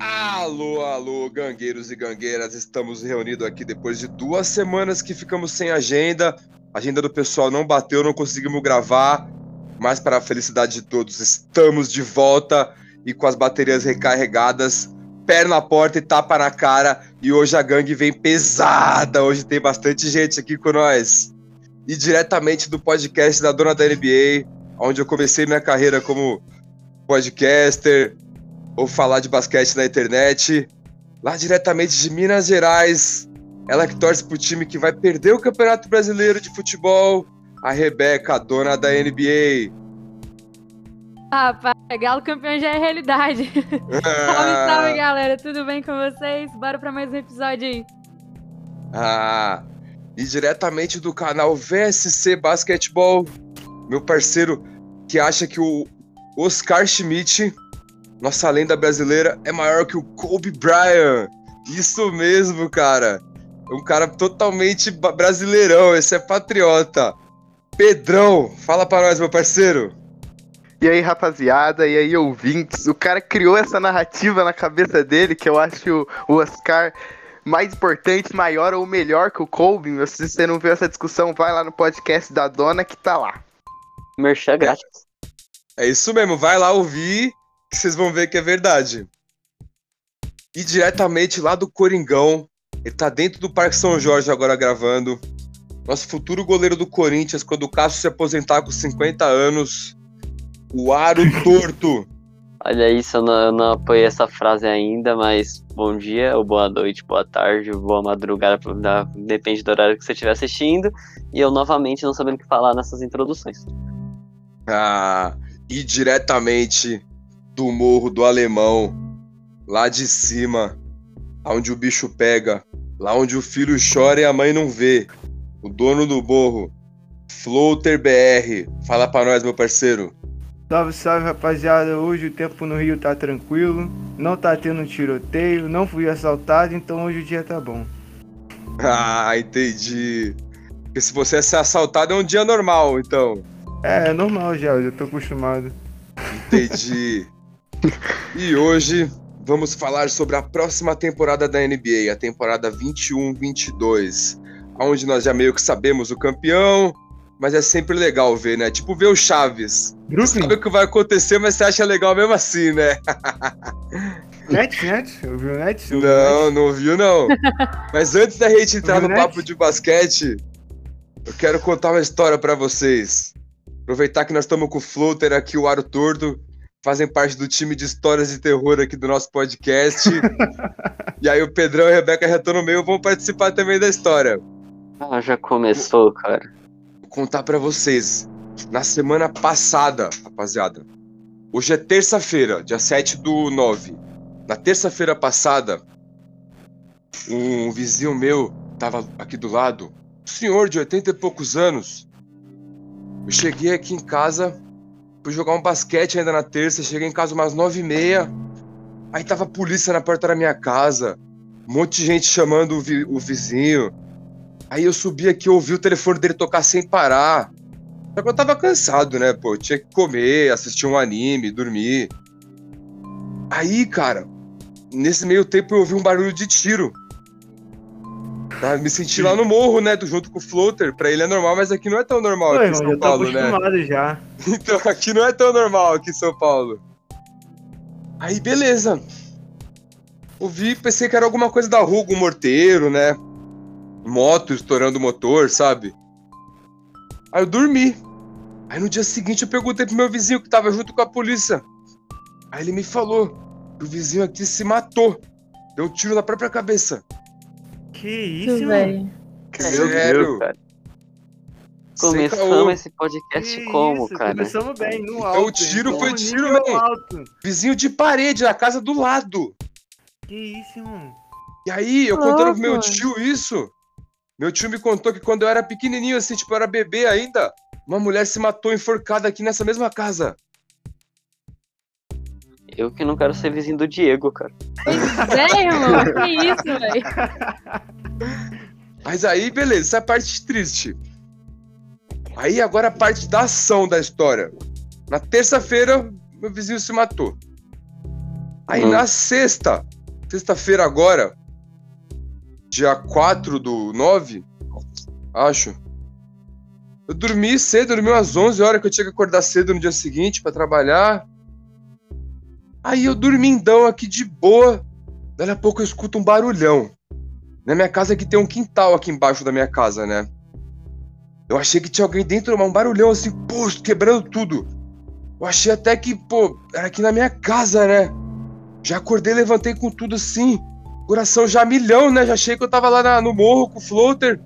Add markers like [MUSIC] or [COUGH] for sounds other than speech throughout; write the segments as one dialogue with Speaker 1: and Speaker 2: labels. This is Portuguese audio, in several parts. Speaker 1: Alô, alô, gangueiros e gangueiras, estamos reunidos aqui depois de duas semanas que ficamos sem agenda. A agenda do pessoal não bateu, não conseguimos gravar, mas para a felicidade de todos, estamos de volta e com as baterias recarregadas, pé na porta e tapa na cara. E hoje a gangue vem pesada, hoje tem bastante gente aqui com nós. E diretamente do podcast da Dona da NBA, onde eu comecei minha carreira como podcaster, ou falar de basquete na internet. Lá diretamente de Minas Gerais, ela que torce pro time que vai perder o Campeonato Brasileiro de Futebol, a Rebeca, a dona da NBA.
Speaker 2: Rapaz, Galo campeão já é realidade. [LAUGHS]
Speaker 1: Ah.
Speaker 2: salve, salve, galera. Tudo bem com vocês? Bora pra mais um episódio aí.
Speaker 1: Ah, e diretamente do canal VSC Basquetebol, meu parceiro que acha que o Oscar Schmidt nossa lenda brasileira é maior que o Kobe Bryant. Isso mesmo, cara. É um cara totalmente brasileirão, esse é patriota. Pedrão, fala para nós, meu parceiro.
Speaker 3: E aí, rapaziada, e aí, ouvintes. O cara criou essa narrativa na cabeça dele que eu acho o Oscar mais importante, maior ou melhor que o Kobe. Meu, se você não viu essa discussão, vai lá no podcast da dona que tá lá.
Speaker 4: Merchan grátis.
Speaker 1: É isso mesmo, vai lá ouvir vocês vão ver que é verdade. E diretamente lá do Coringão, ele tá dentro do Parque São Jorge agora gravando. Nosso futuro goleiro do Corinthians, quando o Cássio se aposentar com 50 anos, o Aro Torto.
Speaker 4: Olha isso, eu não, eu não apoiei essa frase ainda, mas bom dia, ou boa noite, boa tarde, boa madrugada, depende do horário que você estiver assistindo. E eu novamente não sabendo o que falar nessas introduções.
Speaker 1: Ah, e diretamente do morro do alemão, lá de cima, onde o bicho pega, lá onde o filho chora e a mãe não vê. O dono do morro, Floater BR, fala pra nós, meu parceiro. [LAUGHS]
Speaker 5: Salve, salve rapaziada. Hoje o tempo no Rio tá tranquilo, não tá tendo tiroteio, não fui assaltado, então hoje o dia tá bom.
Speaker 1: Ah, entendi. Porque se você é ser assaltado é um dia normal, então.
Speaker 5: É, é normal já, eu já tô acostumado.
Speaker 1: Entendi. E hoje vamos falar sobre a próxima temporada da NBA, a temporada 21-22, onde nós já meio que sabemos o campeão, mas é sempre legal ver, né? Tipo ver o Chaves. Você sabe o que vai acontecer, mas você acha legal mesmo assim, né?
Speaker 5: Net, net? Ouviu net?
Speaker 1: Ouviu não, net? não ouviu não. Mas antes da gente entrar ouviu no net? papo de basquete, eu quero contar uma história para vocês. Aproveitar que nós estamos com o Floater aqui, o Aro Tordo, fazem parte do time de histórias de terror aqui do nosso podcast. e aí o Pedrão e a Rebeca Retorno Meio vão participar também da história.
Speaker 4: Ah, já começou, cara.
Speaker 1: Vou contar para vocês. Na semana passada, rapaziada. Hoje é terça-feira, dia 7 do 9. Na terça-feira passada, um vizinho meu tava aqui do lado, um senhor de 80 e poucos anos. Eu cheguei aqui em casa, fui jogar um basquete ainda na terça, cheguei em casa umas nove e meia, aí tava a polícia na porta da minha casa, um monte de gente chamando o, vi o vizinho. Aí eu subi aqui, ouvi o telefone dele tocar sem parar. Só que eu tava cansado, né, pô? Eu tinha que comer, assistir um anime, dormir. Aí, cara, nesse meio tempo eu ouvi um barulho de tiro. Tá, me senti lá no morro, né? Junto com o Floater. Pra ele é normal, mas aqui não é tão normal Pô, aqui em
Speaker 5: tá
Speaker 1: São Paulo, né?
Speaker 5: já.
Speaker 1: Então, aqui não é tão normal aqui em São Paulo. Aí, beleza. Ouvi, pensei que era alguma coisa da rua, algum morteiro, né? Moto estourando o motor, sabe? Aí eu dormi. Aí no dia seguinte eu perguntei pro meu vizinho que tava junto com a polícia. Aí ele me falou que o vizinho aqui se matou. Deu um tiro na própria cabeça.
Speaker 5: Que isso, velho.
Speaker 1: Sério?
Speaker 4: é cara. Começamos esse podcast
Speaker 5: Que
Speaker 4: como,
Speaker 5: isso,
Speaker 4: cara?
Speaker 5: Começamos bem, no
Speaker 1: Então,
Speaker 5: alto.
Speaker 1: o tiro
Speaker 5: hein?
Speaker 1: foi
Speaker 5: No
Speaker 1: tiro,
Speaker 5: nível
Speaker 1: velho.
Speaker 5: alto.
Speaker 1: Vizinho de parede, na casa do lado.
Speaker 5: Que isso, mano.
Speaker 1: E aí, eu
Speaker 2: Louco,
Speaker 1: contando pro meu
Speaker 2: mano.
Speaker 1: tio isso, meu tio me contou que quando eu era pequenininho, assim, tipo, eu era bebê ainda, uma mulher se matou enforcada aqui nessa mesma casa.
Speaker 4: Eu que não quero ser vizinho do Diego, cara.
Speaker 2: Véi, é, irmão, que isso, velho.
Speaker 1: Mas aí, beleza, essa é a parte triste. Aí agora a parte da ação da história. Na terça-feira, meu vizinho se matou. Aí
Speaker 4: Hum.
Speaker 1: na sexta, Sexta-feira agora, dia 4 do 9, acho. Eu dormi cedo, dormi umas 11 horas que eu tinha que acordar cedo no dia seguinte pra trabalhar. Aí eu dormindão aqui de boa. Daí a pouco eu escuto um barulhão. Na minha casa aqui tem um quintal aqui embaixo da minha casa, né? Eu achei que tinha alguém dentro, mas um barulhão assim, pô, quebrando tudo. Eu achei até que, pô, era aqui na minha casa, né? Já acordei, levantei com tudo assim. Coração já milhão, né? Já achei que eu tava lá na- no morro com o floater.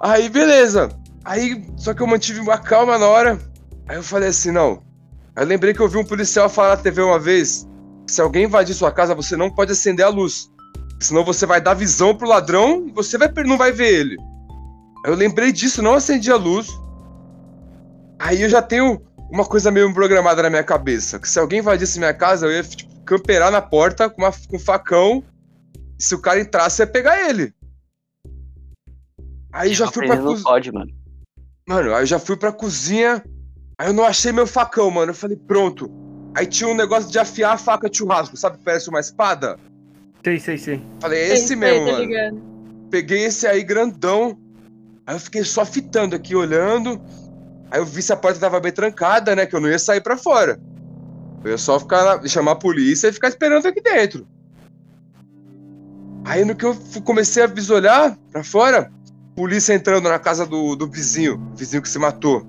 Speaker 1: Aí, beleza. Aí, só que eu mantive uma calma na hora. Aí eu falei assim, não. Aí eu lembrei que eu vi um policial falar na TV uma vez que se alguém invadir sua casa, você não pode acender a luz. Senão você vai dar visão pro ladrão e você vai, per- não vai ver ele. Aí eu lembrei disso, não acendi a luz. Aí eu já tenho uma coisa meio programada na minha cabeça. Que se alguém invadisse minha casa, eu ia tipo, camperar na porta com, uma, com um facão. E se o cara entrasse, eu ia pegar ele. Aí já fui pra
Speaker 4: Aprendendo
Speaker 1: coz-
Speaker 4: não pode, mano.
Speaker 1: Mano, aí eu já fui pra cozinha, aí eu não achei meu facão, mano. Eu falei, pronto. Aí tinha um negócio de afiar a faca de churrasco, sabe? Parece uma espada.
Speaker 5: Sei, sei, sei.
Speaker 1: Falei, é esse
Speaker 2: Sei,
Speaker 1: mesmo,
Speaker 2: tô
Speaker 1: mano.
Speaker 2: tá ligando.
Speaker 1: Peguei esse aí grandão. Aí eu fiquei só fitando aqui, olhando. Aí eu vi se a porta tava bem trancada, né? Que eu não ia sair pra fora. Eu ia só ficar na- chamar a polícia e ficar esperando aqui dentro. Aí no que eu fu- comecei a bisolhar pra fora, polícia entrando na casa do, do vizinho, vizinho que se matou.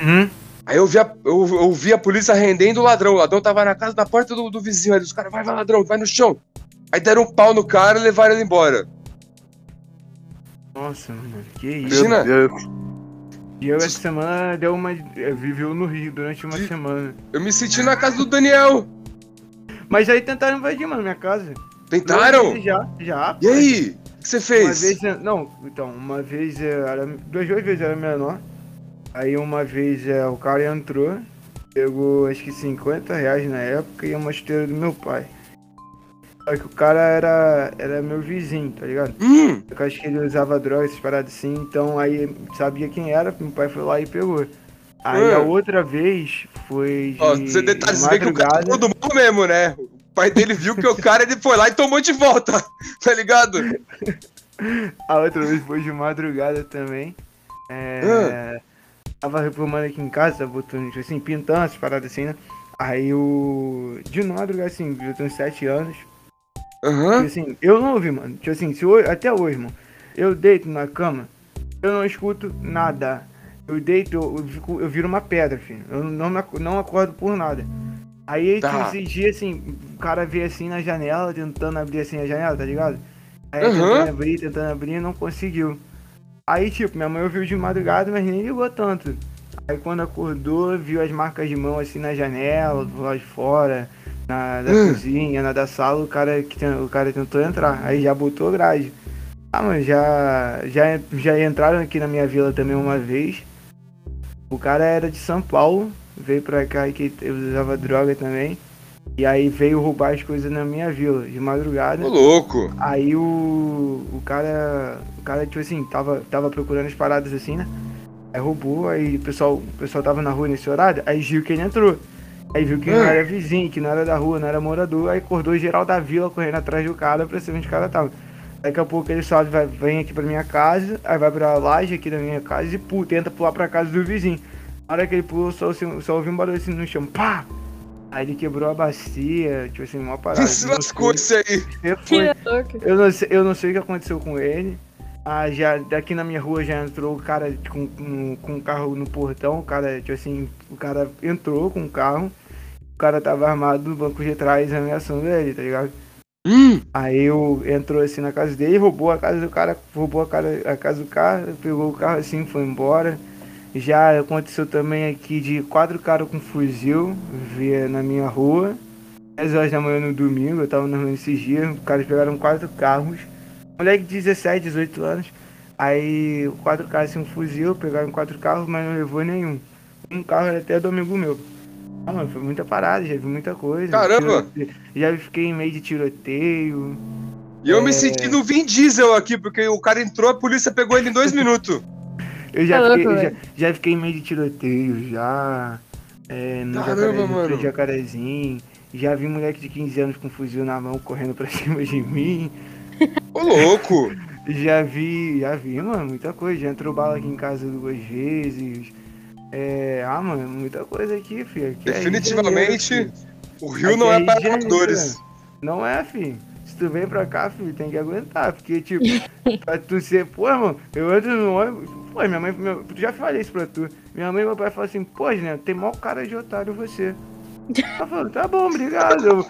Speaker 5: Uhum.
Speaker 1: Aí eu vi, a, eu, eu vi a polícia rendendo o ladrão. O ladrão tava na casa, na porta do, do vizinho. Aí os caras, vai, vai, ladrão, vai no chão. Aí deram um pau no cara e levaram ele embora.
Speaker 5: Nossa, mano, que isso.
Speaker 1: Imagina.
Speaker 3: Deus.
Speaker 5: E eu essa semana deu uma. eh, Viveu no Rio durante uma
Speaker 1: Vi-
Speaker 5: semana.
Speaker 1: Eu me senti na casa do Daniel.
Speaker 5: Mas aí tentaram invadir, mano, minha casa.
Speaker 1: Tentaram?
Speaker 5: Já, já.
Speaker 1: E aí? O que você
Speaker 5: Uma
Speaker 1: fez?
Speaker 5: vez, eh, não, então, uma vez eh, era. Duas, duas vezes eu era menor. Aí uma vez eh, o cara entrou, pegou acho que 50 reais na época e uma esteira do meu pai. Só que o cara era, era meu vizinho, tá ligado?
Speaker 1: Hum,
Speaker 5: Eu acho que ele usava drogas, essas paradas assim, então aí sabia quem era, meu pai foi lá e pegou. Aí
Speaker 1: Ah.
Speaker 5: a outra vez foi.
Speaker 1: ó,
Speaker 5: de
Speaker 1: você detalhe, você vê que o cara é
Speaker 5: madrugada.
Speaker 1: todo mundo mesmo, né? O pai dele viu que o cara, ele foi lá e tomou de volta. [LAUGHS] Tá ligado?
Speaker 5: A outra vez foi de madrugada também. É, Tava reformando aqui em casa, tava botando, tipo assim, pintando essas paradas assim, né? Aí o. De madrugada, assim, eu tenho 7 anos.
Speaker 1: Aham.
Speaker 5: Tipo assim, eu não ouvi, mano. Tipo assim, se hoje, até hoje, mano, eu deito na cama, eu não escuto nada. Eu deito, eu, eu fico- eu viro uma pedra, filho. Eu não, me ac- não acordo por nada. Aí,
Speaker 1: Tá.
Speaker 5: tipo, esses dias, assim, o cara veio assim na janela, tentando abrir assim a janela, tá ligado? Aí
Speaker 1: Aham.
Speaker 5: tentando abrir, tentando abrir, não conseguiu. Aí, tipo, minha mãe ouviu de madrugada, mas nem ligou tanto. Aí quando acordou, viu as marcas de mão assim na janela, do lado de fora, na da
Speaker 1: Hum.
Speaker 5: cozinha, na da sala, o cara, que ten- o cara tentou entrar. Aí já botou grade. Ah, mas já, já, já entraram aqui na minha vila também uma vez. O cara era de São Paulo, veio pra cá e que usava droga também. E aí veio roubar as coisas na minha vila, de madrugada.
Speaker 1: Ô, louco.
Speaker 5: Aí o, o cara, o cara, tipo assim, tava, tava procurando as paradas assim, né? Aí roubou, aí o pessoal, o pessoal tava na rua nesse horário, aí viu que ele entrou. Aí viu que não
Speaker 1: Ah.
Speaker 5: era vizinho, que não era da rua, não era morador, aí acordou geral da vila correndo atrás do cara pra saber onde o cara tava. Daqui a pouco ele sobe, vai, vem aqui pra minha casa, aí vai pra laje aqui da minha casa e pula, tenta pular pra casa do vizinho. Na hora que ele pulou, só, ouvi- só ouvi um barulho assim no chão, pá! Aí ele quebrou a bacia, tipo assim, uma
Speaker 1: [LAUGHS]
Speaker 5: parada.
Speaker 1: Se
Speaker 5: não
Speaker 1: lascou
Speaker 5: sei
Speaker 1: isso aí.
Speaker 5: o que
Speaker 2: Que
Speaker 5: foi.
Speaker 2: é louco.
Speaker 5: Eu não, sei, eu não sei o que aconteceu com ele. Ah, já, daqui na minha rua já entrou o cara com, com, com o carro no portão. O cara, tipo assim, o cara entrou com o carro. O cara tava armado no banco de trás ameaçando ele, tá ligado?
Speaker 1: Hum,
Speaker 5: Aí eu entrou assim na casa dele, roubou a casa do cara, roubou a, cara, a casa do cara, pegou o carro assim, foi embora. Já aconteceu também aqui de quatro caras com fuzil via na minha rua. 10 horas da manhã no domingo, eu tava dormindo esses dias, os caras pegaram quatro carros. Moleque de 17, 18 anos. Aí quatro caras sem fuzil, pegaram quatro carros, mas não levou nenhum. Um carro era até do amigo meu. Ah, mano, foi muita parada, já vi muita coisa.
Speaker 1: Caramba!
Speaker 5: Tirote- Já fiquei em meio de tiroteio.
Speaker 1: e eu me
Speaker 5: É.
Speaker 1: senti no Vin Diesel aqui, porque o cara entrou, a polícia pegou ele em dois minutos.
Speaker 5: Eu já,
Speaker 2: Tá
Speaker 5: fiquei,
Speaker 2: louco,
Speaker 5: eu já, já fiquei em meio de tiroteio, já. É, no
Speaker 1: Caramba,
Speaker 5: jacaré, no
Speaker 1: mano.
Speaker 5: jacarezinho. Já vi moleque de 15 anos com um fuzil na mão correndo pra [LAUGHS] cima de mim.
Speaker 1: Ô, louco!
Speaker 5: Já vi, já vi, mano, muita coisa. Já entrou bala aqui em casa duas vezes. É, ah, mano, muita coisa aqui, filho. Aqui é Rio de
Speaker 1: Definitivamente,
Speaker 5: Janeiro, filho.
Speaker 1: o Rio
Speaker 5: Aqui
Speaker 1: não
Speaker 5: é
Speaker 1: é
Speaker 5: Rio
Speaker 1: para
Speaker 5: de Janeiro,
Speaker 1: amadores.
Speaker 5: Não é, filho. Se tu vem pra cá, filho, tem que aguentar. Porque, tipo, pra tu ser, pô, mano, eu entro no ônibus. Pô, minha mãe, meu, tu já falei isso pra tu. Minha mãe e meu pai falam assim, pô, né, tem maior cara de otário você. Ela falou, tá bom, obrigado. Eu,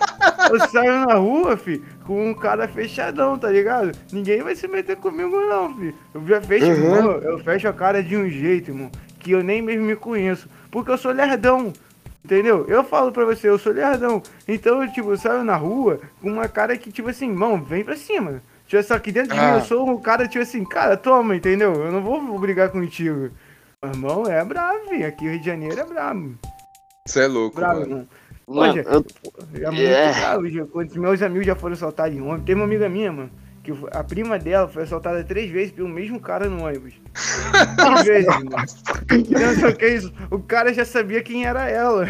Speaker 5: eu saio na rua, fi, com um cara fechadão, tá ligado? Ninguém vai se meter comigo, não, fi. Eu já fecho,
Speaker 1: Uhum.
Speaker 5: mano, eu fecho a cara de um jeito, irmão, que eu nem mesmo me conheço. Porque eu sou lerdão. Entendeu? Eu falo pra você, eu sou lerdão. Então, eu, tipo, eu saio na rua com uma cara que, tipo assim, mão, vem pra cima. Tipo, só que dentro de
Speaker 1: Ah.
Speaker 5: mim eu sou um cara, tipo assim, cara, toma, entendeu? Eu não vou brigar contigo. Meu irmão, é bravo, filho. aqui Rio de Janeiro é bravo.
Speaker 1: Você é louco,
Speaker 5: Bravo,
Speaker 1: mano.
Speaker 5: irmão.
Speaker 4: Mano,
Speaker 5: Olha,
Speaker 4: eu,
Speaker 5: É muito
Speaker 4: É.
Speaker 5: bravo. já- Quando meus amigos já foram assaltados em ônibus. Tem uma amiga minha, mano, que fo- a prima dela foi assaltada três vezes pelo mesmo cara
Speaker 4: [LAUGHS]
Speaker 5: no ônibus. Três vezes, mano. Eu só que é isso. O cara já sabia quem era ela.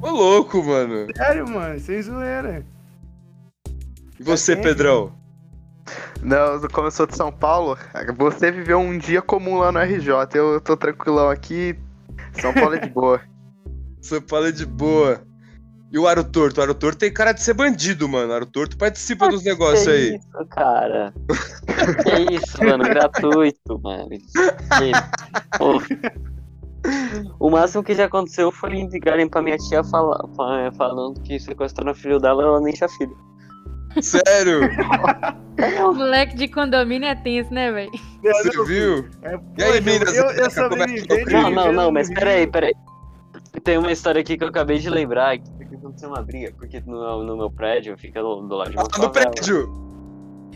Speaker 1: Ô, louco, mano.
Speaker 5: Sério, mano, sem zoeira.
Speaker 1: E você,
Speaker 5: Tá bem?
Speaker 1: Pedrão?
Speaker 3: Não, como eu sou de São Paulo, você viveu um dia comum lá no RJ. Eu tô tranquilão aqui. São Paulo é de boa.
Speaker 1: São Paulo é de boa. E o Aro Torto? O Aro Torto tem cara de ser bandido, mano. O Aro Torto participa dos negócios
Speaker 4: que
Speaker 1: aí.
Speaker 4: isso, cara?
Speaker 1: [LAUGHS]
Speaker 4: que isso, mano, gratuito, mano. Que- Pô. O máximo que já aconteceu foi ligarem pra minha tia fala- fa- é, falando que sequestraram o filho dela, ela nem tinha filho.
Speaker 5: [LAUGHS]
Speaker 1: Sério?
Speaker 2: Moleque de condomínio é tenso, né, velho?
Speaker 1: Você viu?
Speaker 5: É,
Speaker 1: E aí,
Speaker 5: pô,
Speaker 1: Minas,
Speaker 5: eu,
Speaker 1: como é
Speaker 5: eu, eu
Speaker 1: que é o
Speaker 5: sobrevivi.
Speaker 1: crime?
Speaker 4: Não, não, não, mas
Speaker 5: sobrevivi.
Speaker 4: peraí, peraí. Tem uma história aqui que eu acabei de lembrar, que aconteceu uma briga, porque no, no meu prédio fica do, do lado de uma
Speaker 1: Ah, no
Speaker 4: favela.
Speaker 1: prédio.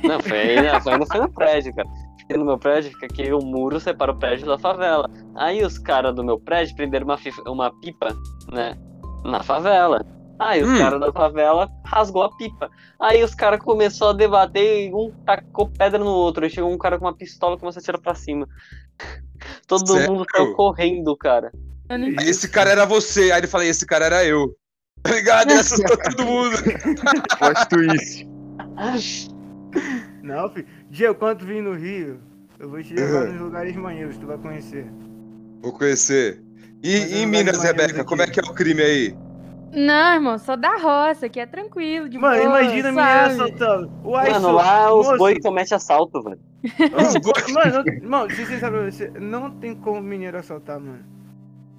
Speaker 4: Não, foi aí, não, foi, não foi no prédio, cara. Porque no meu prédio fica aqui o muro separa o prédio da favela. Aí os caras do meu prédio prenderam uma, fif- uma pipa, né? Na favela. Aí os
Speaker 1: Hum.
Speaker 4: caras da favela rasgou a pipa. Aí os caras começaram a debater e um tacou pedra no outro. Aí chegou um cara com uma pistola e começou a tirar pra cima. [LAUGHS] Todo
Speaker 1: Sério?
Speaker 4: mundo saiu correndo, cara.
Speaker 2: Eu não-
Speaker 1: Aí Esse cara era você. Aí ele fala, esse cara era eu. [LAUGHS] Tá ligado? Ele
Speaker 5: [LAUGHS]
Speaker 1: assustou todo mundo.
Speaker 3: Plot twist.
Speaker 5: Não, filho. Dia, quando tu vir no Rio, eu vou te levar
Speaker 1: é- Uhum.
Speaker 5: nos lugares maneiros, tu vai conhecer.
Speaker 1: Vou conhecer. E
Speaker 5: Mas
Speaker 1: e em
Speaker 5: eu não
Speaker 1: Minas,
Speaker 5: gosto mais
Speaker 1: Rebeca,
Speaker 5: daqui.
Speaker 1: como é que é o crime aí?
Speaker 2: Não, irmão, sou da roça, aqui é tranquilo, de
Speaker 5: Mano,
Speaker 2: boa,
Speaker 5: imagina a menina
Speaker 2: sabe?
Speaker 5: assaltando. Uai,
Speaker 4: Mano,
Speaker 5: só-
Speaker 4: lá os
Speaker 5: moço,
Speaker 4: boi cometem assalto, velho.
Speaker 1: [LAUGHS] Os dois,
Speaker 5: Mano, eu- mano, se você sabe, você não tem como mineiro assaltar, mano.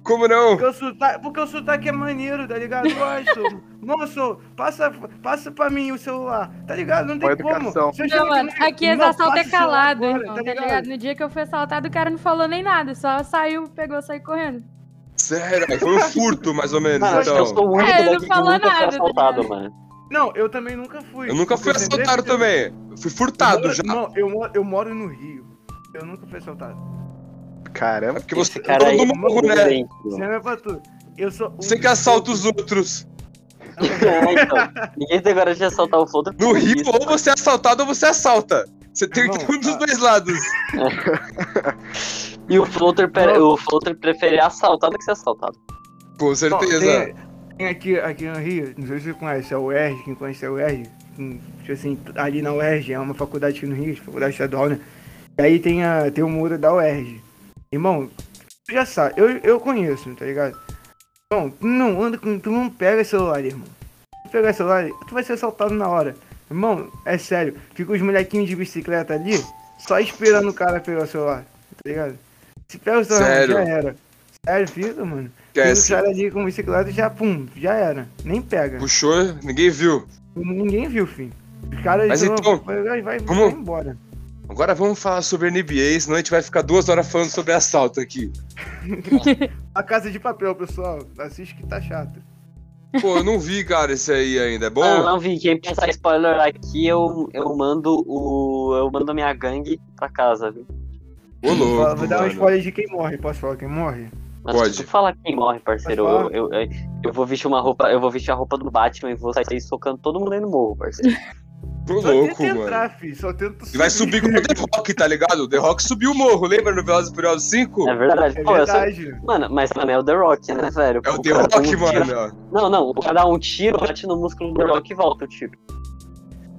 Speaker 1: como
Speaker 5: [LAUGHS]
Speaker 1: não?
Speaker 5: Porque o sotaque, porque o sotaque é maneiro, tá ligado? Uai,
Speaker 1: [LAUGHS]
Speaker 5: sou- Moço, passa, passa pra mim o celular, tá ligado? Não tem
Speaker 3: Boa
Speaker 5: como.
Speaker 3: educação.
Speaker 5: Se eu
Speaker 2: Não,
Speaker 5: chego
Speaker 2: mano,
Speaker 5: aqui no-
Speaker 2: aqui esse
Speaker 5: não,
Speaker 2: assalto é
Speaker 5: passa o celular
Speaker 2: calado,
Speaker 5: agora,
Speaker 2: irmão, tá ligado? No dia que eu fui assaltado, o cara não falou nem nada, só saiu, pegou, saiu correndo.
Speaker 1: Sério, aí foi um furto, mais ou menos,
Speaker 4: Mano,
Speaker 5: Ah,
Speaker 4: acho que eu
Speaker 1: então.
Speaker 4: sou o único
Speaker 2: É, ele não
Speaker 4: daqui que
Speaker 2: falou
Speaker 4: nunca foi
Speaker 2: nada, tá
Speaker 4: assaltado,
Speaker 2: ligado?
Speaker 4: mano.
Speaker 5: Não, eu também nunca fui.
Speaker 1: Eu nunca fui
Speaker 5: Eu sempre
Speaker 1: assaltado
Speaker 5: fui-
Speaker 1: também. Eu Fui furtado
Speaker 5: eu moro,
Speaker 1: já.
Speaker 5: Não, eu moro, eu moro no Rio. Eu nunca fui assaltado.
Speaker 1: É
Speaker 3: Caramba.
Speaker 1: porque você é
Speaker 4: Cara, aí
Speaker 1: todo
Speaker 4: é
Speaker 1: morro,
Speaker 4: muito
Speaker 1: né?
Speaker 4: lento, mano.
Speaker 5: Você não é pra tu. Eu sou. um
Speaker 1: Você que assalta os outros.
Speaker 4: É, então. [LAUGHS] Ninguém tem coragem de assaltar o foda.
Speaker 1: No Rio, ou
Speaker 4: né?
Speaker 1: você é assaltado ou você assalta. Você tem que
Speaker 5: Irmão, ah.
Speaker 1: ter um dos
Speaker 5: a-
Speaker 1: dois lados.
Speaker 4: E o Floater, pre- o Floater prefere assaltado que ser assaltado.
Speaker 1: Com
Speaker 5: Bom,
Speaker 1: certeza.
Speaker 5: tem, tem aqui, aqui no Rio, não sei se você conhece, é o UERJ, quem conhece é o UERJ. hum, Tipo assim, ali na UERJ, é uma faculdade aqui no Rio, faculdade estadual, né? E aí tem, a, tem o muro da UERJ. Irmão, tu já sabe, eu, eu conheço, tá ligado? Irmão, tu não anda com. Tu não pega celular, irmão. Tu pegar celular, tu vai ser assaltado na hora. Irmão, é sério, fica os molequinhos de bicicleta ali, só esperando o cara pegar o celular, tá ligado? Se pega o celular,
Speaker 1: Sério?
Speaker 5: já era. Sério, fica, mano. Pega o
Speaker 1: Esquece.
Speaker 5: um cara ali com bicicleta e já, pum, já era. Nem pega.
Speaker 1: Puxou, ninguém viu.
Speaker 5: Ninguém viu, filho. Os caras
Speaker 1: Mas
Speaker 5: não,
Speaker 1: então,
Speaker 5: vai, vai, vai
Speaker 1: vamos-
Speaker 5: embora.
Speaker 1: Agora vamos falar sobre NBA, senão a gente vai ficar duas horas falando sobre assalto aqui.
Speaker 5: A casa é de papel, pessoal. Assiste que tá chato.
Speaker 1: Pô, eu não vi, cara, esse aí ainda. É bom?
Speaker 4: Ah, não vi. Quem passar spoiler aqui, eu, eu mando o. Eu mando a minha gangue pra casa, viu?
Speaker 1: Ô,
Speaker 5: Fala,
Speaker 1: louco,
Speaker 5: vou dar uma
Speaker 1: mano.
Speaker 5: spoiler de quem morre. Posso falar quem morre?
Speaker 4: Mas
Speaker 1: Pode.
Speaker 4: tu fala quem morre, parceiro.
Speaker 5: Pode
Speaker 4: Eu,
Speaker 5: falar.
Speaker 4: eu, eu,
Speaker 1: [LAUGHS]
Speaker 4: eu vou vestir uma roupa. Eu vou vestir a roupa do Batman e vou sair socando todo mundo aí no morro, parceiro.
Speaker 1: Tô
Speaker 5: Só
Speaker 1: louco,
Speaker 5: tenta
Speaker 1: mano.
Speaker 5: entrar, filho. Só tenta
Speaker 1: E vai subir com o The Rock, tá ligado? O The Rock subiu o morro, lembra no Velozes e Furiosos 5?
Speaker 4: É verdade.
Speaker 5: É
Speaker 4: Pô, eu sou-
Speaker 5: verdade.
Speaker 4: Mano, mas mano, é o The Rock, né, velho?
Speaker 1: É o The
Speaker 4: cara dá um
Speaker 1: Rock,
Speaker 4: tiro-
Speaker 1: mano.
Speaker 4: Não, não, o cara dá um tiro, bate no músculo do The Rock e volta o tiro.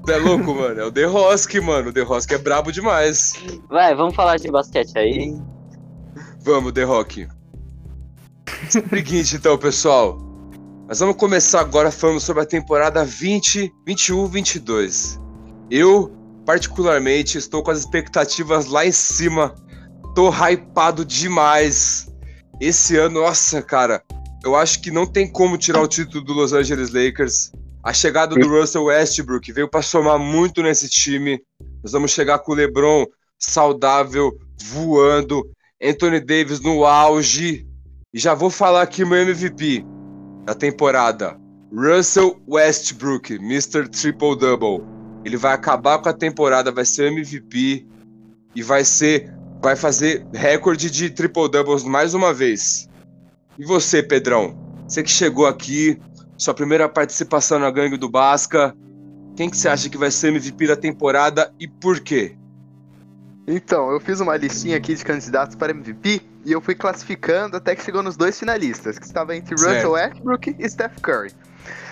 Speaker 1: Você é louco, mano. É o The Rock, mano. O The Rock é brabo demais.
Speaker 4: Vai, vamos falar de basquete aí.
Speaker 1: Vamos, The Rock. Seguinte, então, pessoal. Nós vamos começar agora falando sobre a temporada 20, 21, 22. Eu, particularmente, estou com as expectativas lá em cima. Tô hypado demais. Esse ano, nossa, cara. Eu acho que não tem como tirar o título do Los Angeles Lakers. A chegada do Russell Westbrook veio para somar muito nesse time. Nós vamos chegar com o LeBron saudável, voando, Anthony Davis no auge. E já vou falar aqui meu MVP da temporada. Russell Westbrook, Mr. Triple Double. Ele vai acabar com a temporada, vai ser MVP e vai ser vai fazer recorde de triple doubles mais uma vez. E você, Pedrão? Você que chegou aqui, sua primeira participação na gangue do Basca. Quem que você acha que vai ser MVP da temporada e por quê?
Speaker 3: Então, eu fiz uma listinha aqui de candidatos para MVP e eu fui classificando até que chegou nos dois finalistas, que estava entre
Speaker 1: Certo.
Speaker 3: Russell Westbrook e Steph Curry.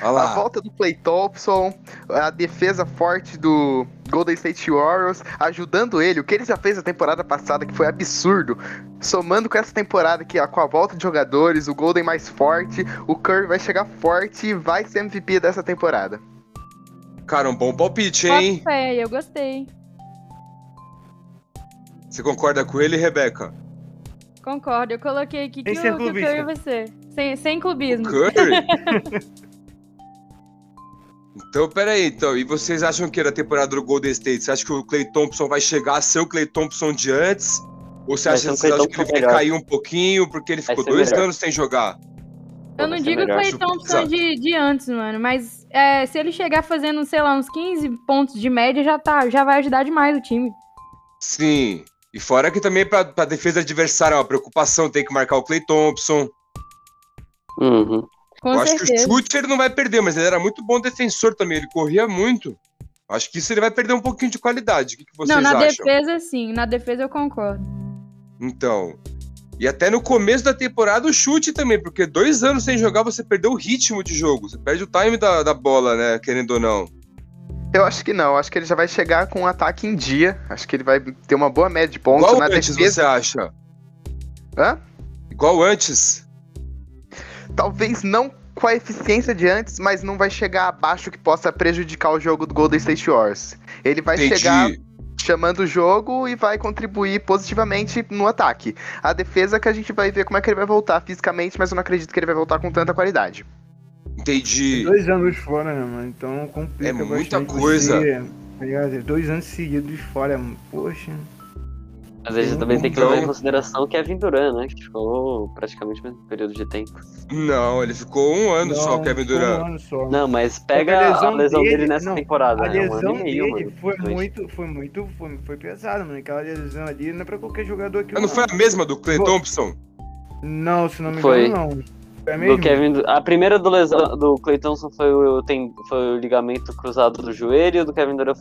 Speaker 1: Olha
Speaker 3: A
Speaker 1: lá.
Speaker 3: volta do Clay Thompson, a defesa forte do Golden State Warriors, ajudando ele, o que ele já fez na temporada passada, que foi absurdo. Somando com essa temporada aqui, ó, com a volta de jogadores, o Golden mais forte, o Curry vai chegar forte e vai ser MVP dessa temporada.
Speaker 1: Cara, um bom palpite, hein?
Speaker 2: Boto fé, eu gostei.
Speaker 1: Você concorda com ele, Rebeca?
Speaker 2: Concordo. Eu coloquei aqui que
Speaker 5: Sem
Speaker 2: o,
Speaker 5: ser
Speaker 2: que o
Speaker 5: clubista.
Speaker 2: Curry vai ser. Sem, sem
Speaker 1: O
Speaker 2: clubismo.
Speaker 1: Curry?
Speaker 4: [LAUGHS]
Speaker 1: então, peraí, então. E vocês acham que era a temporada do Golden State? Você acha que o Clay Thompson vai chegar a ser o Clay Thompson de antes? Ou você
Speaker 4: Vai
Speaker 1: acha,
Speaker 4: ser um
Speaker 1: vocês acham que
Speaker 4: Klay
Speaker 1: ele
Speaker 4: Thompson
Speaker 1: vai
Speaker 4: melhor.
Speaker 1: cair um pouquinho porque ele
Speaker 4: Vai
Speaker 1: ficou
Speaker 4: ser
Speaker 1: dois
Speaker 4: melhor.
Speaker 1: anos sem jogar?
Speaker 2: Eu não
Speaker 1: é
Speaker 4: Vai ser
Speaker 2: digo
Speaker 4: melhor.
Speaker 2: Clay
Speaker 1: Acho
Speaker 2: Thompson
Speaker 1: pesado.
Speaker 2: de, de antes, mano. Mas é, se ele chegar fazendo, sei lá, uns 15 pontos de média, já, tá, já vai ajudar demais o time.
Speaker 1: Sim. E fora que também pra, pra defesa adversária é uma preocupação, tem que marcar o Clay Thompson.
Speaker 4: Uhum.
Speaker 2: Com
Speaker 1: Eu acho que o
Speaker 2: certeza.
Speaker 1: chute ele não vai perder, mas ele era muito bom defensor também, ele corria muito. Acho que isso ele vai perder um pouquinho de qualidade. O que, que vocês
Speaker 2: não, na
Speaker 1: acham?
Speaker 2: defesa, sim. Na defesa eu concordo.
Speaker 1: Então. E até no começo da temporada o chute também, porque dois anos sem jogar você perdeu o ritmo de jogo, você perde o time da, da bola, né? Querendo ou não.
Speaker 3: Eu acho que não, acho que ele já vai chegar com um ataque em dia, acho que ele vai ter uma boa média de pontos
Speaker 1: Igual
Speaker 3: na
Speaker 1: antes,
Speaker 3: defesa.
Speaker 1: você acha?
Speaker 3: Hã?
Speaker 1: Igual antes.
Speaker 3: talvez não com a eficiência de antes, mas não vai chegar abaixo que possa prejudicar o jogo do Golden State Warriors. Ele vai
Speaker 1: Entendi.
Speaker 3: chegar chamando o jogo e vai contribuir positivamente no ataque. A defesa que a gente vai ver como é que ele vai voltar fisicamente, mas eu não acredito que ele vai voltar com tanta qualidade.
Speaker 1: Entendi.
Speaker 5: Dois anos fora, né, mano? Então complica
Speaker 1: É muita
Speaker 5: bastante
Speaker 1: coisa.
Speaker 5: você, tá ligado? Dois anos seguidos fora, mano. Poxa.
Speaker 4: Às vezes
Speaker 5: Sim,
Speaker 4: também tem que
Speaker 1: então-
Speaker 4: levar em consideração que é Duran, né? Que ficou praticamente o mesmo período de tempo.
Speaker 5: Então,
Speaker 1: Não, ele ficou um ano só, o
Speaker 5: Não,
Speaker 1: Kevin
Speaker 5: foi
Speaker 1: Durant.
Speaker 5: Um ano só.
Speaker 4: Não, mas pega a lesão, dele, nessa
Speaker 5: não,
Speaker 4: temporada.
Speaker 5: A
Speaker 4: né? um
Speaker 5: lesão
Speaker 4: ano e meio,
Speaker 5: dele
Speaker 4: mano.
Speaker 5: foi
Speaker 4: dois.
Speaker 5: muito, foi muito, foi, foi pesada, mano. Aquela lesão ali não é pra qualquer jogador que
Speaker 1: Mas não foi a mesma do Clay
Speaker 5: Vou-
Speaker 1: Thompson?
Speaker 5: Não, se não me
Speaker 4: Foi.
Speaker 5: engano, não. Foi a
Speaker 4: Do
Speaker 5: mesma?
Speaker 4: Kevin, Du- a primeira do, lesão, do Clay Thompson foi o, ten- foi o ligamento cruzado do joelho, e o do Kevin Durant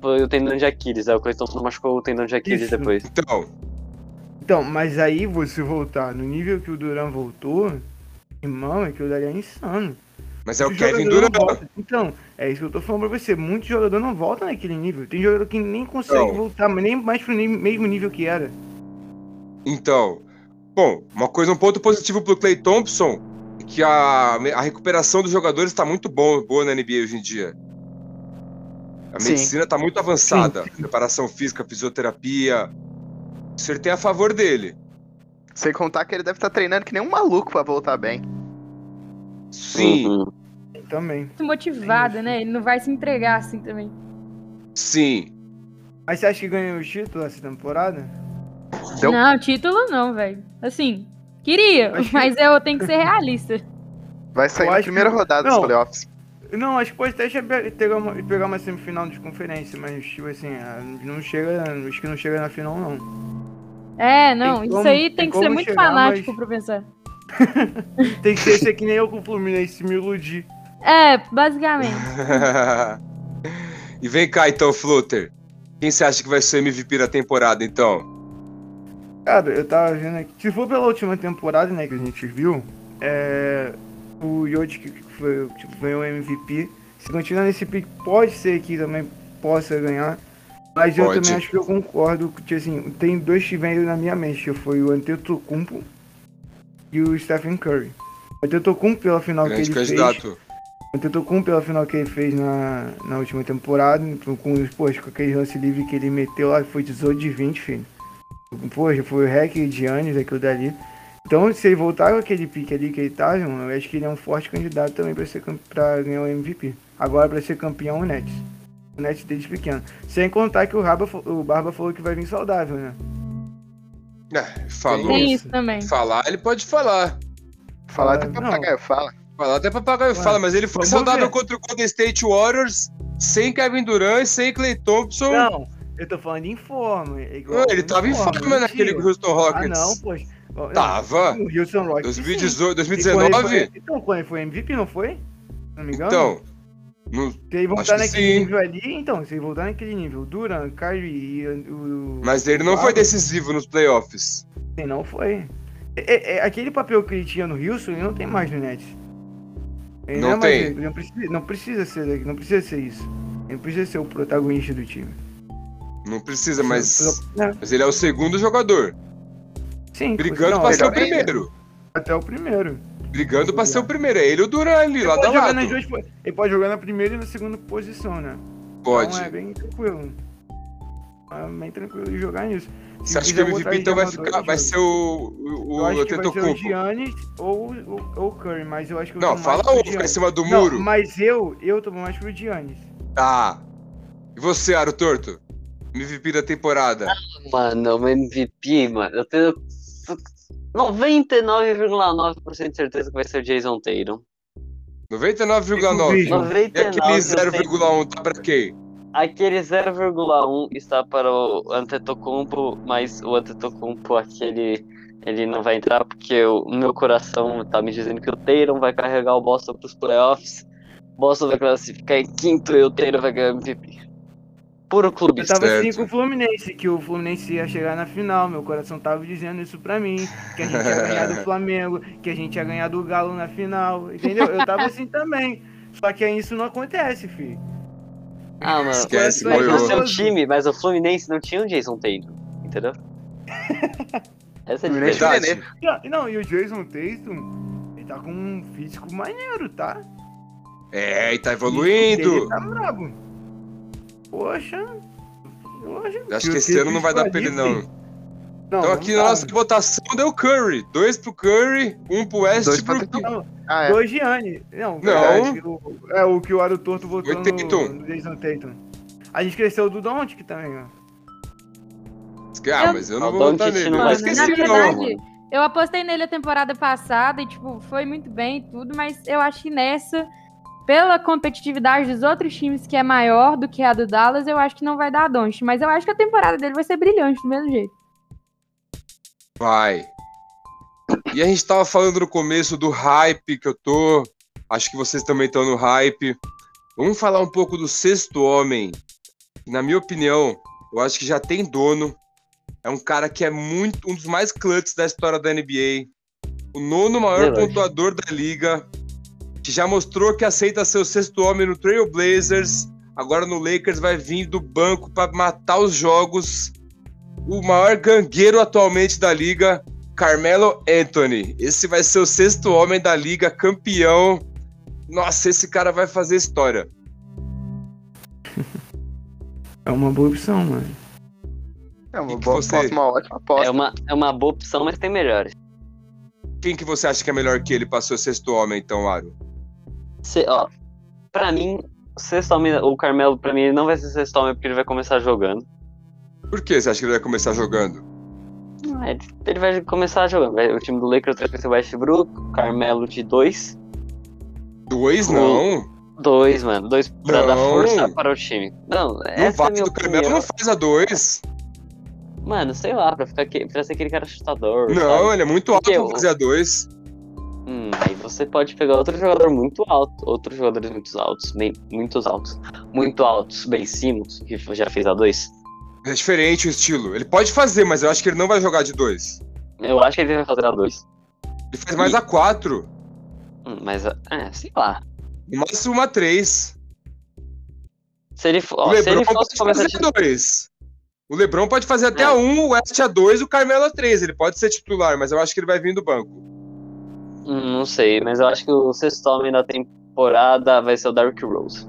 Speaker 4: foi o tendão de Aquiles. Aí o Clay Thompson machucou o tendão de Aquiles
Speaker 5: Isso.
Speaker 4: depois.
Speaker 1: Então,
Speaker 5: Então, mas aí você voltar no nível que o Duran voltou, irmão, aquilo dali é insano.
Speaker 1: mas é o
Speaker 5: Muito
Speaker 1: Kevin
Speaker 5: jogador não
Speaker 1: Durant.
Speaker 5: volta. Então, é isso que eu tô falando pra você. Muito jogador não volta naquele nível. Tem jogador que nem consegue
Speaker 1: Não.
Speaker 5: voltar, mas nem mais pro ni- mesmo nível que era.
Speaker 1: Então, bom, uma coisa, um ponto positivo pro Clay Thompson é que a, a recuperação dos jogadores tá muito bom, boa na NBA hoje em dia. A
Speaker 3: Sim.
Speaker 1: medicina tá muito avançada. Preparação física, fisioterapia. Isso ele tem a favor dele.
Speaker 3: Sem contar que ele deve estar treinando que nem um maluco pra voltar bem.
Speaker 1: Sim,
Speaker 4: Uhum.
Speaker 5: Também.
Speaker 2: Muito motivado, né? Ele não vai se entregar assim também.
Speaker 1: sim. [LAUGHS]
Speaker 5: Mas você acha que ganhou o título essa temporada?
Speaker 3: Então-
Speaker 2: Não, título não, velho. Assim, queria,
Speaker 5: Acho que-
Speaker 2: mas eu tenho que ser realista.
Speaker 3: Vai sair
Speaker 5: Eu
Speaker 3: na
Speaker 5: acho
Speaker 3: primeira
Speaker 5: que-
Speaker 3: rodada dos
Speaker 5: não.
Speaker 3: playoffs.
Speaker 5: Não, acho que pode até chegar- pegar uma, pegar uma semifinal de conferência, mas tipo assim, ah, não chega. Acho que não chega na final, não.
Speaker 2: É, não,
Speaker 5: Tem
Speaker 2: isso
Speaker 5: como-
Speaker 2: aí
Speaker 5: tem
Speaker 2: tem que ser
Speaker 5: como
Speaker 2: muito
Speaker 5: chegar,
Speaker 2: fanático
Speaker 5: mas-
Speaker 2: pra pensar.
Speaker 5: Tem que ser esse aqui nem eu com o Fluminense me iludir.
Speaker 2: É, basicamente.
Speaker 1: E vem cá então, Flutter. Quem você acha que vai ser o MVP da temporada, então?
Speaker 5: Cara, eu tava vendo aqui. Se for pela última temporada, né, que a gente viu, é, o Yod que foi, tipo, ganhou o MVP. Se continuar nesse pick, pode ser que também possa ganhar. Mas eu
Speaker 1: Pode.
Speaker 5: também acho que eu concordo. que, assim, tem dois que vêm na minha mente. que Foi o Antetokounmpo e o Stephen Curry. É O Antetokounmpo pela final que
Speaker 1: Grande
Speaker 5: ele fez.
Speaker 1: candidato.
Speaker 5: O Antetokounmpo pela final que ele fez na, na última temporada. Com, com- poxa, com aquele lance livre que ele meteu lá, foi 18 de 20, filho. Poxa, foi o hack de Anis, aquilo dali. Então, se ele voltar com aquele pique ali que ele tá, mano, eu acho que ele é um forte candidato também pra, ser, cam- pra ganhar o MVP. Agora, pra ser campeão, o Nets. O Nets desde pequeno. Sem contar que o, Raba, fa- o Barba falou que vai vir saudável, né?
Speaker 1: É, falou.
Speaker 2: Tem isso também.
Speaker 1: Falar, ele pode falar.
Speaker 3: Falar até
Speaker 5: Ah, Não.
Speaker 3: papagaio, fala.
Speaker 1: Falar até papagaio
Speaker 5: Ué,
Speaker 1: fala, mas ele foi
Speaker 5: vamos
Speaker 1: saudável
Speaker 5: ver.
Speaker 1: contra o Golden State Warriors, sem Kevin Durant, sem Clay Thompson.
Speaker 5: Não, eu tô falando em forma. é igual-
Speaker 1: Ué, ele tava em forma né, naquele
Speaker 5: mentira.
Speaker 1: Houston
Speaker 5: Ah, não,
Speaker 1: Rockets.
Speaker 5: poxa. Ó, não,
Speaker 1: Tava.
Speaker 5: O Houston Rockets. sim.
Speaker 1: 2018,
Speaker 5: E quando ele
Speaker 1: 2019?
Speaker 5: foi- então, quando ele foi MVP, não foi? Se não me engano.
Speaker 1: Então, não-
Speaker 5: se ele
Speaker 1: acho
Speaker 5: voltar
Speaker 1: que
Speaker 5: naquele
Speaker 1: sim.
Speaker 5: nível ali, então, se ele voltar naquele nível, Duran, Kyrie e o.
Speaker 1: mas ele não
Speaker 5: o
Speaker 1: foi
Speaker 5: Barba,
Speaker 1: decisivo nos playoffs.
Speaker 5: sim, Não foi. É- é- é aquele papel que ele tinha no Houston, ele não tem mais no Nets. Ele
Speaker 1: Não
Speaker 5: é mais-
Speaker 1: tem.
Speaker 5: ele não, precisa, não precisa ser daqui- não precisa ser isso. Ele não precisa ser o protagonista do time.
Speaker 1: Não precisa, mas,
Speaker 5: É,
Speaker 1: mas ele é o segundo jogador.
Speaker 5: Sim,
Speaker 1: Brigando
Speaker 5: não,
Speaker 1: pra ser o
Speaker 3: melhor ainda.
Speaker 1: primeiro.
Speaker 5: é até o primeiro.
Speaker 1: Brigando pra ser o primeiro. É ele e o Duran ali,
Speaker 5: Ele
Speaker 1: lá da
Speaker 5: pode, jogar
Speaker 1: lado.
Speaker 5: nas duas, po- ele pode jogar na primeira e na segunda posição, né?
Speaker 1: Pode.
Speaker 5: Então é bem tranquilo. É bem tranquilo de jogar nisso.
Speaker 1: Você acha que
Speaker 5: quiser
Speaker 1: o MVP
Speaker 5: botar
Speaker 1: então vai,
Speaker 5: jogador,
Speaker 1: ficar, vai
Speaker 5: eu
Speaker 1: ser o, o,
Speaker 5: é eu
Speaker 1: o
Speaker 5: acho que vai ser o
Speaker 1: Antetokounmpo?
Speaker 5: Giannis ou o- ou o Curry, mas eu acho que eu
Speaker 1: Não,
Speaker 5: tô mais
Speaker 1: fala
Speaker 5: pro
Speaker 1: um,
Speaker 5: Giannis.
Speaker 1: ficar em cima do
Speaker 5: Não,
Speaker 1: muro.
Speaker 5: mas eu, eu tô mais pro Giannis.
Speaker 1: Tá. E você, Aro Torto? MVP da temporada.
Speaker 4: Mano, o MVP, mano, eu tenho 99,9% de certeza que vai ser o Jason Tatum.
Speaker 1: 99,9.
Speaker 5: Não,
Speaker 1: E aquele
Speaker 4: 99,9%.
Speaker 1: 0,1 tá pra quem?
Speaker 4: Aquele 0,1 está para o Antetokounmpo, mas o Antetokounmpo, aquele, ele não vai entrar porque o meu coração tá me dizendo que o Tatum vai carregar o Boston pros playoffs. Boston vai classificar em quinto e o Tatum vai ganhar MVP. Puro
Speaker 5: Eu
Speaker 4: clubista.
Speaker 5: tava assim
Speaker 1: certo.
Speaker 5: com o Fluminense, que o Fluminense ia chegar na final, meu coração tava dizendo isso pra mim, que a gente ia ganhar
Speaker 1: [LAUGHS]
Speaker 5: do Flamengo, que a gente ia ganhar do Galo na final, entendeu? Eu tava assim também. Só que aí isso não acontece, filho.
Speaker 4: Ah, mano,
Speaker 1: Esquece,
Speaker 4: mas o
Speaker 1: boiou.
Speaker 4: seu time, mas o Fluminense não tinha o Jason Tatum, entendeu? [LAUGHS] Essa é a
Speaker 3: Fluminense
Speaker 4: diferença.
Speaker 1: Verdade.
Speaker 3: Nenê.
Speaker 5: Não, Não, e o Jason Tatum, ele tá com um físico maneiro, tá?
Speaker 1: É, e tá
Speaker 5: Ele
Speaker 1: evoluindo.
Speaker 5: tá brabo. Poxa. Poxa.
Speaker 1: Acho que esse ano não vai dar pra ele, não. Então aqui na nossa votação deu Curry. Dois pro Curry, um pro
Speaker 3: Dois pra
Speaker 1: Westbrook.
Speaker 3: Tatum.
Speaker 5: Não,
Speaker 3: Ah, é.
Speaker 5: Dois Gianni. Não,
Speaker 1: Não.
Speaker 5: o- é o que o Aro Torto votou
Speaker 1: Foi Tatum.
Speaker 5: no, no Jason Tatum. A gente cresceu do Doncic também, ó.
Speaker 1: Ah, mas eu
Speaker 3: Tá
Speaker 1: não
Speaker 4: Eu-
Speaker 1: vou votar nele.
Speaker 4: Não,
Speaker 1: Eu
Speaker 2: Mano, na
Speaker 1: esqueci, não.
Speaker 2: verdade, eu apostei nele a temporada passada e, tipo, foi muito bem e tudo, mas eu acho que nessa, pela competitividade dos outros times, que é maior do que a do Dallas, eu acho que não vai dar a Donch. Mas eu acho que a temporada dele vai ser brilhante do mesmo jeito.
Speaker 1: Vai. E a gente tava falando no começo do hype que eu tô. Acho que vocês também estão no hype. Vamos falar um pouco do sexto homem. Na minha opinião, eu acho que já tem dono. É um cara que é muito um dos mais clutches da história da NBA. O nono maior
Speaker 4: Verdade.
Speaker 1: pontuador da liga. Que já mostrou que aceita ser o sexto homem no Trail Blazers. Agora no Lakers vai vir do banco pra matar os jogos o maior gangueiro atualmente da liga, Carmelo Anthony. Esse vai ser o sexto homem da liga, campeão. Nossa, esse cara vai fazer história.
Speaker 5: É uma boa opção, mano.
Speaker 3: É uma,
Speaker 1: E que
Speaker 3: boa
Speaker 1: você-
Speaker 3: aposta, uma ótima aposta.
Speaker 4: É uma, é uma boa opção, mas tem melhores.
Speaker 1: Quem que você acha que é melhor que ele pra ser o sexto homem, então, Aro?
Speaker 4: Se, ó, pra mim, o sexto homem, o Carmelo, pra mim, ele não vai ser sexto homem porque ele vai começar jogando.
Speaker 1: Por que você acha que ele vai começar jogando?
Speaker 4: Ah, Ele, ele vai começar jogando. Vai- O time do Lakers vai ser o Westbrook, o Carmelo de dois.
Speaker 1: Dois,
Speaker 4: Hum.
Speaker 1: não.
Speaker 4: Dois, mano. Dois pra dar
Speaker 1: Não.
Speaker 4: força para o time. Não,
Speaker 1: Não
Speaker 4: essa é a
Speaker 1: vai,
Speaker 4: minha
Speaker 1: o Carmelo
Speaker 4: opinião.
Speaker 1: não faz a dois.
Speaker 4: Mano, sei lá, pra, ficar, aque- pra ser aquele cara chutador.
Speaker 1: Não,
Speaker 4: sabe?
Speaker 1: ele é muito alto
Speaker 4: Porque
Speaker 1: pra
Speaker 4: o-
Speaker 1: fazer a dois.
Speaker 4: Hum, aí você você pode pegar outro jogador muito alto, outros jogadores muito altos, bem, muitos altos, muito altos, bem Simmons, que já fez a dois.
Speaker 1: É diferente o estilo. Ele pode fazer, mas eu acho que ele não vai jogar de dois.
Speaker 4: Eu acho que ele vai fazer a dois.
Speaker 1: Ele faz mais a quatro.
Speaker 4: Hum, Mas, é, sei lá.
Speaker 1: No máximo uma três.
Speaker 4: Se ele, fo-
Speaker 1: O
Speaker 4: ó, se
Speaker 1: Lebron
Speaker 4: ele fosse
Speaker 1: pode fazer
Speaker 4: começar de
Speaker 1: a dois. O Lebron pode fazer até
Speaker 4: É.
Speaker 1: a um, o West a dois, o Carmelo a três. Ele pode ser titular, mas eu acho que ele vai vir do banco.
Speaker 4: Hum, Não sei, mas eu acho que o sexto homem da temporada vai ser o Derrick Rose.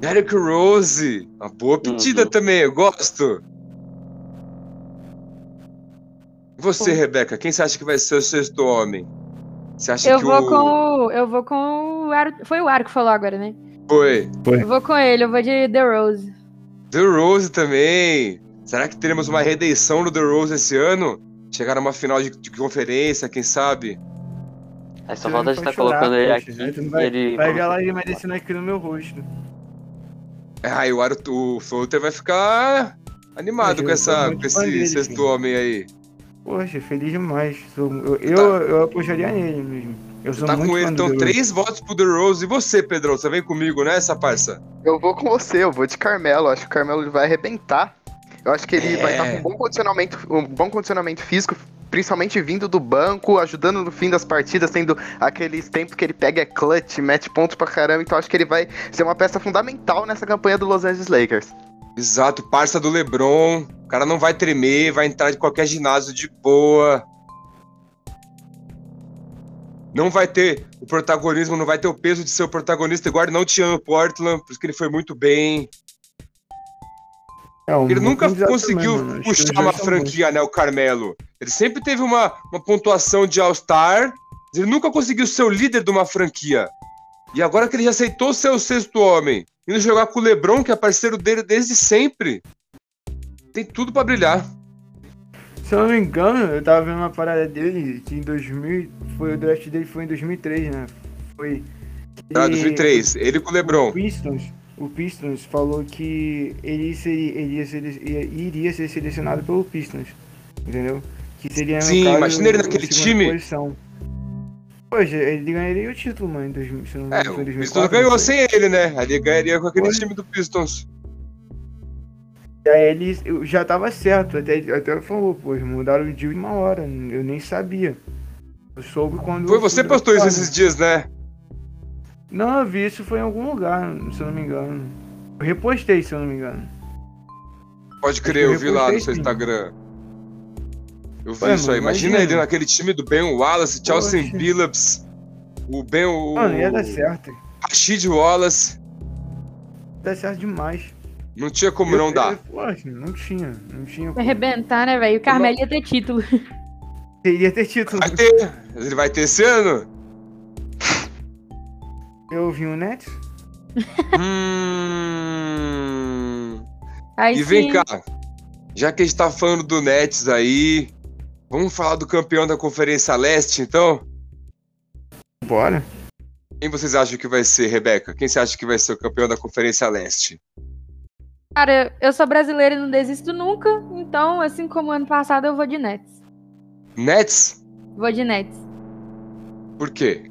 Speaker 1: Derrick Rose. Uma boa pedida
Speaker 4: Uhum.
Speaker 1: também, eu gosto. E Você,
Speaker 4: Bom.
Speaker 1: Rebeca, quem você acha que vai ser o sexto homem? Você acha
Speaker 2: Eu
Speaker 1: que
Speaker 2: vou
Speaker 1: o...
Speaker 2: com o. Eu vou com o. Aro- Foi o Aro que falou agora, né?
Speaker 1: Foi.
Speaker 2: Eu vou com ele, eu vou de The Rose.
Speaker 1: The Rose também. Será que teremos uma redenção no The Rose esse ano? Chegar a uma final de, de conferência, quem sabe?
Speaker 4: Aí só
Speaker 5: Você
Speaker 4: falta a
Speaker 5: vai
Speaker 4: gente
Speaker 5: me
Speaker 4: tá
Speaker 5: chorar,
Speaker 4: colocando ele
Speaker 5: poxa.
Speaker 4: aqui.
Speaker 5: Aí tu não
Speaker 4: e
Speaker 5: vai-
Speaker 4: ele...
Speaker 5: Vai ver ela descendo aqui no meu rosto.
Speaker 1: Ah, e o, Aro- o Floater vai ficar animado
Speaker 5: Eu
Speaker 1: com, essa,
Speaker 5: tô muito
Speaker 1: com
Speaker 5: fã
Speaker 1: esse
Speaker 5: dele,
Speaker 1: sexto
Speaker 5: filho.
Speaker 1: homem aí.
Speaker 5: Poxa, feliz demais. Sou- Eu, eu, eu apostaria nele mesmo.
Speaker 1: tá-
Speaker 5: Eu
Speaker 1: Você
Speaker 5: sou
Speaker 1: tá
Speaker 5: muito
Speaker 1: com ele,
Speaker 5: fã do
Speaker 1: então,
Speaker 5: Derrick.
Speaker 1: três votos pro The Rose. E você, Pedrão, você vem comigo, né, essa parça?
Speaker 3: Eu vou com você, eu vou de Carmelo. Acho que o Carmelo vai arrebentar. Eu acho que ele
Speaker 1: É.
Speaker 3: vai estar com um bom condicionamento, um bom condicionamento físico, principalmente vindo do banco, ajudando no fim das partidas, tendo aqueles tempos que ele pega é clutch, mete ponto pra caramba. Então acho que ele vai ser uma peça fundamental nessa campanha do Los Angeles Lakers.
Speaker 1: Exato, parça do Lebron. O cara não vai tremer, vai entrar de qualquer ginásio de boa. Não vai ter o protagonismo, não vai ter o peso de ser o protagonista, igual ele não tinha no Portland, por isso que ele foi muito bem.
Speaker 5: É, um-
Speaker 1: Ele nunca
Speaker 5: um desafio
Speaker 1: conseguiu
Speaker 5: mesmo, mano. Acho que é os
Speaker 1: puxar
Speaker 5: dois
Speaker 1: uma
Speaker 5: são
Speaker 1: franquia, né, o Carmelo. Ele sempre teve uma, uma pontuação de All-Star, mas ele nunca conseguiu ser o líder de uma franquia. E agora que ele já aceitou ser o sexto homem, indo jogar com o LeBron, que é parceiro dele desde sempre, tem tudo pra brilhar.
Speaker 5: bons. Se eu não me engano, eu tava vendo uma parada dele que em 2000. Foi, o draft dele foi em 2003, né? Foi.
Speaker 1: Tá,
Speaker 5: E
Speaker 1: 2003, ele com o
Speaker 5: O
Speaker 1: LeBron.
Speaker 5: Pistons, o Pistons falou que ele, seria, ele ia sele- ia- iria ser selecionado pelo Pistons. Entendeu? Que seria no
Speaker 1: Sim,
Speaker 5: caso,
Speaker 1: imagina ele
Speaker 5: o-
Speaker 1: naquele
Speaker 5: a segunda
Speaker 1: time.
Speaker 5: Posição. Poxa, ele ganharia o título, mano, em 2000, se eu não me
Speaker 1: É,
Speaker 5: engano,
Speaker 1: o
Speaker 5: foi em
Speaker 1: Pistons
Speaker 5: 2004,
Speaker 1: ganhou
Speaker 5: não foi?
Speaker 1: sem ele, né? Ali ganharia com aquele
Speaker 5: Foi.
Speaker 1: time do Pistons.
Speaker 5: E aí ele eu já tava certo, até, até ele falou, pô, eles mudaram o deal em uma hora, eu nem sabia. Eu soube quando.
Speaker 1: Foi
Speaker 5: eu
Speaker 1: você
Speaker 5: fui
Speaker 1: que postou isso
Speaker 5: draftado.
Speaker 1: esses dias, né?
Speaker 5: Não, eu vi isso foi em algum lugar, se eu não me engano. Eu repostei, se eu não me engano.
Speaker 1: Pode
Speaker 5: que
Speaker 1: crer,
Speaker 5: eu
Speaker 1: eu vi lá no
Speaker 5: repostei,
Speaker 1: seu
Speaker 5: sim.
Speaker 1: Instagram. Eu vi
Speaker 5: Ué,
Speaker 1: isso
Speaker 5: mano,
Speaker 1: aí. Imagina,
Speaker 5: imagina.
Speaker 1: ele naquele time do Ben Wallace, Chelsea
Speaker 5: Poxa.
Speaker 1: Billups, o Ben. O
Speaker 5: Mano, ia dar certo.
Speaker 1: Rashid Wallace.
Speaker 5: Ia dar certo demais.
Speaker 1: Não tinha como não
Speaker 5: Eu-
Speaker 1: dar.
Speaker 5: eu- Poxa, não tinha, não tinha.
Speaker 2: Vai arrebentar, né, velho? O Carmelo ia ter título.
Speaker 5: Teria ter título.
Speaker 1: Vai ter. Ele vai ter esse ano?
Speaker 5: Eu um vi o Nets.
Speaker 1: hum.
Speaker 2: Aí
Speaker 1: E vem
Speaker 2: sim,
Speaker 1: cá, já que a gente tá falando do Nets aí, vamos falar do campeão da Conferência Leste, então?
Speaker 5: Bora.
Speaker 1: Quem vocês acham que vai ser, Rebeca? Quem você acha que vai ser o campeão da Conferência Leste?
Speaker 2: Cara, eu sou brasileira e não desisto nunca. Então, assim como ano passado, eu vou de Nets.
Speaker 1: Nets?
Speaker 2: Vou de Nets.
Speaker 1: Por quê?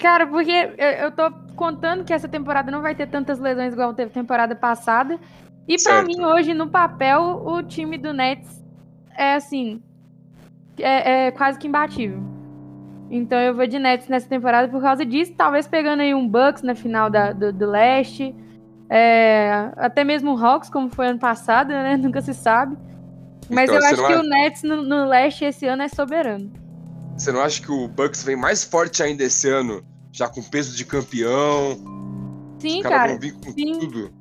Speaker 2: Cara, porque eu, eu tô contando que essa temporada não vai ter tantas lesões igual teve temporada passada. E pra
Speaker 1: Certo.
Speaker 2: mim, hoje, no papel, o time do Nets é assim. É, é quase que imbatível. Então eu vou de Nets nessa temporada por causa disso. Talvez pegando aí um Bucks na final da- do, do leste. é, até mesmo o Hawks, como foi ano passado, né? [LAUGHS] Nunca se sabe. Mas
Speaker 1: Então,
Speaker 2: eu
Speaker 1: você
Speaker 2: acho
Speaker 1: não
Speaker 2: que
Speaker 1: acha-
Speaker 2: o Nets no, no leste esse ano é soberano.
Speaker 1: Você não acha que o Bucks vem mais forte ainda esse ano? Já com peso de campeão,
Speaker 2: Sim,
Speaker 1: os caras
Speaker 2: cara.
Speaker 1: vão vir com
Speaker 2: sim.
Speaker 1: tudo.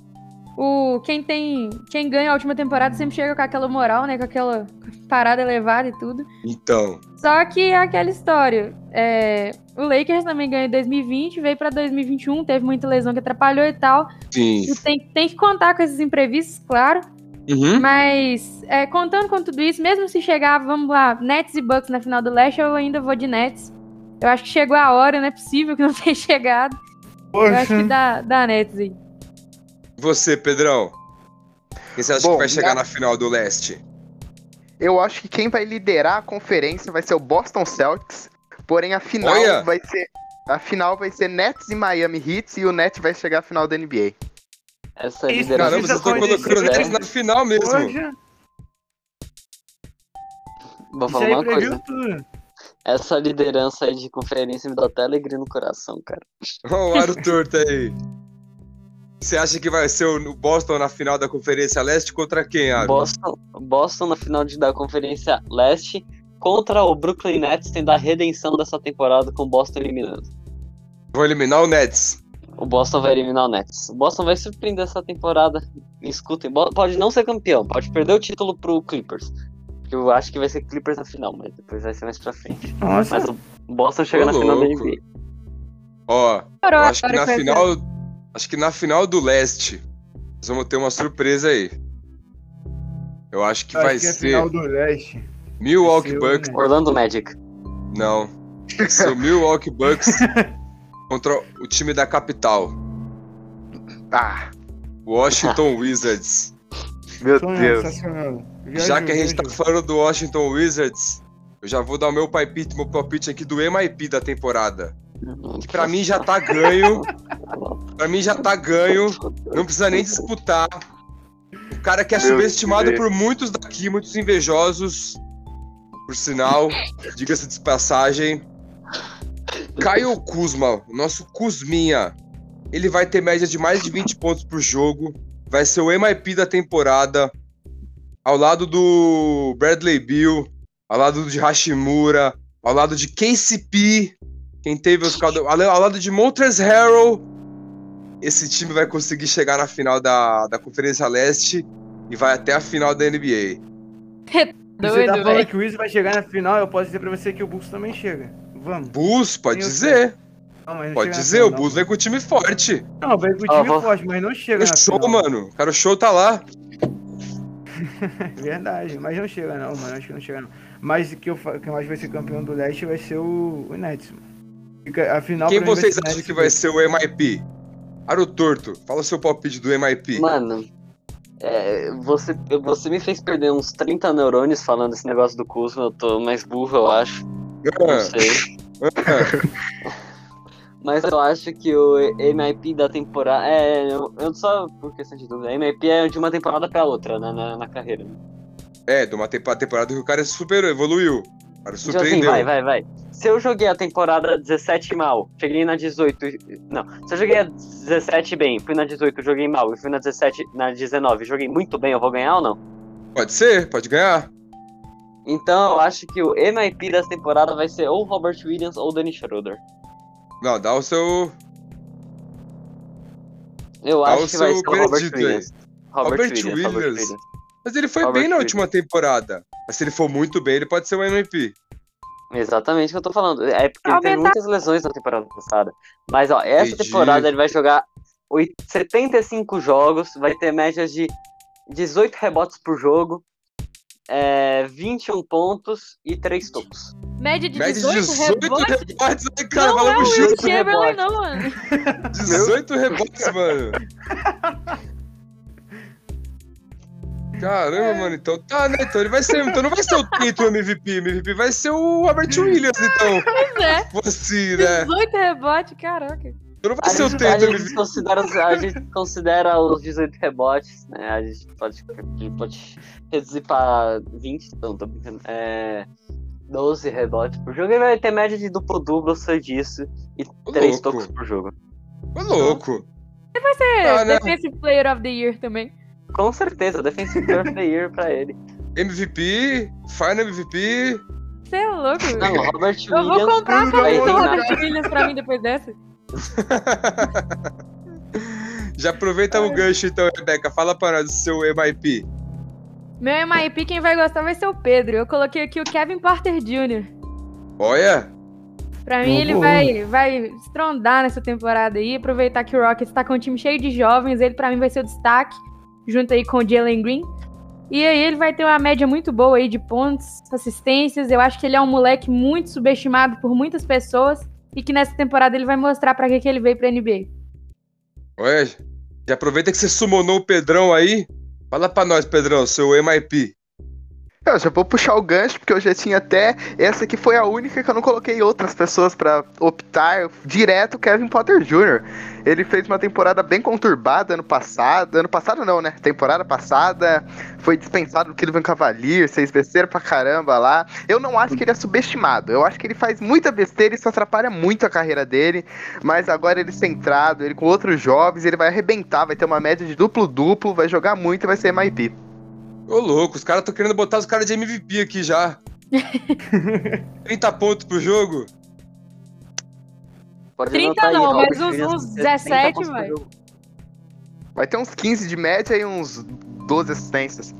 Speaker 2: o quem tem quem ganha a última temporada sempre chega com aquela moral, né, com aquela parada elevada e tudo.
Speaker 1: Então,
Speaker 2: Só que é aquela história. é, o Lakers também ganhou em 2020, veio pra 2021, teve muita lesão que atrapalhou e tal.
Speaker 1: sim.
Speaker 2: E tem, tem que contar com esses imprevistos, claro.
Speaker 1: Uhum.
Speaker 2: Mas é, contando com tudo isso, mesmo se chegar, vamos lá, Nets e Bucks na final do Leste, eu ainda vou de Nets. Eu acho que chegou a hora, não é possível que não [LAUGHS] tenha chegado. Eu acho que
Speaker 5: Poxa.
Speaker 2: dá, dá Nets aí.
Speaker 1: E Você, Pedrão? Quem você acha
Speaker 3: Bom,
Speaker 1: que vai chegar
Speaker 3: na-
Speaker 1: na final do Leste?
Speaker 3: Eu acho que quem vai liderar a conferência vai ser o Boston Celtics. Porém, a final
Speaker 1: Olha!
Speaker 3: vai ser. A final vai ser Nets e Miami Heat e o Nets vai chegar à final da NBA.
Speaker 4: Essa
Speaker 5: Isso,
Speaker 4: liderança.
Speaker 1: Caramba,
Speaker 5: Isso
Speaker 1: vocês estão
Speaker 5: aconteceu,
Speaker 1: colocando o Nets na final mesmo. [LAUGHS]
Speaker 5: Poxa,
Speaker 4: Vou
Speaker 5: isso
Speaker 4: falar
Speaker 5: aí
Speaker 4: uma
Speaker 5: previu
Speaker 4: coisa.
Speaker 5: tudo.
Speaker 4: Essa liderança aí de conferência me dá até alegria no coração, cara.
Speaker 1: Olha o aro torto aí. Você acha que vai ser o Boston na final da Conferência Leste contra quem, Aro?
Speaker 4: Boston, Boston na final de, da Conferência Leste contra o Brooklyn Nets tendo a redenção dessa temporada com o Boston eliminando.
Speaker 1: Vão eliminar o Nets.
Speaker 4: O Boston vai eliminar o Nets. O Boston vai surpreender essa temporada. Escutem, Bo- pode não ser campeão, pode perder o título pro Clippers. Que eu acho que vai ser Clippers na final, mas depois vai ser mais pra frente.
Speaker 5: Nossa,
Speaker 4: Mas o Boston chega
Speaker 1: Ô,
Speaker 4: na final da
Speaker 1: louco.
Speaker 4: NBA.
Speaker 1: Ó, eu
Speaker 2: Chorou
Speaker 1: acho que na
Speaker 2: agora com essa-
Speaker 1: final. Acho que na final do leste. Nós vamos ter uma surpresa aí. Eu acho que
Speaker 5: acho
Speaker 1: vai
Speaker 5: que é
Speaker 1: ser
Speaker 5: final do leste.
Speaker 1: Milwaukee
Speaker 5: Seu,
Speaker 1: Bucks.
Speaker 5: né?
Speaker 4: Orlando Magic.
Speaker 1: Não. Vai ser
Speaker 5: [LAUGHS]
Speaker 1: o Milwaukee Bucks contra o time da capital.
Speaker 3: Ah,
Speaker 5: [LAUGHS]
Speaker 1: Washington Wizards.
Speaker 3: meu
Speaker 5: Sonho
Speaker 3: Deus.
Speaker 5: um sensacional. Viagem,
Speaker 1: Já que a gente tá
Speaker 5: viagem.
Speaker 1: falando do Washington Wizards, eu já vou dar o meu palpite, meu palpite aqui do MIP da temporada. Pra mim já tá ganho. Pra mim já tá ganho. Não precisa nem disputar. O cara que é
Speaker 3: Meu
Speaker 1: subestimado
Speaker 3: Deus.
Speaker 1: por muitos daqui, muitos invejosos. Por sinal, diga-se de passagem. Caio Kuzma, o nosso Kuzminha. Ele vai ter média de mais de 20 pontos por jogo. Vai ser o MIP da temporada. Ao lado do Bradley Bill. Ao lado de Hashimura. Ao lado de KCP. Quem teve os caldo... Ao lado de Montrezl Harrell esse time vai conseguir chegar na final da, da Conferência Leste e vai até a final da NBA.
Speaker 5: Você tá
Speaker 2: Doido,
Speaker 5: falando
Speaker 2: velho.
Speaker 5: que o Wizards vai chegar na final, eu posso dizer pra você que o Bulls também chega. Vamos.
Speaker 1: Bulls, pode
Speaker 5: Tem o
Speaker 1: dizer.
Speaker 5: Não, mas não
Speaker 1: Pode
Speaker 5: chega na
Speaker 1: dizer, o
Speaker 5: final,
Speaker 1: Bulls é- Ah, vem com o time forte.
Speaker 5: Não, Não, vai pro
Speaker 4: Ó,
Speaker 5: time
Speaker 4: vou-
Speaker 5: forte, mas não chega
Speaker 1: O
Speaker 5: na
Speaker 1: show,
Speaker 5: final.
Speaker 1: mano. Cara, o show tá lá.
Speaker 5: É Verdade, mas não chega não, mano. Acho que não chega não. Mas o que eu, fa- que eu acho que vai ser campeão do leste vai ser o, o Nets, mano. Fica- A final,
Speaker 1: Quem
Speaker 5: pra mim, vai
Speaker 1: vocês
Speaker 5: ser o
Speaker 1: acham
Speaker 5: Nets
Speaker 1: que vai
Speaker 5: e-
Speaker 1: ser o MIP? Aro Torto, fala seu palpite do MIP.
Speaker 4: Mano, é, você, você me fez perder uns 30 neurônios falando esse negócio do Kuzma. Eu tô mais burro, eu acho. Não
Speaker 1: Ah,
Speaker 4: sei.
Speaker 1: ah,
Speaker 4: [LAUGHS] Mas eu acho que o MIP da temporada. É, eu, eu só por questão de dúvida. MIP é de uma temporada pra outra, né, na, na carreira.
Speaker 1: é, de uma tempo- temporada que o cara superou, evoluiu. O cara
Speaker 4: Então, assim,
Speaker 1: surpreendeu.
Speaker 4: vai, vai, vai. Se eu joguei a temporada 17 mal, cheguei na 18. e- Não, se eu joguei a 17 bem, fui na 18, joguei mal, e fui na 17, na 19, joguei muito bem, eu vou ganhar ou não?
Speaker 1: Pode ser, pode ganhar.
Speaker 4: Então eu acho que o MIP dessa temporada vai ser ou Robert Williams ou Danny Schroeder.
Speaker 1: Não, dá o seu.
Speaker 4: Eu
Speaker 1: Dá o
Speaker 4: acho que vai
Speaker 1: seu
Speaker 4: ser Tá o Robert
Speaker 1: veredito aí.
Speaker 4: Williams. Robert,
Speaker 1: Robert
Speaker 4: Williams, Robert
Speaker 1: Williams.
Speaker 4: Williams.
Speaker 1: Mas ele foi
Speaker 4: Robert
Speaker 1: bem na
Speaker 4: Williams.
Speaker 1: última temporada. Mas se ele for muito bem, ele pode ser o MVP.
Speaker 4: Exatamente o que eu tô falando. É porque ele teve
Speaker 2: Aumentar-
Speaker 4: muitas lesões na temporada passada. Mas, ó, essa
Speaker 1: Entendi.
Speaker 4: temporada ele vai jogar oit- 75 jogos, vai ter médias de 18 rebotes por jogo, é, 21 pontos e 3 tocos.
Speaker 2: Média de
Speaker 1: Média
Speaker 2: 18,
Speaker 1: de 18
Speaker 2: rebotes.
Speaker 1: rebotes, né, cara?
Speaker 2: não é o
Speaker 1: Falamos
Speaker 2: Will
Speaker 1: junto.
Speaker 4: dezoito
Speaker 2: Chamberlain,
Speaker 4: rebotes.
Speaker 2: não, mano.
Speaker 1: [LAUGHS] 18 rebotes, mano. Caramba, mano, então tá, né? Então ele vai ser. Então não vai ser o Tito MVP. MVP vai ser o Robert Williams, então.
Speaker 2: Pois é.
Speaker 1: Você, né?
Speaker 2: 18 rebotes, caraca.
Speaker 1: Então não
Speaker 4: A
Speaker 1: vai ser o
Speaker 4: gente, a
Speaker 1: Tito
Speaker 4: gente
Speaker 1: MVP.
Speaker 4: considera, os-
Speaker 1: [LAUGHS]
Speaker 4: a gente considera os 18 rebotes, né? A gente pode, pode reduzir pra 20, não, tô brincando. É, 12 rebotes por jogo. Ele vai ter média de duplo-duplo, eu sei disso, e
Speaker 1: Ô,
Speaker 4: 3
Speaker 1: louco.
Speaker 4: tocos por jogo.
Speaker 1: Ô, louco.
Speaker 2: É,
Speaker 1: Ah, né?
Speaker 2: Defensive Player of the Year também.
Speaker 4: Com certeza, Defensive Player of the Year pra ele.
Speaker 1: MVP, Final MVP.
Speaker 2: Você é louco.
Speaker 4: Não,
Speaker 2: velho.
Speaker 4: Robert
Speaker 2: Eu
Speaker 4: Williams.
Speaker 2: vou comprar a
Speaker 4: vai
Speaker 2: camisa do
Speaker 4: reinar.
Speaker 2: Robert Williams pra mim depois dessa.
Speaker 1: Já aproveita o gancho, então, Rebeca. Fala para nós o seu MIP.
Speaker 2: Meu MIP, quem vai gostar vai ser o Pedro. Eu coloquei aqui o Kevin Porter Jr.
Speaker 1: Olha,
Speaker 2: Pra mim,
Speaker 5: Boa,
Speaker 2: ele
Speaker 5: boa.
Speaker 2: vai, vai estrondar nessa temporada aí. Aproveitar que o Rockets tá com um time cheio de jovens. Ele, pra mim, vai ser o destaque. Junto aí com o Jalen Green. E aí, ele vai ter uma média muito boa aí de pontos, assistências. Eu acho que ele é um moleque muito subestimado por muitas pessoas. E que nessa temporada ele vai mostrar pra que, que ele veio pra NBA.
Speaker 1: olha. Já aproveita que você sumonou o Pedrão aí. Fala pra nós, Pedrão, seu MIP.
Speaker 3: Eu já vou puxar o gancho, porque eu já tinha até. Essa aqui foi a única que eu não coloquei outras pessoas pra optar. Direto Kevin Potter Jr. Ele fez uma temporada bem conturbada ano passado. Ano passado não, né? Temporada passada. Foi dispensado do Cleveland Cavalier, fez besteira pra caramba lá. Eu não acho que ele é subestimado. Eu acho que ele faz muita besteira e isso atrapalha muito a carreira dele. Mas agora ele centrado, ele com outros jovens, ele vai arrebentar, vai ter uma média de duplo-duplo, vai jogar muito e vai ser MVP.
Speaker 1: Ô, louco, os caras estão querendo botar os caras de MVP aqui
Speaker 5: [LAUGHS]
Speaker 1: já. 30 pontos pro jogo?
Speaker 4: Pode
Speaker 2: 30
Speaker 4: anotar
Speaker 2: não,
Speaker 4: Robert
Speaker 2: mas uns-
Speaker 4: Williams, é
Speaker 2: uns
Speaker 4: 60
Speaker 2: 17
Speaker 4: pontos por
Speaker 2: vai.
Speaker 4: jogo.
Speaker 3: Vai ter uns 15 de média e uns 12 assistências.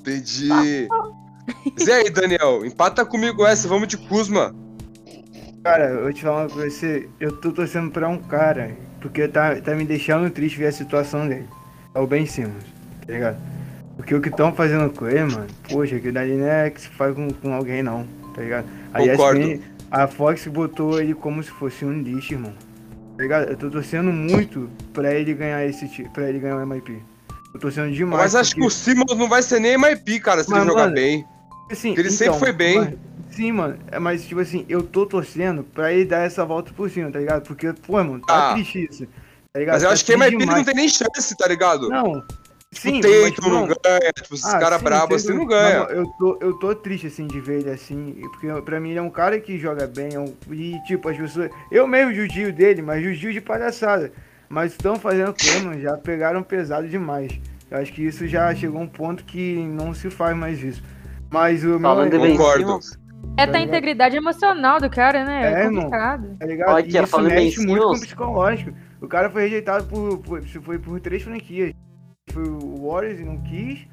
Speaker 1: Entendi. Zé aí, Daniel, empata comigo essa, vamos de Kuzma.
Speaker 5: Cara, eu vou te falar pra você, eu tô torcendo pra um cara, porque tá, tá me deixando triste ver a situação dele. É o Ben Simmons, tá ligado? Porque o que estão fazendo com ele, mano, poxa, aquilo dali não é que se faz com, com alguém não, tá ligado? A
Speaker 1: Concordo.
Speaker 5: ESPN, a Fox botou ele como se fosse um lixo, irmão. Tá ligado? Eu tô torcendo muito pra ele ganhar esse ti- pra ele ganhar o MIP. Tô torcendo demais.
Speaker 1: Mas acho que o
Speaker 5: porque-
Speaker 1: Simmons não vai ser nem MIP, cara, se ele
Speaker 5: Mas,
Speaker 1: jogar
Speaker 5: mano,
Speaker 1: bem.
Speaker 5: Assim,
Speaker 1: Ele sempre foi bem.
Speaker 5: mas- sim, mano. É, Mas, tipo assim, eu tô torcendo pra ele dar essa volta por cima, tá ligado? Porque, pô, mano, tá
Speaker 1: Ah.
Speaker 5: triste isso. Tá ligado?
Speaker 1: Mas eu
Speaker 5: Tá
Speaker 1: acho que é
Speaker 5: triste
Speaker 1: MIP não
Speaker 5: demais.
Speaker 1: tem nem chance, tá ligado?
Speaker 5: Não. Sim,
Speaker 1: o Teito
Speaker 5: mas,
Speaker 1: não
Speaker 5: mano,
Speaker 1: ganha, tipo, esses
Speaker 5: ah,
Speaker 1: caras
Speaker 5: sim,
Speaker 1: bravos
Speaker 5: sem
Speaker 1: assim não
Speaker 5: dúvida.
Speaker 1: ganha.
Speaker 5: Não, eu, tô, eu tô triste, assim, de ver ele assim, porque pra mim ele é um cara que joga bem, é um- e tipo, as pessoas... Eu mesmo judio dele, mas judio de palhaçada. Mas estão fazendo como, já pegaram pesado demais. Eu acho que isso já chegou a um ponto que não se faz mais isso. Mas o meu...
Speaker 4: Falando de Ben
Speaker 1: Concordo.
Speaker 4: Simmons,
Speaker 2: É da integridade emocional do cara, né?
Speaker 5: É,
Speaker 2: É
Speaker 5: irmão.
Speaker 2: complicado.
Speaker 5: Tá ligado?
Speaker 4: Olha aqui,
Speaker 5: e
Speaker 4: ó,
Speaker 5: isso
Speaker 4: falando em
Speaker 5: mexe
Speaker 4: Ben
Speaker 5: muito com o
Speaker 4: Simmons.
Speaker 5: psicológico. O cara foi rejeitado por, por- se foi por três franquias. Foi o Warriors e não quis.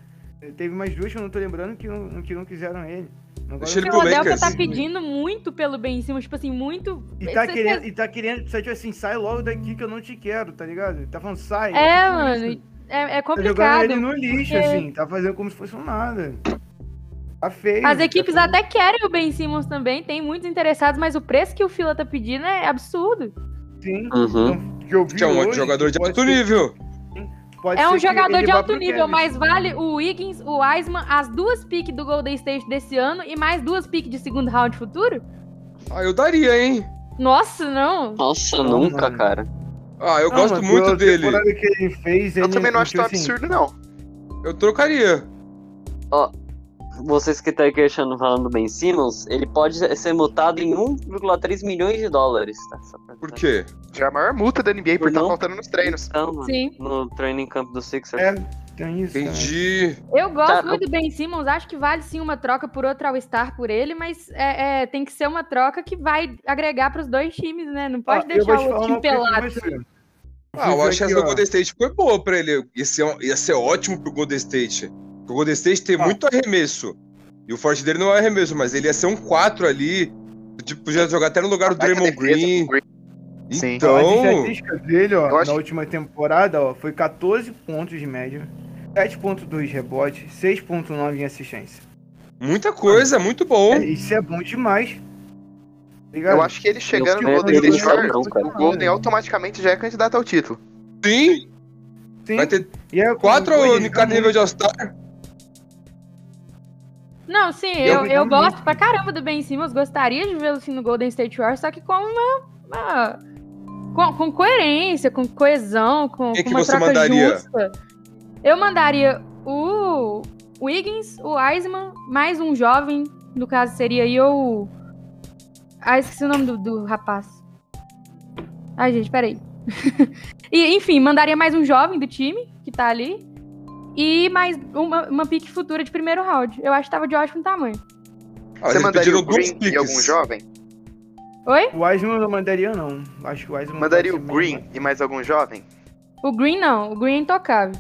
Speaker 5: Teve mais duas que eu não tô lembrando que não, que não quiseram ele. Agora-
Speaker 1: Deixa ele
Speaker 2: O
Speaker 1: pro
Speaker 2: Philadelphia
Speaker 1: Lakers.
Speaker 5: assim,
Speaker 2: tá
Speaker 5: né?
Speaker 2: pedindo muito pelo Ben Simmons, tipo assim, muito.
Speaker 5: E tá,
Speaker 2: Cê-
Speaker 5: querendo, e tá querendo, tipo assim, sai logo daqui que eu não te quero, tá ligado? Tá falando, sai.
Speaker 2: É,
Speaker 5: tipo
Speaker 2: mano,
Speaker 5: isso.
Speaker 2: É, é
Speaker 5: Tá jogando
Speaker 2: complicado.
Speaker 5: ele no lixo,
Speaker 2: porque-
Speaker 5: assim. Tá fazendo como se fosse um nada. Tá feio.
Speaker 2: As equipes
Speaker 5: tá
Speaker 2: até querem o Ben Simmons também, tem muitos interessados, mas o preço que o Fila tá pedindo é absurdo.
Speaker 5: Sim.
Speaker 4: Uhum.
Speaker 5: Então, que eu vi
Speaker 1: Que é um
Speaker 5: hoje,
Speaker 1: jogador de
Speaker 5: pode
Speaker 1: alto
Speaker 5: ser-
Speaker 1: nível.
Speaker 5: pode
Speaker 2: É um
Speaker 5: ser que
Speaker 2: jogador
Speaker 5: ele
Speaker 2: de
Speaker 5: vá
Speaker 2: alto
Speaker 5: pro
Speaker 2: nível,
Speaker 5: Cavs.
Speaker 2: mas vale o Wiggins, o Wiseman, as duas piques do Golden State desse ano e mais duas piques de segundo round futuro?
Speaker 1: Ah, eu daria, hein?
Speaker 2: Nossa, não.
Speaker 4: Nossa,
Speaker 5: Não,
Speaker 4: nunca,
Speaker 5: mano.
Speaker 4: cara.
Speaker 1: Ah, eu
Speaker 5: Não,
Speaker 1: gosto
Speaker 5: mas
Speaker 1: muito
Speaker 5: pela
Speaker 1: dele.
Speaker 5: temporada que ele fez,
Speaker 3: Eu
Speaker 5: ele-
Speaker 3: também não acho
Speaker 5: tipo
Speaker 3: tão
Speaker 5: assim,
Speaker 3: absurdo, não.
Speaker 1: Eu trocaria.
Speaker 4: Vocês que estão queixando falando do Ben Simmons, ele pode ser multado em 1,3 milhões de dólares, tá? Só pra-
Speaker 1: Por quê?
Speaker 3: Já é a maior multa da NBA por
Speaker 4: Por
Speaker 3: estar
Speaker 4: não?
Speaker 3: faltando nos treinos.
Speaker 4: Então, mano,
Speaker 2: Sim.
Speaker 4: no training camp do Sixers.
Speaker 5: É, tem isso. também.
Speaker 1: Entendi.
Speaker 2: Eu gosto
Speaker 4: Tá,
Speaker 2: muito do Ben Simmons, acho que vale sim uma troca por outra All-Star por ele, mas é, é, tem que ser uma troca que vai agregar pros dois times, né? Não
Speaker 5: Ó,
Speaker 2: pode
Speaker 5: Ah, eu
Speaker 2: deixar
Speaker 5: vou te
Speaker 2: o
Speaker 5: falar
Speaker 2: outro time
Speaker 5: uma coisa pra
Speaker 2: pelado.
Speaker 5: você.
Speaker 1: Ah, eu
Speaker 5: Fica
Speaker 1: acho que
Speaker 5: aqui,
Speaker 1: essa do
Speaker 5: ó.
Speaker 1: Golden State foi boa pra ele. Ia ser, ia ser ótimo pro Golden State. O Golden State tem
Speaker 5: Ó.
Speaker 3: Ah.
Speaker 1: muito arremesso. E o forte dele não é arremesso, mas ele ia ser um 4 ali. Tipo, podia jogar até no lugar do
Speaker 3: Vai ter
Speaker 1: Draymond Green.
Speaker 3: defesa, Sim.
Speaker 5: Ó,
Speaker 1: Então,
Speaker 5: As estatísticas dele, ó,
Speaker 3: Eu acho
Speaker 5: na
Speaker 3: que-
Speaker 5: última temporada, ó, foi 14 pontos de média, 7.2 rebotes, 6.9 em assistência.
Speaker 1: muita coisa, muito
Speaker 5: É,
Speaker 1: bom.
Speaker 5: isso é bom demais. Ligado?
Speaker 3: Eu acho que ele chegando no
Speaker 4: creio
Speaker 3: Golden
Speaker 4: que ele
Speaker 3: State
Speaker 4: não,
Speaker 3: Warriors,
Speaker 4: cara.
Speaker 3: o Golden automaticamente já é candidato ao título.
Speaker 1: Sim,
Speaker 5: Sim.
Speaker 1: vai ter
Speaker 5: E é,
Speaker 1: 4
Speaker 5: hoje,
Speaker 1: em cada nível de All-Star.
Speaker 2: Não, sim, eu,
Speaker 5: Eu
Speaker 2: eu,
Speaker 5: vi
Speaker 2: gosto pra caramba do Ben Simmons, gostaria de vê-lo sim no Golden State Warriors, só que com uma... uma- Ah, com, com coerência, com coesão, com,
Speaker 1: Quem
Speaker 2: com
Speaker 1: que
Speaker 2: uma
Speaker 1: você
Speaker 2: troca
Speaker 1: mandaria?
Speaker 2: justa. Eu mandaria o Wiggins, o Wiseman, mais um jovem, no caso seria aí o... Ah, esqueci o nome do, do rapaz. Ai, gente, peraí. [LAUGHS] e, enfim, mandaria mais um jovem do time, que tá ali. E mais uma, uma pique futura de primeiro round. Eu acho que tava de ótimo tamanho.
Speaker 1: Ah,
Speaker 3: Você
Speaker 1: eles
Speaker 3: mandaria
Speaker 1: pediram
Speaker 3: o
Speaker 1: duas
Speaker 3: Green e algum
Speaker 1: piques.
Speaker 3: jovem?
Speaker 2: Oi?
Speaker 5: O Wiseman eu não mandaria, não. Acho que o Wiseman...
Speaker 3: Mandaria o
Speaker 5: pode ser
Speaker 3: Green e mais algum jovem?
Speaker 2: O Green não, o Green é intocável.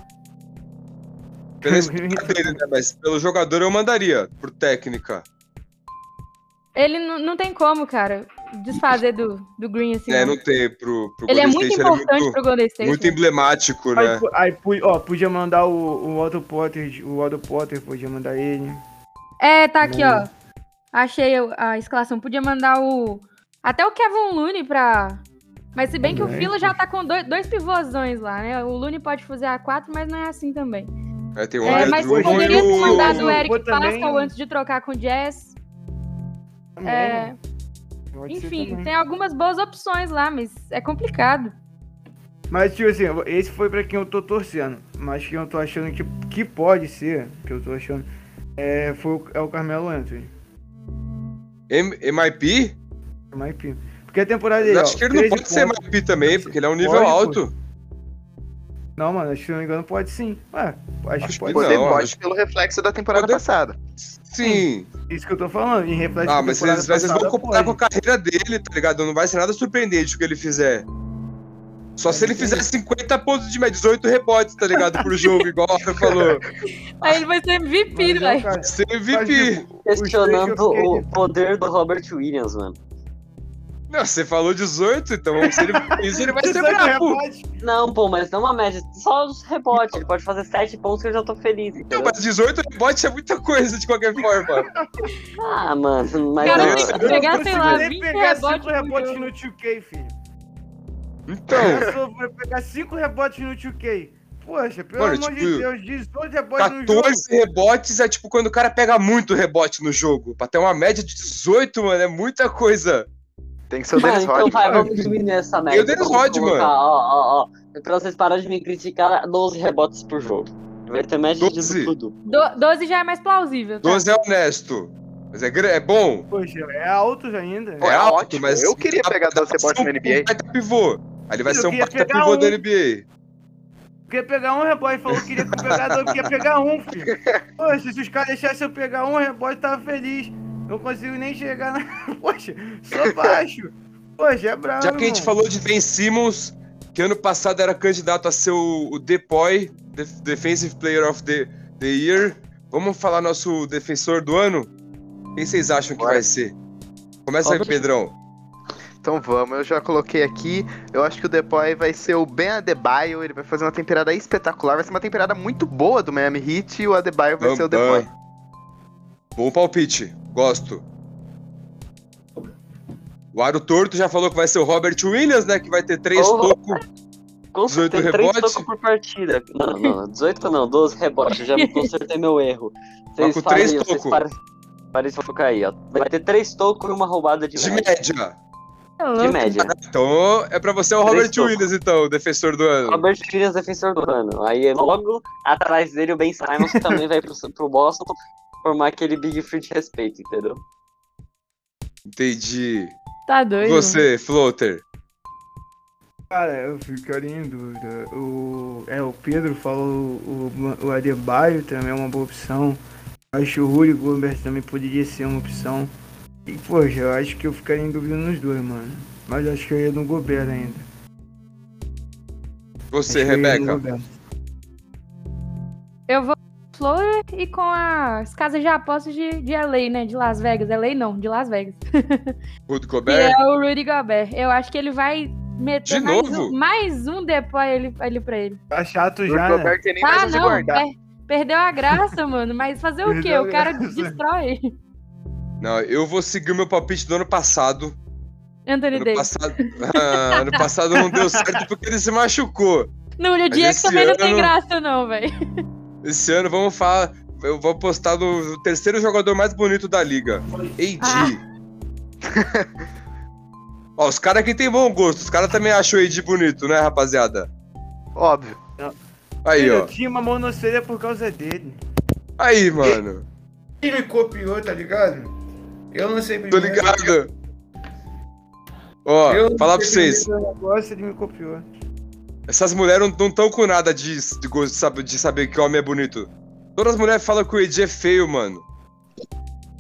Speaker 1: Pela
Speaker 5: [LAUGHS]
Speaker 1: escolha dele, né? Mas pelo jogador eu mandaria, por técnica.
Speaker 2: Ele n- não tem como, cara, desfazer do, do Green assim.
Speaker 1: É,
Speaker 2: não.
Speaker 1: não tem pro, pro
Speaker 2: Ele é
Speaker 1: Golden
Speaker 2: muito
Speaker 1: State,
Speaker 2: importante
Speaker 1: ele é muito,
Speaker 2: pro Golden State.
Speaker 1: muito
Speaker 2: né?
Speaker 1: emblemático,
Speaker 5: Aí,
Speaker 1: né?
Speaker 5: po- aí, pu- ó, podia mandar o, o Otto Potter, o Otto Potter podia mandar ele.
Speaker 2: É, tá aqui,
Speaker 5: Não.
Speaker 2: ó. Achei o- a escalação. Podia mandar o. Até o Kevin Looney pra. Mas se bem que o
Speaker 5: Também.
Speaker 2: Vila já tá com dois, dois pivôzões lá, né? O Looney pode fazer a quatro, mas não é assim também.
Speaker 1: É, tem o
Speaker 2: É,
Speaker 1: André
Speaker 2: mas
Speaker 1: Drummond
Speaker 2: poderia
Speaker 1: e um
Speaker 2: ter
Speaker 1: o-
Speaker 2: mandado
Speaker 5: eu
Speaker 2: o Eric
Speaker 5: vou também-
Speaker 2: Pascal antes de trocar com o Jazz.
Speaker 5: Também,
Speaker 2: um- É,
Speaker 5: né? Pode ser
Speaker 2: enfim,
Speaker 5: também.
Speaker 2: tem algumas boas opções lá, mas é complicado.
Speaker 5: Mas, tipo assim, esse foi pra quem eu tô torcendo. Mas quem eu tô achando que, que pode ser, que eu tô achando, é, foi o, é o Carmelo Anthony.
Speaker 1: M- MIP?
Speaker 5: É mais pino. Porque a temporada dele.
Speaker 1: Eu
Speaker 5: ó,
Speaker 1: acho que ele não
Speaker 5: 13
Speaker 1: pode ser
Speaker 5: pontos.
Speaker 1: MIP também, porque ele é um nível
Speaker 5: Pode,
Speaker 1: alto.
Speaker 5: Não, mano, acho que se não me engano pode sim. Ué, acho,
Speaker 1: Acho
Speaker 5: que pode.
Speaker 1: que
Speaker 3: Você
Speaker 1: não,
Speaker 3: pode
Speaker 1: acho-
Speaker 3: pelo reflexo da temporada
Speaker 1: Pode-
Speaker 3: passada.
Speaker 1: Sim.
Speaker 5: Isso que eu tô falando, em reflexo
Speaker 1: Ah,
Speaker 5: da
Speaker 1: mas
Speaker 5: temporada
Speaker 1: vocês, vocês vão
Speaker 5: passada,
Speaker 1: comparar com
Speaker 5: pode.
Speaker 1: a carreira dele, tá ligado? Não vai ser nada surpreendente o que ele fizer.
Speaker 5: É
Speaker 1: Só se ele fizer 50 pontos de média, 18 rebotes, tá ligado? Por
Speaker 5: [LAUGHS]
Speaker 1: jogo, igual a Rafa falou.
Speaker 2: Aí ele vai ser
Speaker 5: Mas
Speaker 2: MVP,
Speaker 5: é o
Speaker 2: velho.
Speaker 5: cara-
Speaker 1: Ser
Speaker 5: mas,
Speaker 1: MVP.
Speaker 5: tipo, os três que eu
Speaker 4: Questionando
Speaker 5: fiquei-
Speaker 4: o poder do Robert Williams, mano.
Speaker 1: Não, você falou 18, então
Speaker 5: [LAUGHS]
Speaker 1: se ele isso ele vai ser
Speaker 5: Sabe o
Speaker 1: brabo.
Speaker 5: rebote?
Speaker 4: Não, pô, mas não é uma média, só os rebotes. Ele pode fazer sete pontos que eu já tô feliz.
Speaker 1: Não,
Speaker 4: entendeu?
Speaker 1: mas 18 rebote é muita coisa de qualquer forma.
Speaker 4: Ah, mano, mas.
Speaker 2: Cara,
Speaker 4: não-
Speaker 2: eu-
Speaker 5: Eu não
Speaker 2: Pegar, sei
Speaker 5: consigo
Speaker 2: lá,
Speaker 5: nem
Speaker 2: 20
Speaker 5: pegar
Speaker 2: rebotes
Speaker 5: cinco
Speaker 2: no
Speaker 5: rebotes
Speaker 2: jogo.
Speaker 5: no 2K, filho.
Speaker 1: Então,
Speaker 5: Eu sou- vou pegar 5 rebotes no 2K. Poxa, pelo
Speaker 1: Mano,
Speaker 5: amor de
Speaker 1: tipo,
Speaker 5: Deus, 18 rebotes no jogo.
Speaker 1: 14 rebotes é tipo quando o cara pega muito rebote no jogo. Pra ter uma média de 18, mano, é muita coisa.
Speaker 3: Tem que ser o
Speaker 4: Mano,
Speaker 3: Dennis
Speaker 4: então
Speaker 3: Rodman.
Speaker 4: vai, vamos diminuir essa média.
Speaker 1: o Dennis
Speaker 4: Vamos
Speaker 1: Rodman.
Speaker 4: colocar, Ó, ó, ó. Pra vocês pararem de me criticar, 12 rebotes por jogo. Vai ter média de
Speaker 1: 12?
Speaker 4: tudo.
Speaker 2: Do, 12 já é mais plausível. Tá?
Speaker 1: 12 é honesto. Mas é, gra- é bom.
Speaker 5: Poxa, é alto ainda.
Speaker 4: tá
Speaker 3: Pô, é
Speaker 1: alto,
Speaker 3: ótimo. Eu queria
Speaker 1: dá-
Speaker 3: pegar
Speaker 1: dá pra
Speaker 3: 12 rebotes
Speaker 1: ser
Speaker 3: na NBA.
Speaker 1: Um baita pivô. Aí ele vai
Speaker 5: Eu
Speaker 1: ser um
Speaker 5: queria
Speaker 1: baita
Speaker 5: pegar
Speaker 1: pivô da
Speaker 5: um.
Speaker 1: NBA.
Speaker 5: Queria pegar um rebote, falou que queria pegar dois, queria pegar um, filho. Poxa, se os caras deixassem eu pegar um rebote, tava feliz. Não consigo nem chegar na. [LAUGHS] Poxa, só baixo. Poxa, é brabo.
Speaker 1: Já que a gente
Speaker 5: irmão.
Speaker 1: falou de Ben Simmons, que ano passado era candidato a ser o, o Depoy, Def- Defensive Player of the, the Year, vamos falar nosso defensor do ano? Quem vocês acham que
Speaker 3: Bora.
Speaker 1: vai ser? Começa aí,
Speaker 4: Vamos.
Speaker 1: Pedrão.
Speaker 3: Então vamos, eu já coloquei aqui. Eu acho que o Depoy vai ser o Ben Adebayo. Ele vai fazer uma temporada espetacular. Vai ser uma temporada muito boa do Miami Heat. E o Adebayo vai ser o
Speaker 1: Bambam.
Speaker 3: Depoy.
Speaker 1: Bom palpite, gosto. O Aro Torto já falou que vai ser o Robert Williams, né? Que vai ter três
Speaker 4: Oh.
Speaker 1: tocos.
Speaker 4: Com
Speaker 1: 18
Speaker 4: certeza, 3
Speaker 1: rebotes?
Speaker 4: tocos por partida. Não, não, 18 não, 12 rebotes.
Speaker 1: [LAUGHS]
Speaker 4: Já me consertei meu erro.
Speaker 1: Mas Tá com três tocos.
Speaker 4: Parem parem de focar aí, ó. Vai ter 3 tocos e uma roubada de,
Speaker 1: de
Speaker 4: média.
Speaker 1: média.
Speaker 2: É
Speaker 4: De
Speaker 2: louco.
Speaker 4: média.
Speaker 1: Então é pra você o
Speaker 4: Três
Speaker 1: Robert
Speaker 4: tocos.
Speaker 1: Williams, então, o defensor do ano.
Speaker 4: Robert Williams, defensor do ano. Aí é logo atrás dele o Ben Simons, que também vai pro, pro Boston formar aquele Big Free de respeito, entendeu?
Speaker 1: Entendi.
Speaker 2: Tá doido.
Speaker 1: Você, Floater.
Speaker 5: Cara, eu ficaria em dúvida. O, é, o Pedro falou o, o Adebayo também é uma boa opção. Acho que o Rudy Gobert também poderia ser uma opção. E, poxa, eu acho que eu ficaria em dúvida nos dois, mano. Mas acho que eu ia no Gobert ainda.
Speaker 1: Você,
Speaker 5: Acho que eu ia no
Speaker 1: Rebeca.
Speaker 5: Gobert.
Speaker 2: Eu vou com a Flor e com as casas de apostas de, de LA, né? De Las Vegas. LA não, de Las Vegas.
Speaker 1: Rudy
Speaker 2: Que
Speaker 1: Gobert.
Speaker 2: é o Rudy Gobert. Eu acho que ele vai
Speaker 1: De
Speaker 2: meter mais
Speaker 1: novo?
Speaker 2: um, mais um depois ele, ele pra ele.
Speaker 5: Tá chato
Speaker 3: O
Speaker 5: já, né?
Speaker 3: Gobert tem nem mais
Speaker 1: um
Speaker 2: Ah,
Speaker 3: onde
Speaker 2: não.
Speaker 3: guardar.
Speaker 2: per- perdeu a graça, mano. Mas fazer o quê?
Speaker 5: Perdeu a
Speaker 2: O cara
Speaker 1: [LAUGHS]
Speaker 5: graça.
Speaker 2: destrói.
Speaker 1: Não, eu vou seguir o meu palpite do ano passado.
Speaker 2: Anthony
Speaker 1: Ano
Speaker 2: Davis.
Speaker 1: passado, [LAUGHS] Ah, ano passado não deu certo porque ele se machucou.
Speaker 2: No Julio
Speaker 1: Mas
Speaker 2: Diego
Speaker 1: esse
Speaker 2: também não tem
Speaker 1: ano-
Speaker 2: graça, não, velho.
Speaker 1: Esse ano vamos falar. Eu vou apostar no terceiro jogador mais bonito da liga. AD. [LAUGHS] Ó, os caras aqui tem bom gosto. Os caras também acham o AD bonito, né, rapaziada?
Speaker 3: Óbvio.
Speaker 1: Aí,
Speaker 5: eu
Speaker 1: ó.
Speaker 5: tinha uma monocelha por causa dele.
Speaker 1: Aí, mano.
Speaker 5: Ele me copiou, tá ligado? Eu não sei
Speaker 1: Tô ligado. Ó, falar pra vocês.
Speaker 5: Negócio, ele me copiou.
Speaker 1: Essas mulheres não estão com nada de, de, gosto de saber, de saber que homem é bonito. Todas as mulheres falam que o AD é feio, mano.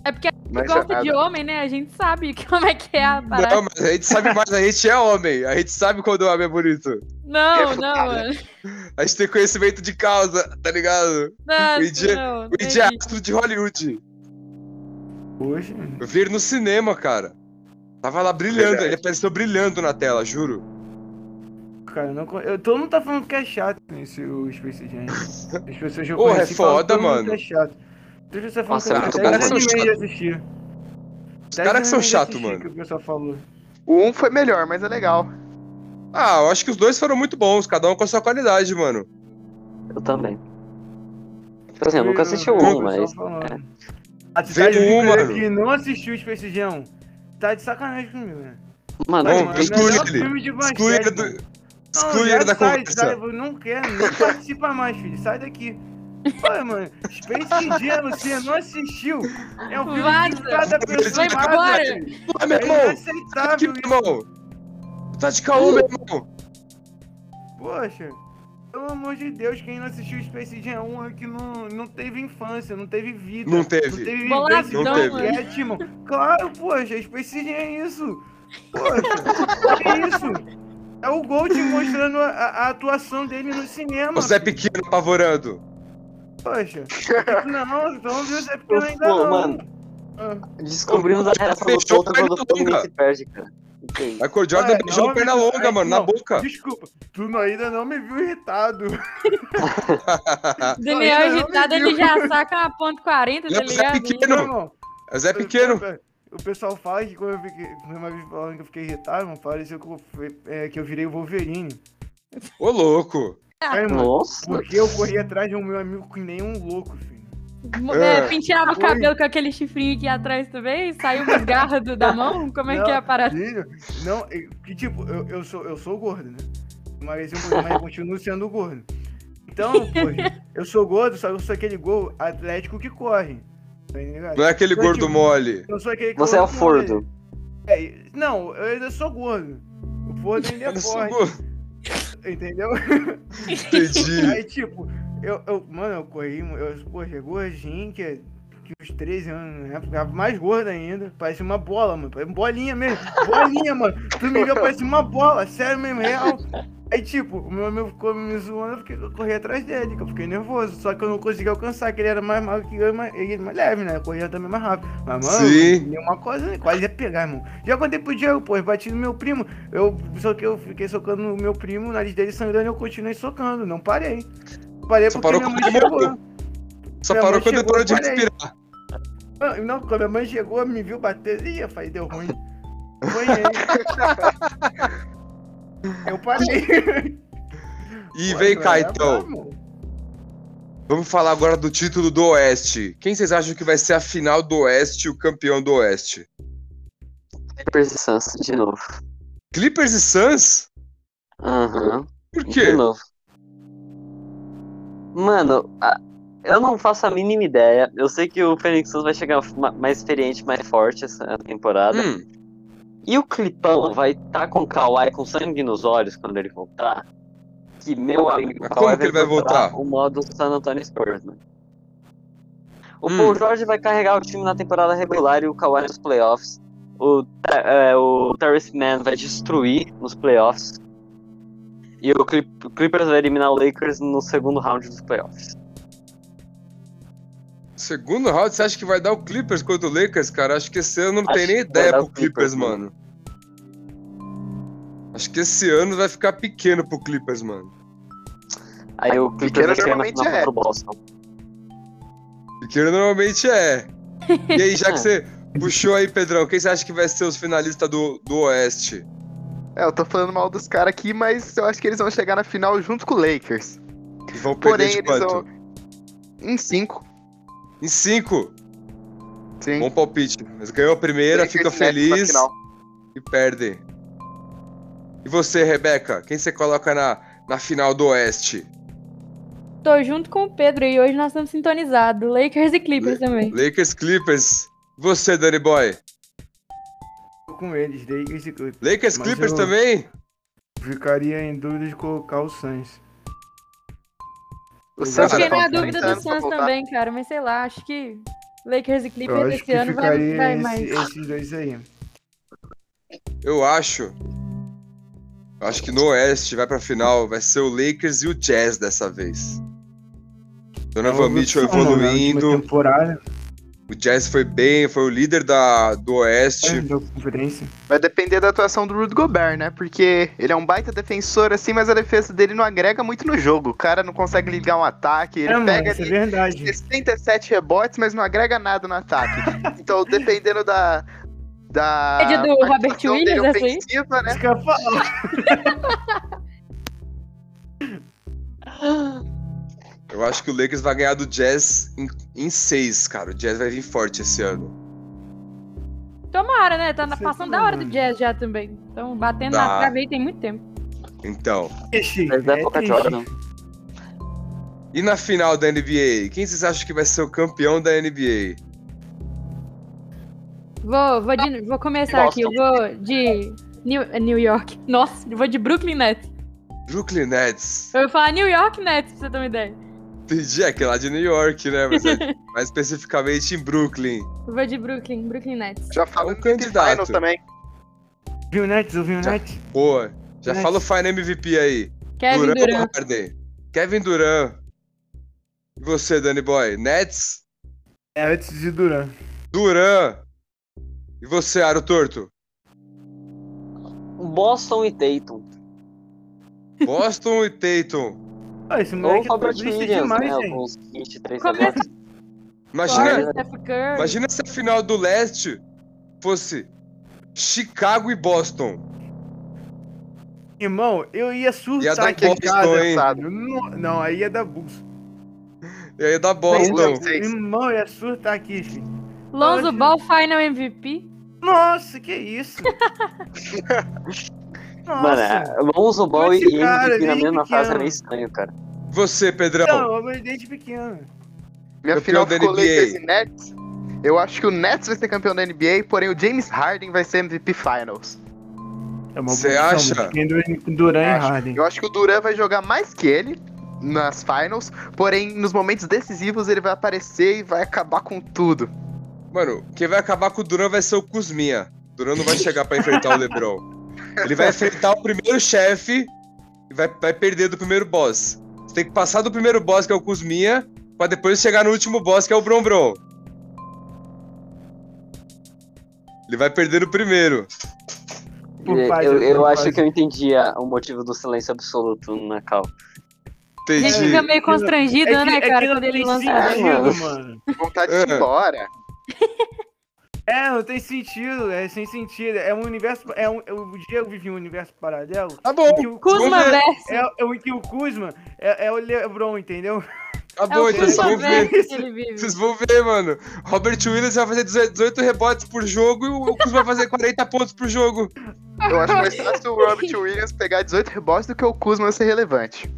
Speaker 2: É porque
Speaker 3: Mas já
Speaker 2: gosta de
Speaker 3: nada. homem.
Speaker 2: homem, né? A gente sabe [LAUGHS] como é que é a parada.
Speaker 1: Não, mas a gente sabe mais, a gente é homem. A gente sabe quando o homem é bonito.
Speaker 2: Não, não,
Speaker 3: Refutável.
Speaker 1: [LAUGHS]
Speaker 2: mano.
Speaker 1: A gente tem conhecimento de causa, tá ligado?
Speaker 2: Não,
Speaker 1: Id-
Speaker 2: não.
Speaker 1: O Ed é astro de Hollywood.
Speaker 5: Poxa.
Speaker 1: Eu vi ele no cinema, cara. Tava lá brilhando,
Speaker 3: Verdade.
Speaker 1: ele apareceu brilhando na tela, juro.
Speaker 5: Cara, eu não, con- eu, todo mundo tá falando que é chato esse o Space Jam. As pessoas que eu
Speaker 1: Porra, é
Speaker 5: conheci falam
Speaker 1: foda,
Speaker 5: todo mundo
Speaker 1: mano.
Speaker 5: que é chato. As pessoas falam
Speaker 4: Nossa,
Speaker 5: que é
Speaker 4: é muito
Speaker 5: chato. Dez
Speaker 1: bom, mano.
Speaker 5: anos e meio de assistir.
Speaker 1: Os caras que são chatos,
Speaker 5: chato Que
Speaker 1: mano.
Speaker 5: o pessoal falou.
Speaker 3: O um foi melhor, mas é legal.
Speaker 1: Ah, eu acho que os dois foram muito bons, cada um com a sua qualidade, mano.
Speaker 4: Eu também. Tipo assim, eu nunca assisti
Speaker 5: Hum,
Speaker 4: o um, mas.
Speaker 5: A tu tá de
Speaker 1: Vendo um,
Speaker 5: brincadeira
Speaker 1: mano.
Speaker 5: que não assistiu Space Jam. Tá de sacanagem comigo, né?
Speaker 4: Mano,
Speaker 1: Bom,
Speaker 5: Mano,
Speaker 1: eu exclui
Speaker 5: melhor
Speaker 1: ele.
Speaker 5: filme de
Speaker 1: Exclui
Speaker 5: basquete,
Speaker 1: ele do-
Speaker 5: é, mano. Não,
Speaker 1: exclui
Speaker 5: já
Speaker 1: ele da
Speaker 5: sai, sai,
Speaker 1: conversa.
Speaker 5: eu não quero, não participa mais, filho. Sai daqui. Olha, mano, Space Jam, você não assistiu. É um filme
Speaker 2: Vaza.
Speaker 5: que cada pessoa
Speaker 1: Vai
Speaker 5: vaza,
Speaker 2: embora.
Speaker 5: filho.
Speaker 1: Vai, Ah, meu
Speaker 5: É
Speaker 1: irmão! Tá aqui,
Speaker 5: inaceitável
Speaker 1: meu
Speaker 5: isso,
Speaker 1: irmão! Tá de
Speaker 5: Uh,
Speaker 1: caô, meu irmão!
Speaker 5: poxa. Pelo amor de Deus, quem não assistiu Space Jam 1 é que não, não teve infância, não teve vida.
Speaker 1: Não teve.
Speaker 5: Não teve
Speaker 2: Boladão,
Speaker 5: vivência de
Speaker 1: Não teve.
Speaker 5: basquete, irmão. Claro, poxa, Space Jam é isso. Poxa, é isso. É o Gold mostrando a, a atuação dele no cinema.
Speaker 1: O Zé Pequeno apavorando.
Speaker 5: Poxa, não, então viu, você porque ainda
Speaker 4: Pô,
Speaker 5: não.
Speaker 4: mano.
Speaker 5: Ah,
Speaker 4: Descobrimos a geração do
Speaker 1: Fechou
Speaker 4: Toto
Speaker 1: perna
Speaker 4: quando todo mundo
Speaker 1: longa.
Speaker 4: se perde, cara. Ok.
Speaker 1: Michael Jordan
Speaker 5: Ah,
Speaker 1: beijando
Speaker 5: não,
Speaker 1: perna
Speaker 5: não,
Speaker 1: longa,
Speaker 5: é,
Speaker 1: mano, na
Speaker 5: não.
Speaker 4: tá.
Speaker 1: boca.
Speaker 5: Desculpa, tu não- ainda não me viu irritado.
Speaker 2: Daniel
Speaker 5: Ainda não me
Speaker 2: agitado,
Speaker 5: viu.
Speaker 2: ele já saca uma ponto 40,
Speaker 1: Ele é
Speaker 2: tá ligado?
Speaker 1: pequeno.
Speaker 5: Meu irmão,
Speaker 1: É o Zé Pequeno.
Speaker 5: O pessoal fala que quando eu fiquei. Quando uma vez falando que eu fiquei irritado, mano, pareceu que eu, fui- é, que eu virei o Wolverine.
Speaker 1: Ô, louco.
Speaker 5: É, mano,
Speaker 4: Ah, Nossa.
Speaker 5: porque eu corri atrás de um meu amigo que nem um louco, filho.
Speaker 2: É,
Speaker 1: É.
Speaker 2: penteava o
Speaker 5: Oi.
Speaker 2: cabelo com aquele chifrinho aqui atrás também, saiu umas garras do- da mão, como é que é a parada?
Speaker 5: Filho, não, eu- que tipo, eu, eu sou, eu sou gordo, né? Emagreci um pouquinho, mas eu continuo sendo gordo. Então, poxa, eu sou gordo, só que eu sou aquele gol atlético que corre. Tá ligado?
Speaker 1: Não é aquele
Speaker 5: Eu,
Speaker 1: gordo
Speaker 5: tipo,
Speaker 1: mole.
Speaker 5: Eu sou aquele que
Speaker 4: Você é o
Speaker 5: corre com ele.
Speaker 4: Fordo.
Speaker 5: É, não, eu ainda sou gordo. O Fordo ainda é
Speaker 1: Olha só,
Speaker 5: forte, entendeu?
Speaker 1: [LAUGHS] Entendi.
Speaker 5: Aí, tipo, eu, eu- mano, eu corri, eu, poxa, gordinho, que é- que uns 13 anos, né? Ficava mais gordo ainda. Parece uma bola, mano. parece Bolinha mesmo. Bolinha, mano. Tu me viu, parece uma bola. Sério mesmo, real. Aí, tipo, o meu amigo ficou me zoando porque eu corri atrás dele, que eu fiquei nervoso. Só que eu não consegui alcançar, que ele era mais magro que eu e mais, ele mais leve, né? Eu corria também mais rápido. Mas, mano,
Speaker 1: Sim.
Speaker 5: nenhuma coisa, né? quase ia pegar, irmão. Já contei pro Diego, pô, eu bati no meu primo. Eu, só que eu fiquei socando no meu primo, o nariz dele sangrando e eu continuei socando, não parei. Parei
Speaker 1: Só
Speaker 5: porque
Speaker 1: parou
Speaker 5: minha mãe
Speaker 1: quando ele
Speaker 5: chegou.
Speaker 1: Só
Speaker 5: Minha
Speaker 1: parou
Speaker 5: mãe
Speaker 1: quando ele
Speaker 5: chegou,
Speaker 1: parou de
Speaker 5: olha aí.
Speaker 1: respirar.
Speaker 5: Ah, Não, quando minha mãe chegou, me viu bater. Ih, eu falei, deu ruim.
Speaker 1: [LAUGHS]
Speaker 5: Apanhei. eu parei.
Speaker 1: E vem cá, então. Vamos falar agora do título do Oeste. Quem vocês acham que vai ser a final do Oeste e o campeão do Oeste?
Speaker 4: Clippers e Suns, de novo.
Speaker 1: Clippers e Suns?
Speaker 4: Aham.
Speaker 1: Por
Speaker 4: De
Speaker 1: quê?
Speaker 4: novo. Mano, a- eu não faço a mínima ideia. Eu sei que o Phoenix Suns vai chegar ma- mais experiente, mais forte essa temporada.
Speaker 1: Hum,
Speaker 4: E o Clipão vai estar tá com o Kawhi com sangue nos olhos quando ele voltar? Que meu amigo,
Speaker 1: Mas
Speaker 4: o
Speaker 1: como
Speaker 4: Kawhi
Speaker 1: que ele vai
Speaker 4: procurar
Speaker 1: voltar?
Speaker 4: O modo San Antonio Spurs, né? O
Speaker 1: Hum.
Speaker 4: Paul George vai carregar o time na temporada regular e o Kawhi nos playoffs. O, Ter- é, o Terrence Mann vai destruir nos playoffs. E o Clip- o Clippers vai eliminar o Lakers no segundo round dos playoffs.
Speaker 1: segundo round, você acha que vai dar o Clippers contra o Lakers, cara? Acho que esse ano não
Speaker 4: Acho
Speaker 1: tem nem
Speaker 4: que vai dar
Speaker 1: ideia
Speaker 4: o
Speaker 1: pro Clippers,
Speaker 4: Clippers,
Speaker 1: mano. Acho que esse ano vai ficar pequeno pro Clippers, mano.
Speaker 4: Aí o Clippers vai chegar na
Speaker 3: normalmente
Speaker 4: final
Speaker 3: é.
Speaker 4: contra o Boston.
Speaker 1: Pequeno normalmente é. E aí, já
Speaker 4: É.
Speaker 1: que
Speaker 4: [LAUGHS]
Speaker 1: você puxou aí, Pedrão, quem você acha que vai ser os finalistas do, do Oeste?
Speaker 3: É, eu tô falando mal dos caras aqui, mas eu acho que eles vão chegar na final junto com o Lakers.
Speaker 1: E vão perder
Speaker 3: Porém,
Speaker 1: de
Speaker 3: eles
Speaker 1: quanto?
Speaker 3: vão. Em 5.
Speaker 1: Em cinco.
Speaker 3: Sim.
Speaker 1: Bom palpite. Mas ganhou a primeira, fica
Speaker 3: Lakers e Nets na
Speaker 1: feliz
Speaker 3: final.
Speaker 1: e perde. E você, Rebeca? Quem você coloca na, na final do Oeste?
Speaker 2: Tô junto com o Pedro e hoje nós estamos sintonizados, Lakers e Clippers também.
Speaker 1: Lakers Clippers. E Você, Danny Boy.
Speaker 5: Com eles, daí que esse clipe.
Speaker 1: Lakers
Speaker 5: Mas
Speaker 1: Clippers
Speaker 5: eu-
Speaker 1: também?
Speaker 5: Ficaria em dúvida de colocar o Suns.
Speaker 3: O
Speaker 5: Eu
Speaker 2: Eu
Speaker 3: Suns tá
Speaker 2: fiquei
Speaker 3: ainda
Speaker 2: na
Speaker 3: falta
Speaker 2: dúvida
Speaker 3: 30
Speaker 2: do
Speaker 3: anos pra
Speaker 2: Suns
Speaker 3: voltar.
Speaker 2: também, cara, mas sei lá, acho que Lakers e
Speaker 5: Eu
Speaker 2: Clippers
Speaker 5: acho
Speaker 2: esse
Speaker 5: que
Speaker 2: ano vai,
Speaker 5: ficaria
Speaker 2: vai
Speaker 5: esse-
Speaker 2: mais.
Speaker 5: esses dois aí.
Speaker 1: Eu acho. Eu acho que no Oeste vai pra final. Vai ser o Lakers e o Jazz dessa vez. Donovan Mitchell
Speaker 5: Na
Speaker 1: evoluindo. Tipo,
Speaker 5: temporada,
Speaker 1: O Jazz foi bem, foi o líder da, do Oeste.
Speaker 5: da né, conferência.
Speaker 3: Vai depender da atuação do Rudy Gobert, né? Porque ele é um baita defensor, assim, mas a defesa dele não agrega muito no jogo. O cara não consegue ligar um ataque, ele
Speaker 5: é, mano,
Speaker 3: pega
Speaker 5: isso é
Speaker 3: ali
Speaker 5: verdade.
Speaker 3: 67 rebotes, mas não agrega nada no
Speaker 5: [LAUGHS]
Speaker 3: ataque. então, dependendo da. da
Speaker 2: Rede É do Robert
Speaker 3: participação dele
Speaker 2: Williams, assim? essa aí?
Speaker 3: ofensiva, né?
Speaker 5: Isso que eu ia falar.
Speaker 1: Eu acho que o Lakers vai ganhar do Jazz em, em seis, cara. O Jazz vai vir forte esse ano.
Speaker 2: Tomara, né? Tá na-
Speaker 5: Você
Speaker 2: passando
Speaker 5: tá
Speaker 2: da hora do
Speaker 5: doido.
Speaker 2: jazz já também. Então, batendo
Speaker 1: Tá.
Speaker 2: na trave aí tem muito tempo.
Speaker 1: Então.
Speaker 5: Triste,
Speaker 4: Mas da
Speaker 5: é
Speaker 4: época
Speaker 5: triste.
Speaker 4: Jordan.
Speaker 1: E na final da NBA? Quem vocês acham que vai ser o campeão da NBA?
Speaker 2: Vou, vou, de- vou começar aqui. Eu vou de New, New York. Nossa, eu vou de Brooklyn Nets.
Speaker 1: Brooklyn Nets.
Speaker 2: Eu vou falar New York Nets, pra você ter uma ideia.
Speaker 1: Entendi, é que lá de New York, né? Mas,
Speaker 2: [LAUGHS]
Speaker 1: é- mais especificamente em Brooklyn.
Speaker 2: Eu vou de Brooklyn, Brooklyn Nets.
Speaker 3: Já falando
Speaker 1: É um
Speaker 3: de
Speaker 1: candidato.
Speaker 3: finals também.
Speaker 5: Viu o Nets? Ouviu o
Speaker 1: Já.
Speaker 5: Nets?
Speaker 1: Boa. Já
Speaker 5: Nets.
Speaker 1: fala o Final MVP aí.
Speaker 2: Kevin
Speaker 1: Durant ou
Speaker 2: Durant.
Speaker 1: Harden? Kevin Durant. E você, Danny Boy? Nets?
Speaker 5: É antes de Duran.
Speaker 1: Duran. E você, Aro Torto?
Speaker 4: Boston e Tatum.
Speaker 1: Boston [LAUGHS] e Tatum.
Speaker 5: Ah, esse
Speaker 4: Ou
Speaker 5: moleque é
Speaker 4: Robert
Speaker 5: triste
Speaker 4: Williams,
Speaker 5: demais,
Speaker 4: né?
Speaker 5: gente.
Speaker 4: Alguns 23
Speaker 2: Começa-
Speaker 4: segundos.
Speaker 1: Imagina,
Speaker 4: Claro.
Speaker 2: Steph Curry.
Speaker 1: imagina se a final do leste fosse Chicago e Boston.
Speaker 5: Irmão, eu ia
Speaker 1: Ia
Speaker 3: né,
Speaker 5: surtar
Speaker 1: dar
Speaker 3: é
Speaker 5: aqui em
Speaker 1: Boston,
Speaker 5: casa.
Speaker 1: Tá hein?
Speaker 5: sabe? Não, não, aí ia dar Bulls.
Speaker 1: E aí dá Boston.
Speaker 3: Não sei se-
Speaker 5: Irmão, eu ia surtar aqui, filho.
Speaker 2: Lonzo
Speaker 5: Hoje-
Speaker 2: Ball, Final MVP.
Speaker 5: Nossa, que
Speaker 2: [LAUGHS]
Speaker 5: isso?
Speaker 4: Mano,
Speaker 5: Nossa.
Speaker 4: é, Lonzo Ball e
Speaker 5: Esse
Speaker 4: MVP
Speaker 5: cara,
Speaker 4: na
Speaker 5: nem
Speaker 4: mesma fase é
Speaker 5: pequeno.
Speaker 4: meio estranho, cara.
Speaker 1: Você, Pedrão.
Speaker 5: Não, eu me desde pequeno.
Speaker 3: Minha
Speaker 1: Campeão
Speaker 3: final
Speaker 1: da
Speaker 3: ficou
Speaker 1: NBA.
Speaker 3: Lakers e Nets. Eu acho que o Nets vai ser campeão da NBA, porém o James Harden vai ser MVP Finals.
Speaker 5: É uma
Speaker 1: Cê
Speaker 5: posição,
Speaker 1: acha?
Speaker 5: mas quem dura- Duran e
Speaker 3: Acho.
Speaker 5: Harden.
Speaker 3: Eu acho que o Duran vai jogar mais que ele nas Finals, porém nos momentos decisivos ele vai aparecer e vai acabar com tudo.
Speaker 1: Mano, quem vai acabar com o Duran vai ser o Kuzminha. Duran não vai chegar pra enfrentar o Lebron. Ele vai enfrentar o primeiro chefe e vai, vai perder do primeiro boss. Você tem que passar do primeiro boss, que é o Kuzminha, pra depois chegar no último boss, que é o Bron Bron. Ele vai perder o primeiro.
Speaker 5: Por
Speaker 4: Eu,
Speaker 5: parte-
Speaker 4: eu,
Speaker 5: por
Speaker 4: acho
Speaker 5: parte-
Speaker 4: que eu entendi a- o motivo do silêncio absoluto na cal.
Speaker 2: A gente
Speaker 1: Entendi.
Speaker 2: fica meio constrangido,
Speaker 5: É que-
Speaker 2: né,
Speaker 5: é que
Speaker 2: cara,
Speaker 5: não
Speaker 2: quando ele
Speaker 5: tem
Speaker 2: lança.
Speaker 4: lançado.
Speaker 5: sentido, mano.
Speaker 3: Vontade de ir embora.
Speaker 5: É, não tem sentido, é sem sentido. É um universo. É um, o Diego vive um universo paralelo.
Speaker 1: Tá
Speaker 5: em
Speaker 1: bom,
Speaker 5: que o
Speaker 2: Kuzma
Speaker 1: Vamos ver.
Speaker 2: versus.
Speaker 5: É, é o em que o Kuzma é, é o Lebron, entendeu?
Speaker 1: tá
Speaker 2: É o
Speaker 1: bom, então vocês
Speaker 2: Kuzma
Speaker 1: vão ver.
Speaker 2: versus que ele vive.
Speaker 1: Vocês vão ver, mano. Robert Williams vai fazer 18 rebotes por jogo e o Kuzma vai fazer 40 pontos por jogo.
Speaker 3: Eu acho mais fácil o Robert Williams pegar 18 rebotes do que o Kuzma ser relevante.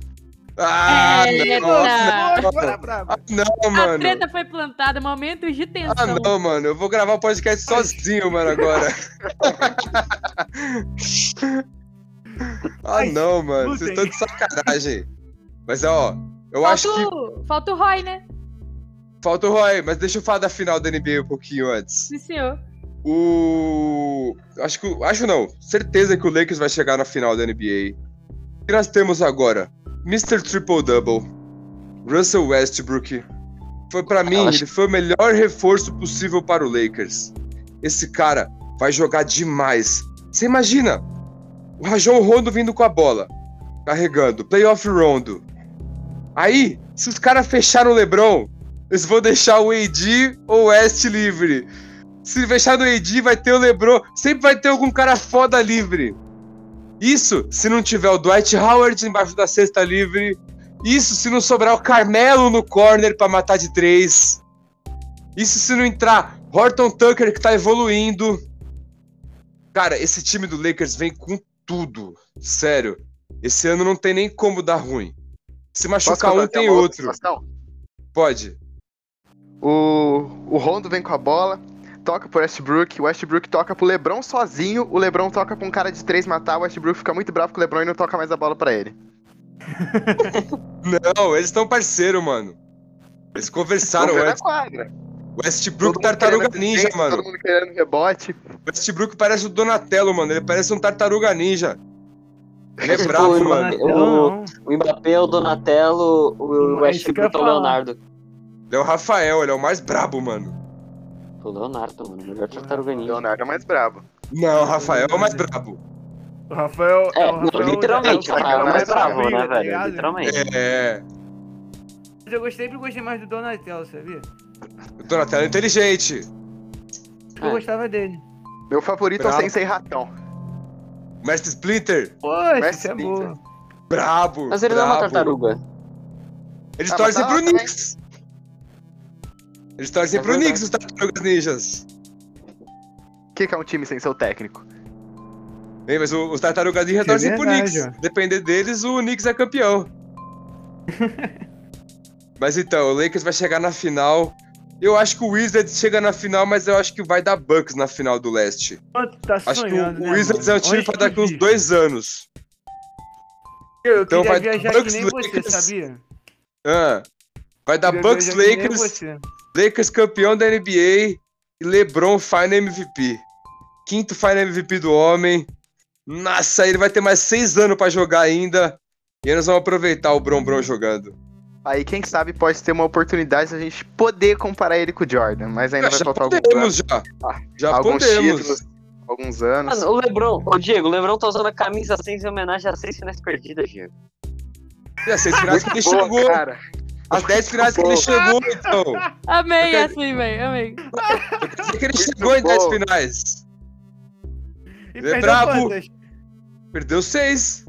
Speaker 1: Ah,
Speaker 2: É,
Speaker 1: não,
Speaker 2: tá.
Speaker 1: não.
Speaker 5: Bora, brava.
Speaker 1: Ah, não,
Speaker 2: [LAUGHS] A
Speaker 1: mano.
Speaker 2: treta foi plantada, momentos de tensão.
Speaker 1: Ah, não, mano. Eu vou gravar o podcast sozinho, mano, agora. ah,
Speaker 5: Ai,
Speaker 1: não, mano. Vocês estão de
Speaker 5: lutem.
Speaker 1: sacanagem. Mas, ó, eu
Speaker 2: falta,
Speaker 1: acho que
Speaker 2: o... falta o Roy, né?
Speaker 1: falta o Roy, mas deixa eu falar da final da NBA um pouquinho antes.
Speaker 2: Sim, senhor.
Speaker 1: O. Acho que. Acho não. Certeza que o Lakers vai chegar na final da NBA. O que nós temos agora? Mr. Triple Double. Russell Westbrook. Foi pra mim,
Speaker 4: acho-
Speaker 1: ele foi o melhor reforço possível para o Lakers. Esse cara vai jogar demais. Você imagina? O Rajon Rondo vindo com a bola. Carregando. Playoff Rondo. Aí, se os caras fecharam o LeBron, eles vão deixar o AD ou o West livre. Se fechar no AD, vai ter o LeBron. Sempre vai ter algum cara foda livre. Isso se não tiver o Dwight Howard embaixo da cesta livre. Isso se não sobrar o Carmelo no corner pra matar de três. Isso se não entrar Horton Tucker que tá evoluindo. Cara, esse time do Lakers vem com tudo. Sério. Esse ano não tem nem como dar ruim. Se machucar um,
Speaker 3: fazer
Speaker 1: tem
Speaker 3: uma outra
Speaker 1: outro.
Speaker 3: observação?
Speaker 1: Pode.
Speaker 3: O, o Rondo vem com a bola, toca pro Westbrook, o Westbrook toca pro Lebron sozinho, o Lebron toca pra um cara de três matar, o Westbrook fica muito bravo com o Lebron e não toca mais a bola pra ele.
Speaker 1: Não, eles estão parceiro, mano. Eles conversaram
Speaker 3: Vamos ver na
Speaker 1: antes.
Speaker 3: quadra. Todo
Speaker 1: Westbrook
Speaker 3: mundo
Speaker 1: é tartaruga
Speaker 3: querendo
Speaker 1: ninja,
Speaker 3: assistência,
Speaker 1: mano.
Speaker 3: Todo mundo querendo rebote.
Speaker 1: Westbrook parece o Donatello, mano. Ele parece um tartaruga ninja. Ele é
Speaker 3: [LAUGHS]
Speaker 4: Tipo,
Speaker 1: bravo,
Speaker 4: o
Speaker 1: mano.
Speaker 5: Não,
Speaker 4: o-
Speaker 5: não.
Speaker 4: O Mbappé, o Donatello, o
Speaker 5: Mas isso que eu ia
Speaker 4: Westbrook, o
Speaker 5: falar.
Speaker 4: Leonardo.
Speaker 1: Ele é o Rafael, ele é o mais brabo, mano.
Speaker 4: O Leonardo, mano, o melhor tartaruga
Speaker 3: O
Speaker 4: ninja.
Speaker 3: Leonardo é mais brabo.
Speaker 1: Não, o Rafael é o mais brabo.
Speaker 5: O Rafael.
Speaker 4: É,
Speaker 5: o
Speaker 4: não,
Speaker 5: Rafael-
Speaker 4: literalmente,
Speaker 5: é,
Speaker 4: o Rafael é o mais
Speaker 3: mais
Speaker 4: bravo,
Speaker 5: amigo,
Speaker 4: né,
Speaker 5: tá
Speaker 4: velho?
Speaker 5: ligado?
Speaker 4: literalmente.
Speaker 1: É.
Speaker 5: Mas Eu gostei, sempre gostei mais do Donatello, sabia?
Speaker 1: O Donatello é inteligente.
Speaker 5: Eu
Speaker 4: É.
Speaker 5: gostava dele.
Speaker 3: Meu favorito é
Speaker 1: Bravo.
Speaker 3: o Sensei Ratão.
Speaker 1: Mestre Splinter,
Speaker 5: Poxa,
Speaker 3: Mestre
Speaker 5: isso é boa.
Speaker 1: brabo.
Speaker 4: Mas ele não é uma
Speaker 1: brabo.
Speaker 4: tartaruga.
Speaker 1: Eles
Speaker 3: Ah, mas
Speaker 1: torcem
Speaker 3: tá
Speaker 1: pro
Speaker 3: lá também.
Speaker 1: Knicks. Eles torcem
Speaker 3: É
Speaker 1: pro
Speaker 3: verdade.
Speaker 1: Knicks, os Tartarugas Ninjas.
Speaker 3: O que, que é um time sem seu técnico?
Speaker 1: Ei, mas o- os Tartarugas Ninjas
Speaker 5: Que é
Speaker 1: torcem pro
Speaker 5: verdade,
Speaker 1: Knicks.
Speaker 5: ó.
Speaker 1: Depender deles, o Knicks é
Speaker 5: [LAUGHS]
Speaker 1: campeão. mas então, o Lakers vai chegar na final. Eu acho que o Wizards chega na final, mas eu acho que vai dar Bucks na final do leste.
Speaker 5: Quanto tá
Speaker 1: Acho que
Speaker 5: sonhando,
Speaker 1: o
Speaker 5: né,
Speaker 1: Wizards
Speaker 5: mano?
Speaker 1: é um time
Speaker 5: Onde
Speaker 1: pra
Speaker 5: que
Speaker 1: daqui uns
Speaker 5: vi?
Speaker 1: dois anos.
Speaker 5: Eu
Speaker 1: Então
Speaker 5: queria
Speaker 1: vai
Speaker 5: viajar que
Speaker 1: Bucks,
Speaker 5: nem você,
Speaker 1: Lakers.
Speaker 5: sabia?
Speaker 1: Ah, vai dar
Speaker 5: Queria
Speaker 1: Bucks,
Speaker 5: viajar que nem
Speaker 1: Lakers,
Speaker 5: você.
Speaker 1: Lakers campeão da NBA e LeBron Final MVP. Quinto Final MVP do homem. Nossa, ele vai ter mais seis anos pra jogar ainda. E aí nós vamos aproveitar o Bron Bron jogando.
Speaker 3: Aí, quem sabe, pode ter uma oportunidade de a gente poder comparar ele com o Jordan, mas ainda vai
Speaker 1: já
Speaker 3: faltar alguns
Speaker 1: podemos,
Speaker 3: anos.
Speaker 1: já.
Speaker 3: Ah,
Speaker 1: já
Speaker 3: alguns
Speaker 1: podemos.
Speaker 3: títulos. Alguns anos.
Speaker 4: Mano, o Lebron, ô Diego, o Lebron tá usando a camisa 6 em homenagem às 6 finais perdidas, Diego.
Speaker 1: Ah, Já seis finais que ele
Speaker 3: Boa,
Speaker 1: chegou.
Speaker 3: cara.
Speaker 1: As dez finais que ele
Speaker 3: Muito
Speaker 1: chegou, então.
Speaker 2: Amei
Speaker 1: Eu
Speaker 2: assim, velho. Amei.
Speaker 1: Quer dizer que ele
Speaker 3: Muito
Speaker 1: chegou em dez
Speaker 3: bom.
Speaker 1: finais.
Speaker 5: E
Speaker 1: É
Speaker 5: perdeu
Speaker 1: brabo.
Speaker 5: quantas?
Speaker 1: Perdeu seis.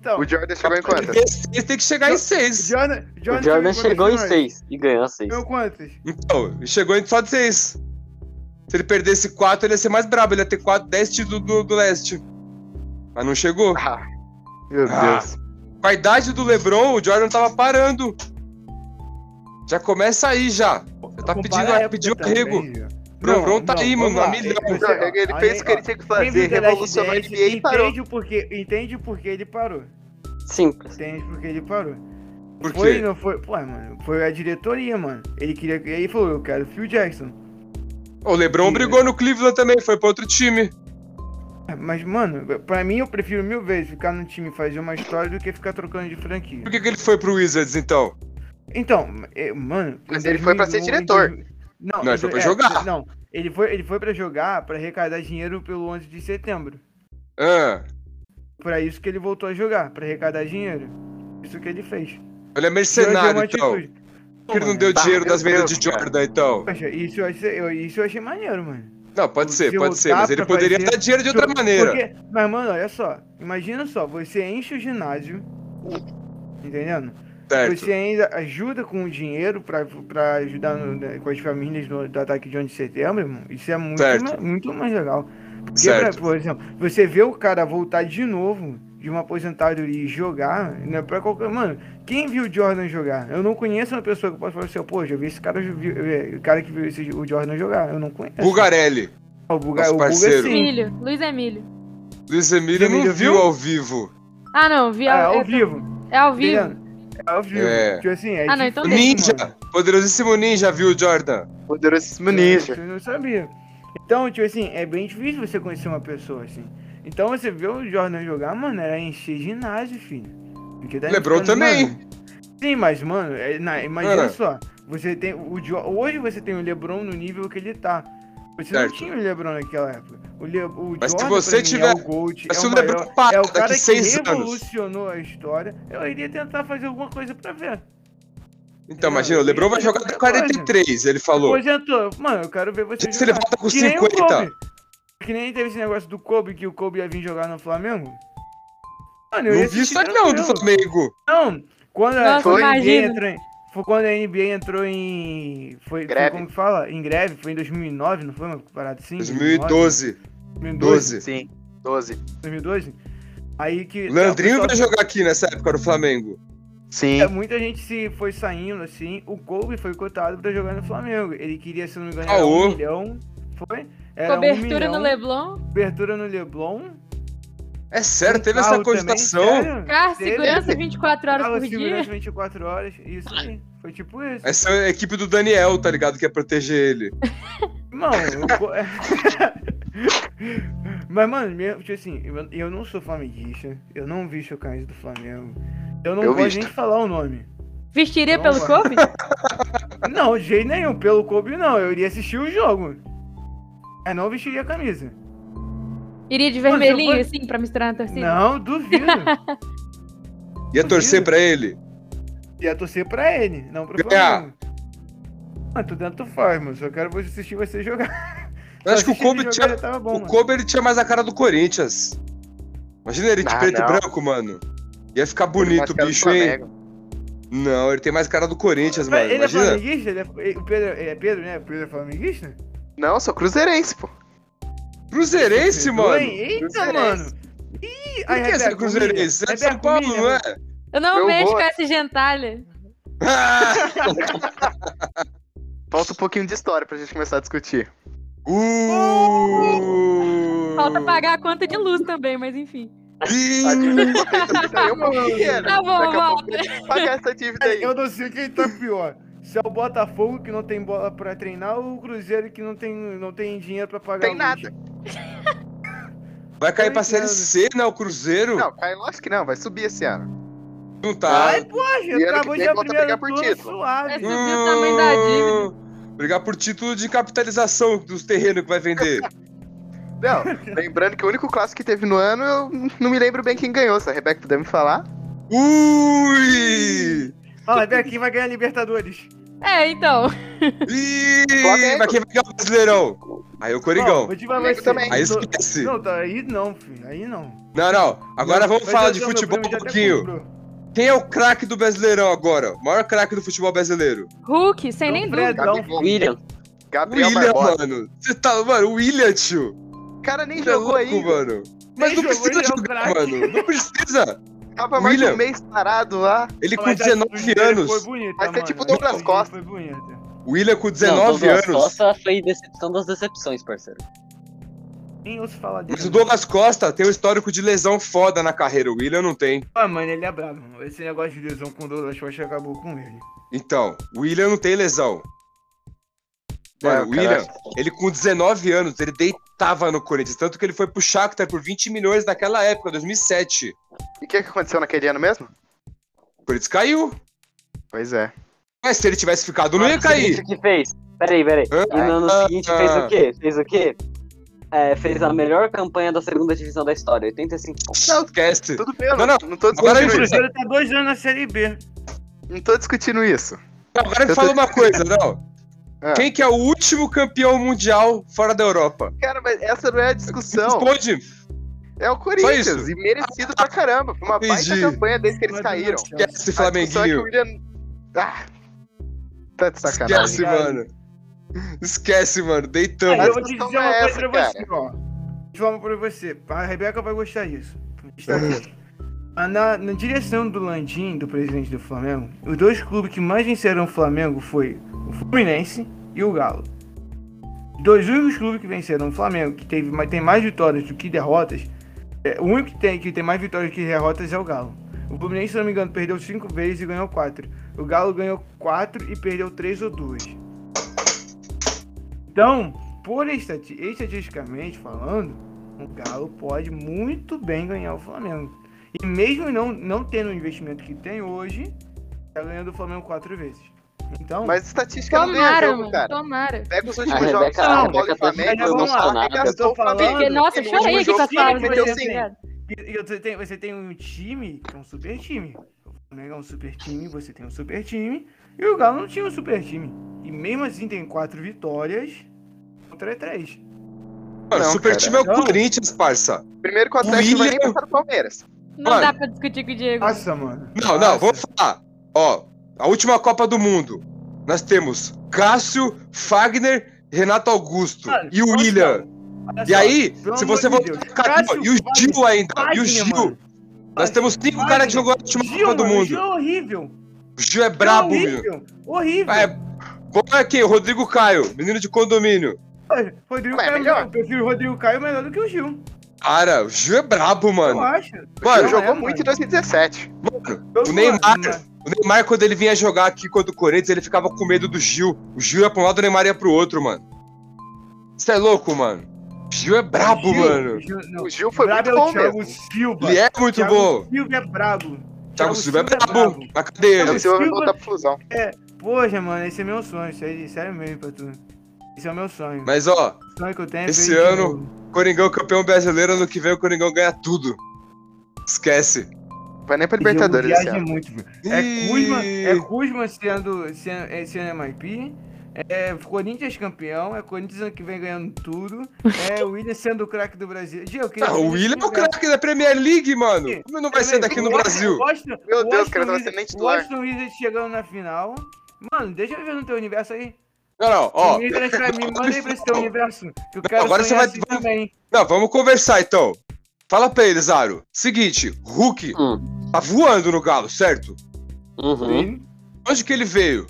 Speaker 5: Então,
Speaker 3: O Jordan chegou em Tá quantas?
Speaker 1: Perder seis tem que chegar em seis.
Speaker 5: Jordan,
Speaker 4: O Jordan chegou em
Speaker 5: quantas finais?
Speaker 4: 6 e ganhou 6.
Speaker 5: Ganhou quantas?
Speaker 1: Então, ele chegou em só de seis. Se ele perdesse quatro, ele ia ser mais brabo. Ele ia ter quatro, dez títulos do, do leste. Mas não chegou.
Speaker 3: Ah, meu
Speaker 1: Ah.
Speaker 3: Deus.
Speaker 1: Com a idade do LeBron, o Jordan tava parando. Já começa aí, já. Já tá pedindo, pediu arrego. Não, Bron tá aí, mano, a milhão.
Speaker 3: O Jordan, Ele fez o que ele tinha que fazer, revolucionou a NBA e parou.
Speaker 5: Entende o porquê, entende o porquê ele parou.
Speaker 4: Simples.
Speaker 5: Entende porque ele parou.
Speaker 1: Por
Speaker 5: Foi,
Speaker 1: quê?
Speaker 5: não foi? Pô, mano, foi a diretoria, mano. Ele queria. E aí falou, eu quero Phil Jackson.
Speaker 1: O LeBron brigou no Cleveland também, foi pra outro time.
Speaker 5: Mas, mano, pra mim eu prefiro mil vezes ficar no time e fazer uma história do que ficar trocando de franquia.
Speaker 1: Por que, que ele foi pro Wizards, então?
Speaker 5: Então, eh, mano.
Speaker 3: Mas
Speaker 5: em
Speaker 3: ele foi pra ser
Speaker 5: 2001,
Speaker 3: diretor.
Speaker 5: em 2000 Não,
Speaker 1: Não, ele
Speaker 5: em
Speaker 1: foi
Speaker 5: do-
Speaker 1: pra jogar.
Speaker 5: Não, ele foi, ele foi pra jogar pra arrecadar dinheiro pelo 11 de setembro.
Speaker 1: Ah,
Speaker 5: Pra isso que ele voltou a jogar, pra arrecadar dinheiro. Isso que ele fez.
Speaker 1: ele é
Speaker 5: Isso é
Speaker 1: mercenário,
Speaker 5: uma
Speaker 1: então. Por
Speaker 5: atitude.
Speaker 1: que ele não deu
Speaker 3: Tá,
Speaker 1: dinheiro
Speaker 3: meu
Speaker 1: das vendas
Speaker 3: Deus,
Speaker 1: de Jordan, então?
Speaker 5: Poxa, isso eu, achei, eu- isso eu achei maneiro, mano.
Speaker 1: Não, pode ser,
Speaker 5: Se
Speaker 1: pode ser.
Speaker 5: voltar
Speaker 1: Mas ele
Speaker 5: pra
Speaker 1: poderia
Speaker 5: fazer-
Speaker 1: dar dinheiro de outra maneira.
Speaker 5: Porque- mas, mano, olha só. Imagina só, você enche o ginásio. Entendendo?
Speaker 1: Certo.
Speaker 5: Você ainda ajuda com o dinheiro pra, pra ajudar no- né, com as famílias no- do ataque de 11 de setembro, irmão. Isso é muito,
Speaker 1: Certo.
Speaker 5: ma- muito mais legal. Porque,
Speaker 1: Certo.
Speaker 5: é pra- por exemplo, você vê o cara voltar de novo de uma aposentadoria e jogar, né? Pra qualquer. Mano, quem viu o Jordan jogar? Eu não conheço uma pessoa que eu possa falar assim, pô, já vi esse cara, eu vi- eu vi- o cara que viu esse, o Jordan jogar. Eu não conheço.
Speaker 1: Bugarelli.
Speaker 5: O Buga,
Speaker 1: nosso
Speaker 5: o Buga
Speaker 1: parceiro.
Speaker 5: sim.
Speaker 2: Emílio, Luiz Emílio.
Speaker 1: Luiz Emílio não
Speaker 5: Emílio
Speaker 1: viu
Speaker 5: viu?
Speaker 1: ao vivo.
Speaker 2: Ah, não, vi
Speaker 5: É,
Speaker 2: ao,
Speaker 5: ao
Speaker 2: é-
Speaker 5: vivo.
Speaker 2: é ao vivo.
Speaker 5: entendendo? É ao vivo.
Speaker 1: É.
Speaker 5: Tipo assim, é
Speaker 2: Ah, não,
Speaker 5: difícil,
Speaker 2: então
Speaker 1: O
Speaker 2: deixa,
Speaker 5: mano.
Speaker 1: Ninja, poderosíssimo Ninja, viu, Jordan?
Speaker 3: Poderosíssimo
Speaker 5: Eu,
Speaker 3: ninja.
Speaker 5: É, eu não sabia. Então, tipo assim, é bem difícil você conhecer uma pessoa assim. Então você vê o Jordan jogar, mano, era encher ginásio, filho. Porque daí
Speaker 1: Lebron
Speaker 5: ficando,
Speaker 1: também.
Speaker 5: mano, Sim, mas, mano, é, na- imagina
Speaker 1: É.
Speaker 5: só. Você tem. O, Jo- hoje você tem o Lebron no nível que ele tá. Você
Speaker 1: Certo.
Speaker 5: não tinha o Lebron naquela época. O Le, o
Speaker 1: Mas se
Speaker 5: Jordan,
Speaker 1: você
Speaker 5: pra mim,
Speaker 1: tiver-
Speaker 5: É o, Gold,
Speaker 1: Mas
Speaker 5: é
Speaker 1: se
Speaker 5: o,
Speaker 1: o
Speaker 5: maior,
Speaker 1: Lebron para
Speaker 5: é o cara
Speaker 1: Ah, daqui
Speaker 5: que
Speaker 1: seis anos.
Speaker 5: revolucionou a história, eu iria tentar fazer alguma coisa pra ver.
Speaker 1: Então,
Speaker 5: Não,
Speaker 1: imagina, o
Speaker 5: eu
Speaker 1: Lebron
Speaker 5: ia
Speaker 1: vai
Speaker 5: fazer
Speaker 1: jogar até
Speaker 5: qualquer coisa.
Speaker 1: 43, ele falou.
Speaker 5: Aposentou. Mano, eu quero ver você
Speaker 1: Se ele
Speaker 5: jogar.
Speaker 1: volta com
Speaker 5: Que nem o
Speaker 1: 50.
Speaker 5: Kobe. Que nem teve esse negócio do Kobe, que o Kobe ia vir jogar no Flamengo. Mano, eu ia
Speaker 1: Não vi
Speaker 5: assistir
Speaker 1: isso aí não do
Speaker 5: tranquilo.
Speaker 1: Flamengo.
Speaker 5: Não, quando a,
Speaker 2: Nossa,
Speaker 5: quando a NBA
Speaker 2: imagina.
Speaker 5: entrou em, foi quando a NBA entrou em... Foi, foi
Speaker 3: Greve.
Speaker 5: como que fala? Em greve, foi em 2009, não foi uma parada assim?
Speaker 1: 2012.
Speaker 5: 2012.
Speaker 1: 12.
Speaker 3: Sim, 12.
Speaker 5: 2012. Aí que... é,
Speaker 1: Landrinho
Speaker 5: o
Speaker 1: vai
Speaker 5: então, pessoal-
Speaker 1: jogar aqui nessa época do Flamengo.
Speaker 3: Sim.
Speaker 5: É, muita gente se foi saindo assim. O Kobe foi cotado pra jogar no Flamengo. Ele queria, se não me engano, era
Speaker 1: Caô.
Speaker 5: um milhão. Foi? Era um
Speaker 2: Cobertura no
Speaker 5: milhão,
Speaker 2: Leblon.
Speaker 5: Cobertura no Leblon.
Speaker 1: É sério,
Speaker 5: Um
Speaker 1: teve essa
Speaker 5: carro também,
Speaker 1: cogitação.
Speaker 5: sério?
Speaker 2: Car,
Speaker 5: Teve.
Speaker 2: segurança 24 horas
Speaker 5: Carro,
Speaker 2: por dia.
Speaker 5: segurança 24 horas. Isso aí. Foi tipo isso.
Speaker 1: Essa é a equipe do Daniel, tá ligado? Que ia proteger ele.
Speaker 5: Irmão, eu... co- [LAUGHS] Mas, mano, mesmo, tipo assim, eu, eu não sou flamenguista. Eu não visto o camisa do Flamengo. Eu não
Speaker 3: Eu
Speaker 5: gosto
Speaker 3: visto.
Speaker 5: nem de falar o nome.
Speaker 2: Vestiria
Speaker 5: Não,
Speaker 2: pelo
Speaker 5: mano.
Speaker 2: Kobe?
Speaker 5: Não, de jeito nenhum. Pelo Kobe, não. Eu iria assistir o jogo. Mas não vestiria a camisa.
Speaker 2: Iria de
Speaker 5: Mas eu
Speaker 2: vermelhinho,
Speaker 5: vou-
Speaker 2: assim, pra misturar na torcida?
Speaker 5: Não, duvido.
Speaker 1: Ia torcer pra ele.
Speaker 5: Ia torcer pra ele, não pro
Speaker 1: Ganhar.
Speaker 5: Flamengo. Mano, tu dentro tu faz, mano. Só quero você assistir você jogar.
Speaker 1: Eu acho que o
Speaker 5: Assistir ele
Speaker 1: Kobe
Speaker 5: jogar
Speaker 1: tinha,
Speaker 5: já tava bom,
Speaker 1: o
Speaker 5: mano.
Speaker 1: Kobe, ele tinha mais a cara do Corinthians. Imagina ele de
Speaker 3: Ah,
Speaker 1: preto e
Speaker 3: não.
Speaker 1: branco, mano. Ia ficar bonito o bicho, hein? Não, ele tem mais cara do Corinthians, mano.
Speaker 5: ele é
Speaker 1: Imagina.
Speaker 5: flamenguista? Ele é, ele- o Pedro, ele é Pedro, né? O Pedro é flamenguista?
Speaker 3: Não, eu sou cruzeirense, pô.
Speaker 1: Cruzeirense,
Speaker 5: Pedro,
Speaker 1: mano.
Speaker 5: hein? Eita,
Speaker 3: Cruzeirense.
Speaker 5: mano. Ih,
Speaker 1: Por que é esse Cruzeirense? É de São Paulo, não é? [LAUGHS]
Speaker 2: Eu não
Speaker 3: Eu
Speaker 2: mexo
Speaker 3: vou-
Speaker 2: com essa gentalha.
Speaker 1: Ah!
Speaker 3: Falta um pouquinho de história pra gente começar a discutir.
Speaker 1: Uh!
Speaker 2: Falta pagar a conta de luz também, mas enfim.
Speaker 3: A
Speaker 1: Bim!
Speaker 3: dívida então, eu paguei, né?
Speaker 2: Tá bom,
Speaker 3: Daqui a
Speaker 2: volta.
Speaker 3: pouco eu tenho que pagar essa dívida aí.
Speaker 5: Eu não sei quem tá pior. Se é o Botafogo que não tem bola pra treinar ou o Cruzeiro que não tem, não tem dinheiro pra pagar
Speaker 3: Tem
Speaker 5: o
Speaker 3: nada.
Speaker 5: lixo?
Speaker 1: Vai cair pra
Speaker 5: Tô
Speaker 1: Série
Speaker 5: ligado.
Speaker 1: C, né? O Cruzeiro?
Speaker 3: Não, cai, lógico que não, vai subir esse ano.
Speaker 1: Não tá.
Speaker 5: Ai, poxa,
Speaker 3: Dinheiro
Speaker 5: acabou
Speaker 3: que
Speaker 5: de
Speaker 3: tem,
Speaker 5: abrir
Speaker 3: volta a
Speaker 5: primeira
Speaker 3: brigar por
Speaker 5: turno
Speaker 3: título.
Speaker 5: suave.
Speaker 2: Subiu o tamanho da dívida.
Speaker 1: Brigar Hum. por título de capitalização dos terrenos que vai vender. [LAUGHS]
Speaker 3: Não,
Speaker 5: [LAUGHS]
Speaker 3: lembrando que o único clássico que teve no ano, eu não me lembro bem quem ganhou. Se a Rebeca puder me falar.
Speaker 1: Ui!
Speaker 5: Olha, vem aqui, vai ganhar Libertadores.
Speaker 2: É, então.
Speaker 1: Ih!
Speaker 3: Flamengo.
Speaker 1: Mas quem vai ganhar o Brasileirão? Aí o
Speaker 5: Bom,
Speaker 1: Coringão.
Speaker 5: o Diva vai
Speaker 3: Flamengo
Speaker 5: ser-
Speaker 3: também.
Speaker 1: Aí
Speaker 5: Não,
Speaker 1: esquece.
Speaker 5: Não, tá, aí não, filho. Aí não.
Speaker 1: Não, não. Agora
Speaker 5: Não,
Speaker 1: vamos
Speaker 5: mas
Speaker 1: falar
Speaker 5: eu-
Speaker 1: de
Speaker 5: meu
Speaker 1: futebol um
Speaker 5: primo já até
Speaker 1: pouquinho.
Speaker 5: comprou.
Speaker 1: Quem é o craque do Brasileirão agora? O maior craque do futebol brasileiro?
Speaker 2: Hulk, sem
Speaker 5: Não,
Speaker 2: nem
Speaker 5: Fred.
Speaker 2: dúvida.
Speaker 5: Não,
Speaker 3: Gabigol,
Speaker 4: William,
Speaker 3: Gabriel
Speaker 1: William,
Speaker 3: Barbosa.
Speaker 1: mano. Você tá. Mano, o William, tio.
Speaker 3: O cara nem
Speaker 1: Você é
Speaker 3: jogou
Speaker 1: louco,
Speaker 3: aí.
Speaker 1: mano. Mas não
Speaker 5: jogou,
Speaker 1: precisa
Speaker 5: ele é um
Speaker 1: jogar,
Speaker 5: craque.
Speaker 1: mano. Não precisa.
Speaker 3: Tava mais de
Speaker 1: William.
Speaker 3: um mês parado lá.
Speaker 1: Ele com
Speaker 5: Mas é a
Speaker 1: 19
Speaker 5: atitude dele
Speaker 1: anos.
Speaker 5: Foi bonita,
Speaker 3: Vai ser
Speaker 5: mano.
Speaker 3: tipo
Speaker 5: A atitude
Speaker 3: Douglas
Speaker 5: dele
Speaker 3: Costa.
Speaker 5: Foi bonita.
Speaker 1: O William com
Speaker 4: não,
Speaker 1: 19
Speaker 4: Douglas
Speaker 1: anos.
Speaker 4: Costa foi decepção das decepções, parceiro.
Speaker 5: Nem ouço falar dele.
Speaker 1: Mas o Douglas Costa tem um histórico de lesão foda na carreira. O William não tem.
Speaker 5: Ah, mano, ele é brabo. mano. Esse negócio de lesão com o Douglas Costa acabou com ele.
Speaker 1: Então, o William não tem lesão. Mano,
Speaker 3: É,
Speaker 1: o
Speaker 3: o
Speaker 1: William,
Speaker 3: cara-
Speaker 1: ele com 19 anos, ele deitava no Corinthians. Tanto que ele foi pro Shakhtar por 20 milhões naquela época, 2007.
Speaker 3: E o que, que aconteceu naquele ano mesmo?
Speaker 1: O Corinthians caiu.
Speaker 3: Pois é.
Speaker 1: Mas se ele tivesse ficado, não ia
Speaker 4: Mas o
Speaker 1: cair.
Speaker 4: seguinte que fez. Peraí, peraí.
Speaker 1: Hã?
Speaker 4: E no ano
Speaker 1: Ah,
Speaker 4: seguinte fez o quê? Fez o quê? É, fez a melhor campanha da segunda divisão da história, 85 pontos.
Speaker 1: Não, esquece.
Speaker 3: Tudo bem, eu
Speaker 1: Não,
Speaker 3: não,
Speaker 1: não.
Speaker 3: não, tô
Speaker 1: Agora
Speaker 5: O
Speaker 3: discutindo isso.
Speaker 5: Cruzeiro tá dois anos na Série B.
Speaker 3: Não tô discutindo isso.
Speaker 1: Agora me
Speaker 3: Eu tô-
Speaker 1: fala uma coisa, não.
Speaker 3: Ah.
Speaker 1: Quem que é o último campeão mundial fora da Europa?
Speaker 3: Cara, mas essa não é a discussão.
Speaker 1: Responde.
Speaker 3: É o Corinthians.
Speaker 1: isso.
Speaker 3: E merecido pra caramba. Foi uma
Speaker 1: Entendi.
Speaker 3: baita campanha desde que eles
Speaker 5: Mas é
Speaker 3: caíram.
Speaker 5: não, Chelsea.
Speaker 1: Esquece,
Speaker 3: A discussão é que o
Speaker 1: Flamenguinho.
Speaker 3: William. Ah, tá de sacanagem.
Speaker 1: Esquece,
Speaker 5: Obrigado.
Speaker 1: mano. Esquece, mano.
Speaker 5: Aí eu
Speaker 1: Deitamos.
Speaker 5: vou te
Speaker 3: discussão
Speaker 5: dizer uma
Speaker 3: é
Speaker 5: coisa pra
Speaker 3: essa,
Speaker 5: você, ó. Vamos pra você. A Rebeca vai gostar disso. Está vendo? Ah, Na, na direção do Landim, do presidente do Flamengo, os dois clubes que mais venceram o Flamengo foi o Fluminense e o Galo. Os dois únicos clubes que venceram o Flamengo, que teve, ma- tem mais vitórias do que derrotas, é, o único que tem, que tem mais vitórias do que derrotas é o Galo. O Fluminense, se não me engano, perdeu cinco vezes e ganhou quatro. O Galo ganhou quatro e perdeu três ou duas. Então, por estati- estatisticamente falando, o Galo pode muito bem ganhar o Flamengo. E mesmo não, não tendo o investimento que tem hoje, tá ganhando o Flamengo quatro vezes. Então,
Speaker 3: Mas estatística não tem a
Speaker 2: Tomara,
Speaker 3: jogo,
Speaker 2: mano.
Speaker 3: cara.
Speaker 2: Tomara.
Speaker 3: Pega os
Speaker 4: A
Speaker 3: últimos jogos
Speaker 4: Rebeca-
Speaker 5: a
Speaker 3: São Paulo e
Speaker 4: Rebeca tá
Speaker 3: Flamengo,
Speaker 5: sempre
Speaker 3: não sabe,
Speaker 4: emocionada.
Speaker 3: gastou o Flamengo.
Speaker 2: Porque, nossa, eu
Speaker 3: Ele
Speaker 2: chorei aqui
Speaker 3: jogou
Speaker 2: com as
Speaker 5: sim,
Speaker 2: palavras de
Speaker 5: mas eu
Speaker 2: vocês,
Speaker 5: sim.
Speaker 2: tá obrigado.
Speaker 5: e- e você, tem, você tem um time que é um super time. O Flamengo é um super time, você tem um super time. E o Galo não tinha um super time. E mesmo assim tem quatro vitórias contra três.
Speaker 1: Mano,
Speaker 3: Não,
Speaker 1: super
Speaker 3: cara.
Speaker 1: time é o
Speaker 5: Não.
Speaker 1: Corinthians, parça.
Speaker 3: Primeiro que o Atlético não vai nem
Speaker 1: William.
Speaker 3: passar do Palmeiras.
Speaker 2: Não
Speaker 1: Mano.
Speaker 2: dá pra discutir com o Diego.
Speaker 5: Nossa, mano.
Speaker 1: Não, não, vamos falar. Ó, a última Copa do Mundo. Nós temos Cássio, Fagner, Renato Augusto
Speaker 5: Mano,
Speaker 1: e o
Speaker 5: olha
Speaker 1: William.
Speaker 5: só, olha
Speaker 1: E
Speaker 5: só,
Speaker 1: aí,
Speaker 5: pelo
Speaker 1: se
Speaker 5: amor
Speaker 1: você
Speaker 5: de
Speaker 1: voltar
Speaker 5: Deus.
Speaker 1: pra caramba,
Speaker 5: Cássio,
Speaker 1: e o Gil
Speaker 5: Fagner,
Speaker 1: ainda, e o
Speaker 5: Fagner,
Speaker 1: Gil.
Speaker 5: mano.
Speaker 1: Nós temos cinco
Speaker 5: Fagner.
Speaker 1: caras que jogou a última
Speaker 5: Gil,
Speaker 1: Copa do
Speaker 5: mano,
Speaker 1: Mundo.
Speaker 5: Gil é horrível.
Speaker 1: O Gil é brabo,
Speaker 5: Gil é
Speaker 1: William.
Speaker 5: horrível. Horrível.
Speaker 1: É, como é que? Rodrigo Caio, menino de condomínio.
Speaker 5: Rodrigo
Speaker 3: Ué,
Speaker 5: Caio
Speaker 3: melhor.
Speaker 5: é melhor. Eu prefiro o Rodrigo Caio melhor do que o Gil.
Speaker 1: Cara, o Gil é brabo,
Speaker 5: Eu
Speaker 1: mano.
Speaker 5: acho.
Speaker 1: Mano,
Speaker 3: Ele
Speaker 5: Não é,
Speaker 3: jogou
Speaker 5: mano.
Speaker 3: muito em 2017.
Speaker 5: Eu
Speaker 1: O
Speaker 5: sou-
Speaker 1: Neymar.
Speaker 5: mas-
Speaker 1: O Neymar, quando ele vinha jogar aqui contra o Corinthians, ele ficava com medo do Gil. O Gil ia pra um lado, o Neymar ia pro outro, mano. Você é louco, mano. O Gil é brabo,
Speaker 5: Gil-
Speaker 1: mano.
Speaker 5: Gil- não.
Speaker 3: O Gil foi
Speaker 5: Brabo
Speaker 3: muito
Speaker 5: é
Speaker 3: bom
Speaker 5: o Thiago
Speaker 3: mesmo.
Speaker 5: Silva.
Speaker 1: Ele é muito
Speaker 5: Thiago
Speaker 1: bom.
Speaker 5: Silva é brabo.
Speaker 1: Thiago Silva é brabo. Na
Speaker 5: Thiago
Speaker 3: É O
Speaker 1: cadeira.
Speaker 5: Silva-
Speaker 3: Silva vai voltar pra fusão.
Speaker 5: Poxa, mano, esse é meu sonho. Isso aí, sério mesmo pra tu. Esse é o meu sonho.
Speaker 1: Mas, ó,
Speaker 5: o sonho que eu tenho é
Speaker 1: esse
Speaker 5: ver ele de
Speaker 1: ano-
Speaker 5: novo.
Speaker 1: Coringão campeão brasileiro, ano que vem o Coringão ganha tudo. Esquece.
Speaker 3: Vai nem pra
Speaker 5: Esse jogo
Speaker 3: Libertadores esse
Speaker 5: viaja
Speaker 3: ano.
Speaker 5: é muito, viu? É Kuzma, é Kuzma é, sendo, sendo, é, sendo MIP, É Corinthians campeão, é Corinthians ano que vem ganhando tudo.
Speaker 1: [LAUGHS]
Speaker 5: É o William sendo o craque do Brasil. Gê, eu queria
Speaker 1: Ah,
Speaker 5: que
Speaker 1: o William é o craque da Premier League, mano. Como não vai ser daqui no
Speaker 5: Washington-
Speaker 1: Brasil?
Speaker 5: Washington-
Speaker 3: Meu Deus,
Speaker 5: Washington
Speaker 3: cara, não vai ser
Speaker 5: Wizards-
Speaker 3: nem titular.
Speaker 5: Washington Wizards chegando na final. Mano, deixa eu ver no teu universo aí.
Speaker 1: Não, não, ó.
Speaker 5: me traz pra mim, manda aí pra
Speaker 1: [LAUGHS]
Speaker 5: esse teu universo. Que eu
Speaker 1: Não,
Speaker 5: quero
Speaker 1: agora você
Speaker 5: sonhar
Speaker 1: vai-
Speaker 5: assim também.
Speaker 1: Não, vamos conversar então. Fala pra eles, Aro. Seguinte, Hulk
Speaker 4: Hum,
Speaker 1: tá voando no Galo, certo?
Speaker 4: uhum.
Speaker 5: Sim.
Speaker 1: Hum? Onde que ele veio?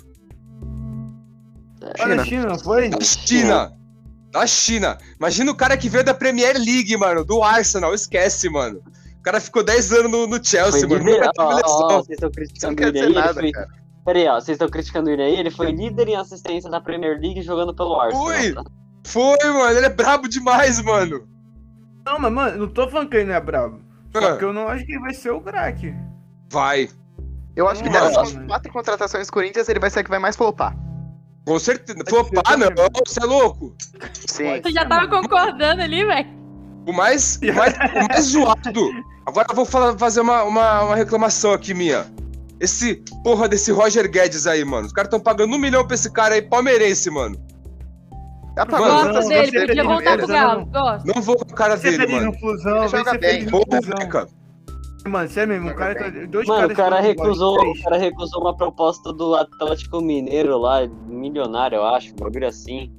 Speaker 4: É.
Speaker 5: Olha a China, não foi?
Speaker 1: Da China. Da China. Imagina o cara que veio da Premier League, mano. Do Arsenal. Esquece, mano. O cara ficou 10 anos no, no Chelsea,
Speaker 4: Foi
Speaker 1: mano.
Speaker 4: líder.
Speaker 1: Nunca teve
Speaker 4: Ó, ó, ó,
Speaker 1: lesão.
Speaker 4: Vocês
Speaker 3: Isso
Speaker 4: estão
Speaker 3: não
Speaker 4: criticando
Speaker 3: quer
Speaker 4: ele aí.
Speaker 3: dizer
Speaker 4: ele
Speaker 3: nada,
Speaker 4: foi-
Speaker 3: cara.
Speaker 4: Peraí, ó, vocês estão criticando ele aí. Ele foi líder em assistência da Premier League jogando pelo Arsenal.
Speaker 1: Ui! Foi, mano. Ele é brabo demais, mano.
Speaker 5: Não, mas mano, não tô falando que ele não é brabo. Só
Speaker 1: Ah,
Speaker 5: que eu não acho que ele vai ser o craque.
Speaker 1: Vai.
Speaker 3: Eu acho que
Speaker 5: Mano.
Speaker 3: dessas quatro contratações do Corinthians, ele vai ser a que vai mais flopar.
Speaker 1: Com certeza.
Speaker 5: Pode
Speaker 1: Flopar,
Speaker 5: ser,
Speaker 1: não.
Speaker 5: pode
Speaker 1: Você é louco.
Speaker 3: Sim.
Speaker 2: Tu já tava concordando ali, velho.
Speaker 1: O mais, o mais, o mais zoado. Agora eu vou falar- fazer uma, uma, uma reclamação aqui minha. Esse porra desse Roger Guedes aí, mano. Os caras tão pagando um milhão pra esse cara aí, palmeirense, mano.
Speaker 3: Dá pra
Speaker 1: Mano,
Speaker 2: Gosto
Speaker 5: não,
Speaker 2: dele,
Speaker 5: você
Speaker 2: podia
Speaker 5: fez
Speaker 2: voltar pro
Speaker 5: mesmo.
Speaker 2: Galo. Gosto.
Speaker 1: Não vou com a cara
Speaker 5: Você um
Speaker 1: dele,
Speaker 5: feliz
Speaker 1: Tá mano.
Speaker 5: no fusão, vai
Speaker 3: joga
Speaker 5: ser
Speaker 3: bem.
Speaker 5: feliz no fusão.
Speaker 1: Porra,
Speaker 5: Mano, sério mesmo, o cara tá. Dois
Speaker 4: Mano, o
Speaker 5: caras
Speaker 4: cara,
Speaker 5: que eu não
Speaker 4: recusou,
Speaker 5: gosto,
Speaker 4: o cara recusou uma proposta do Atlético Mineiro lá, milionário, eu acho, um bagulho assim,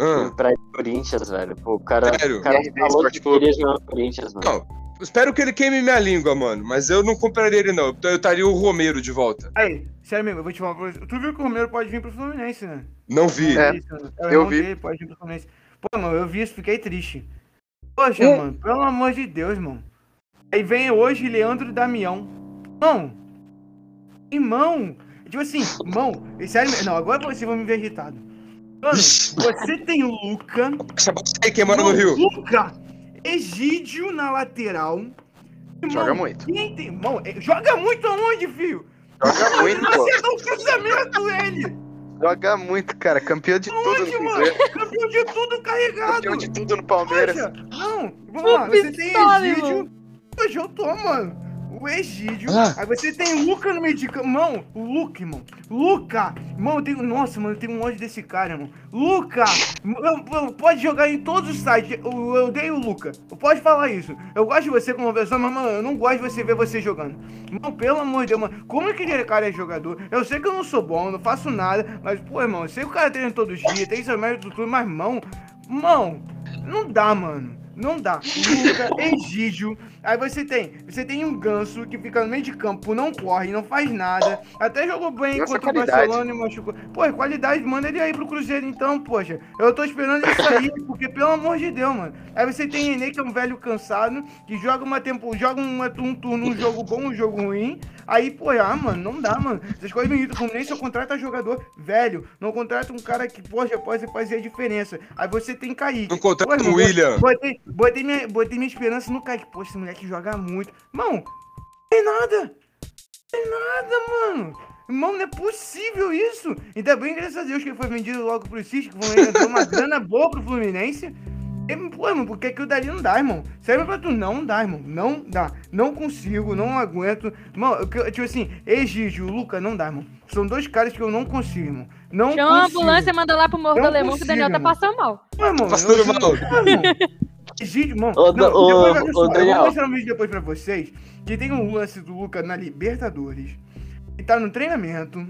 Speaker 1: Ah, É.
Speaker 4: pra ir pro Corinthians, velho. Pô, o cara,
Speaker 1: Sério?
Speaker 4: o cara
Speaker 3: RB
Speaker 4: falou
Speaker 3: Sport
Speaker 4: que
Speaker 3: Clube.
Speaker 4: queria jogar no Corinthians, mano.
Speaker 1: Não, espero que ele queime minha língua, mano. Mas eu não compraria ele, não. Eu estaria o Romero de volta.
Speaker 5: Aí, sério mesmo, eu vou te falar pra você. Tu viu que o Romero pode vir pro Fluminense, né?
Speaker 1: Não vi.
Speaker 3: É.
Speaker 5: Isso, né? É o
Speaker 3: eu
Speaker 5: irmão
Speaker 3: vi.
Speaker 5: dele, pode vir pro Fluminense. Pô, mano, eu vi isso, fiquei triste. Poxa,
Speaker 3: Hum.
Speaker 1: É.
Speaker 5: mano, pelo amor de Deus, mano. Aí vem hoje Leandro Damião. Irmão! Irmão! Tipo assim, irmão, é sério mesmo. Não, agora vocês vão me ver irritado. Mano,
Speaker 1: Ixi,
Speaker 3: [LAUGHS]
Speaker 5: você tem o Luca.
Speaker 1: Baixa baixa aí queimando no Rio.
Speaker 5: Luca! Egídio na lateral.
Speaker 3: Joga
Speaker 5: Irmão,
Speaker 3: muito.
Speaker 5: Quem tem, irmão, é- joga muito aonde, filho?
Speaker 3: Joga muito, pô.
Speaker 5: Acertou o cruzamento, ele!
Speaker 3: Joga muito, cara. Campeão de tudo
Speaker 5: Onde,
Speaker 3: no
Speaker 5: mano?
Speaker 3: Cruzeiro.
Speaker 5: Campeão de tudo carregado!
Speaker 3: Campeão de tudo no Palmeiras.
Speaker 5: Poxa, é, não, vamos lá, você tem
Speaker 2: pistola,
Speaker 5: Egídio. Poxa, eu tô, mano. O Egídio.
Speaker 1: Ah.
Speaker 5: Aí você tem o Luca no meio de campo. Mão, o Luca, irmão. Luca! Mano, eu tenho. Nossa, mano, eu tenho um ódio desse cara, irmão. Luca! Eu- eu- Pode jogar em todos os sites. Eu, eu odeio o Luca. Eu posso falar isso. Eu gosto de você como pessoa, mas, mano, eu não gosto de você ver você jogando. Mano, pelo amor de Deus, mano. Como aquele cara é jogador? Eu sei que eu não sou bom, eu não faço nada. Mas, pô, irmão, eu sei que o cara treina todos os dias, tem seu mérito tudo, mas, mão. Mão, não dá, mano. Não dá.
Speaker 3: [LAUGHS]
Speaker 5: Luca, Egídio. Aí você tem. Você tem um ganso que fica no meio de campo, não corre, não faz nada. Até jogou bem
Speaker 3: Nossa,
Speaker 5: contra
Speaker 3: qualidade.
Speaker 5: o Barcelona e machucou. Pô, é qualidade, manda ele aí pro Cruzeiro então, poxa. Eu tô esperando isso aí, porque pelo amor de Deus, mano. Aí você tem Enem, que é um velho cansado, que joga uma tempo, joga uma, um turno, um jogo bom, um jogo ruim. Aí, pô, ah, mano, não dá, mano. Essas coisas me irritam. Nem se eu contrato jogador velho, não contrata um cara que, poxa, pode fazer a diferença. Aí você tem Kaique.
Speaker 1: Não contrata
Speaker 5: Pô,
Speaker 1: o William.
Speaker 5: Botei, botei, minha, botei minha esperança no Kaique. Poxa, esse moleque joga muito. Mão, tem nada. Tem nada, mano. Irmão, não é possível isso. Ainda bem, graças a Deus, que ele foi vendido logo pro Cisco. que o Fluminense deu uma grana boa pro Fluminense. E, Pô, irmão, porque aquilo dali não dá, irmão. Sério pra tu, não dá, irmão. Não dá. Não consigo, não aguento. Mano, eu, que- tipo assim, Egídio, Luca, não dá, irmão. São dois caras que eu não consigo, irmão. Não
Speaker 2: Chama a
Speaker 5: consigo.
Speaker 2: ambulância, manda lá pro Morro
Speaker 5: Não é
Speaker 2: do Alemão que o
Speaker 5: consigo,
Speaker 2: Daniel tá
Speaker 5: mano.
Speaker 2: passando mal.
Speaker 5: Pô, irmão,
Speaker 1: Passando
Speaker 5: eu-
Speaker 1: mal.
Speaker 5: Pô, irmão, Egídio, mano.
Speaker 4: Ô,
Speaker 5: não,
Speaker 4: Dan- ô,
Speaker 5: depois, olha
Speaker 4: ô,
Speaker 5: só, eu
Speaker 4: Daniel.
Speaker 5: vou mostrar um vídeo depois pra vocês que tem um lance do Luca na Libertadores. Ele tá no treinamento.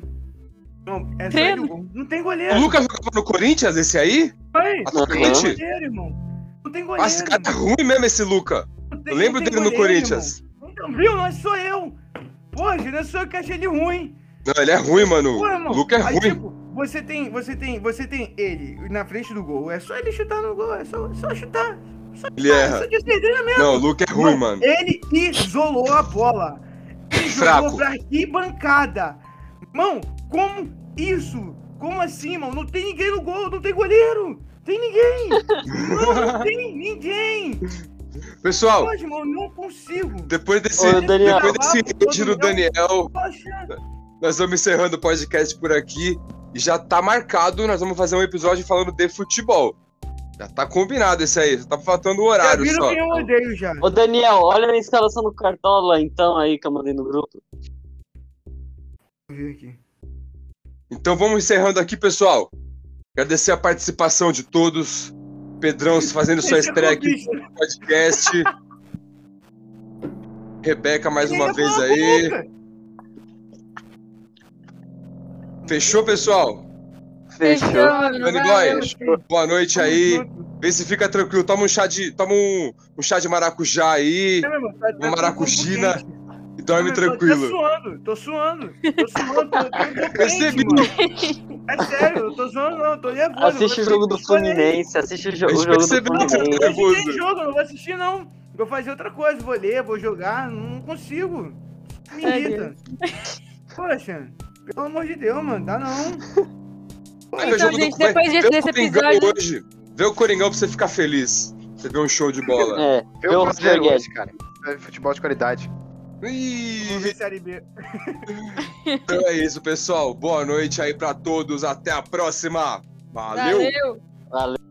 Speaker 5: Não, é só ele
Speaker 2: Treino?
Speaker 5: o gol. não tem
Speaker 1: O tá
Speaker 5: goleiro.
Speaker 1: Lucas jogava no Corinthians, esse aí?
Speaker 5: pai. Não tem
Speaker 1: Atacante?
Speaker 5: goleiro, irmão. Não tem goleiro.
Speaker 1: Ah, esse cara é ruim mesmo, esse Luca.
Speaker 5: não tem-
Speaker 1: Eu lembro
Speaker 5: não tem
Speaker 1: dele no
Speaker 5: goleiro,
Speaker 1: Corinthians.
Speaker 5: irmão. Então, viu? Não sou eu. Poxa, não sou eu que achei ele ruim.
Speaker 1: Não, ele é ruim, mano.
Speaker 5: Pô,
Speaker 1: O
Speaker 5: irmão,
Speaker 1: Luca é
Speaker 5: aí,
Speaker 1: ruim.
Speaker 5: tipo, você tem, você tem, você tem ele na frente do gol. É só ele chutar no gol, é só, só chutar. É
Speaker 1: Ele
Speaker 5: Só
Speaker 1: erra.
Speaker 5: de certeza tipo mesmo.
Speaker 1: Não, o Luca é ruim, mano.
Speaker 5: Ele isolou a bola. Ele
Speaker 1: Fraco.
Speaker 5: jogou pra arquibancada. Mão, como isso? Como assim, mano? Não tem ninguém no gol, não tem goleiro. Tem ninguém. Não, não tem ninguém.
Speaker 1: Pessoal,
Speaker 5: Hoje, mano, não consigo. tá
Speaker 1: depois desse,
Speaker 4: Ô, Daniel.
Speaker 1: depois desse hate
Speaker 5: é
Speaker 1: do
Speaker 5: um
Speaker 1: Daniel,
Speaker 5: Poxa,
Speaker 1: Nós vamos encerrando o podcast por aqui. E já tá marcado, nós vamos fazer um episódio falando de futebol. Já tá combinado esse aí, só tá faltando o
Speaker 5: já
Speaker 1: horário
Speaker 5: viram
Speaker 1: só.
Speaker 5: quem eu odeio já.
Speaker 4: Ô Daniel, olha a instalação do Cartola então aí que eu mandei no grupo.
Speaker 5: Deixa eu ver aqui.
Speaker 1: Então vamos encerrando aqui, pessoal. Agradecer a participação de todos. Pedrão fazendo
Speaker 5: é
Speaker 1: sua estreia aqui
Speaker 5: né?
Speaker 1: no podcast. Rebeca mais uma vez aí. Fechou, pessoal?
Speaker 4: Fechou.
Speaker 2: mano.
Speaker 1: Danny
Speaker 2: valeu.
Speaker 5: é
Speaker 1: Boa noite aí. Vê se fica tranquilo. Toma um chá de, toma um, um chá de maracujá aí.
Speaker 5: né, Uma
Speaker 1: maracujina. E
Speaker 2: Ah,
Speaker 1: dorme Então é tranquilo.
Speaker 5: Tô suando, tô suando, tô
Speaker 1: [LAUGHS]
Speaker 5: suando, tô, tô, tô
Speaker 1: Percebi.
Speaker 5: quente, mano. É sério, eu tô zoando não, tô nervoso.
Speaker 4: Assiste o
Speaker 5: eu tô-
Speaker 4: jogo do
Speaker 5: eu tô nem-
Speaker 4: Fluminense, assiste o jogo,
Speaker 1: Eu
Speaker 4: o jogo do
Speaker 1: percebi que você
Speaker 4: Fluminense.
Speaker 5: [LAUGHS]
Speaker 1: tá-
Speaker 5: Hoje tem
Speaker 1: nervoso.
Speaker 5: jogo, eu não vou assistir não. Vou fazer outra coisa, vou ler, vou jogar, não consigo. Me
Speaker 2: Ai,
Speaker 5: irrita. Poxa, pelo amor de Deus, mano, dá não.
Speaker 1: Olha,
Speaker 2: Então,
Speaker 1: o jogo do
Speaker 2: gente,
Speaker 1: Corinthians-
Speaker 2: depois
Speaker 1: Vê
Speaker 2: desse,
Speaker 1: o
Speaker 2: desse
Speaker 1: Coringão
Speaker 2: episódio.
Speaker 1: hoje. Vê o Coringão pra você ficar feliz. Você vê um show de
Speaker 2: [LAUGHS]
Speaker 1: bola.
Speaker 4: É,
Speaker 3: Vê
Speaker 4: Meu
Speaker 3: o Cruzeiro
Speaker 4: Rogério.
Speaker 3: hoje, cara. É Futebol de qualidade.
Speaker 5: Vamos
Speaker 1: Ih,
Speaker 5: ver Série B.
Speaker 1: então é isso, pessoal. Boa noite aí pra todos. Até a próxima. Valeu.
Speaker 2: Valeu.
Speaker 4: valeu.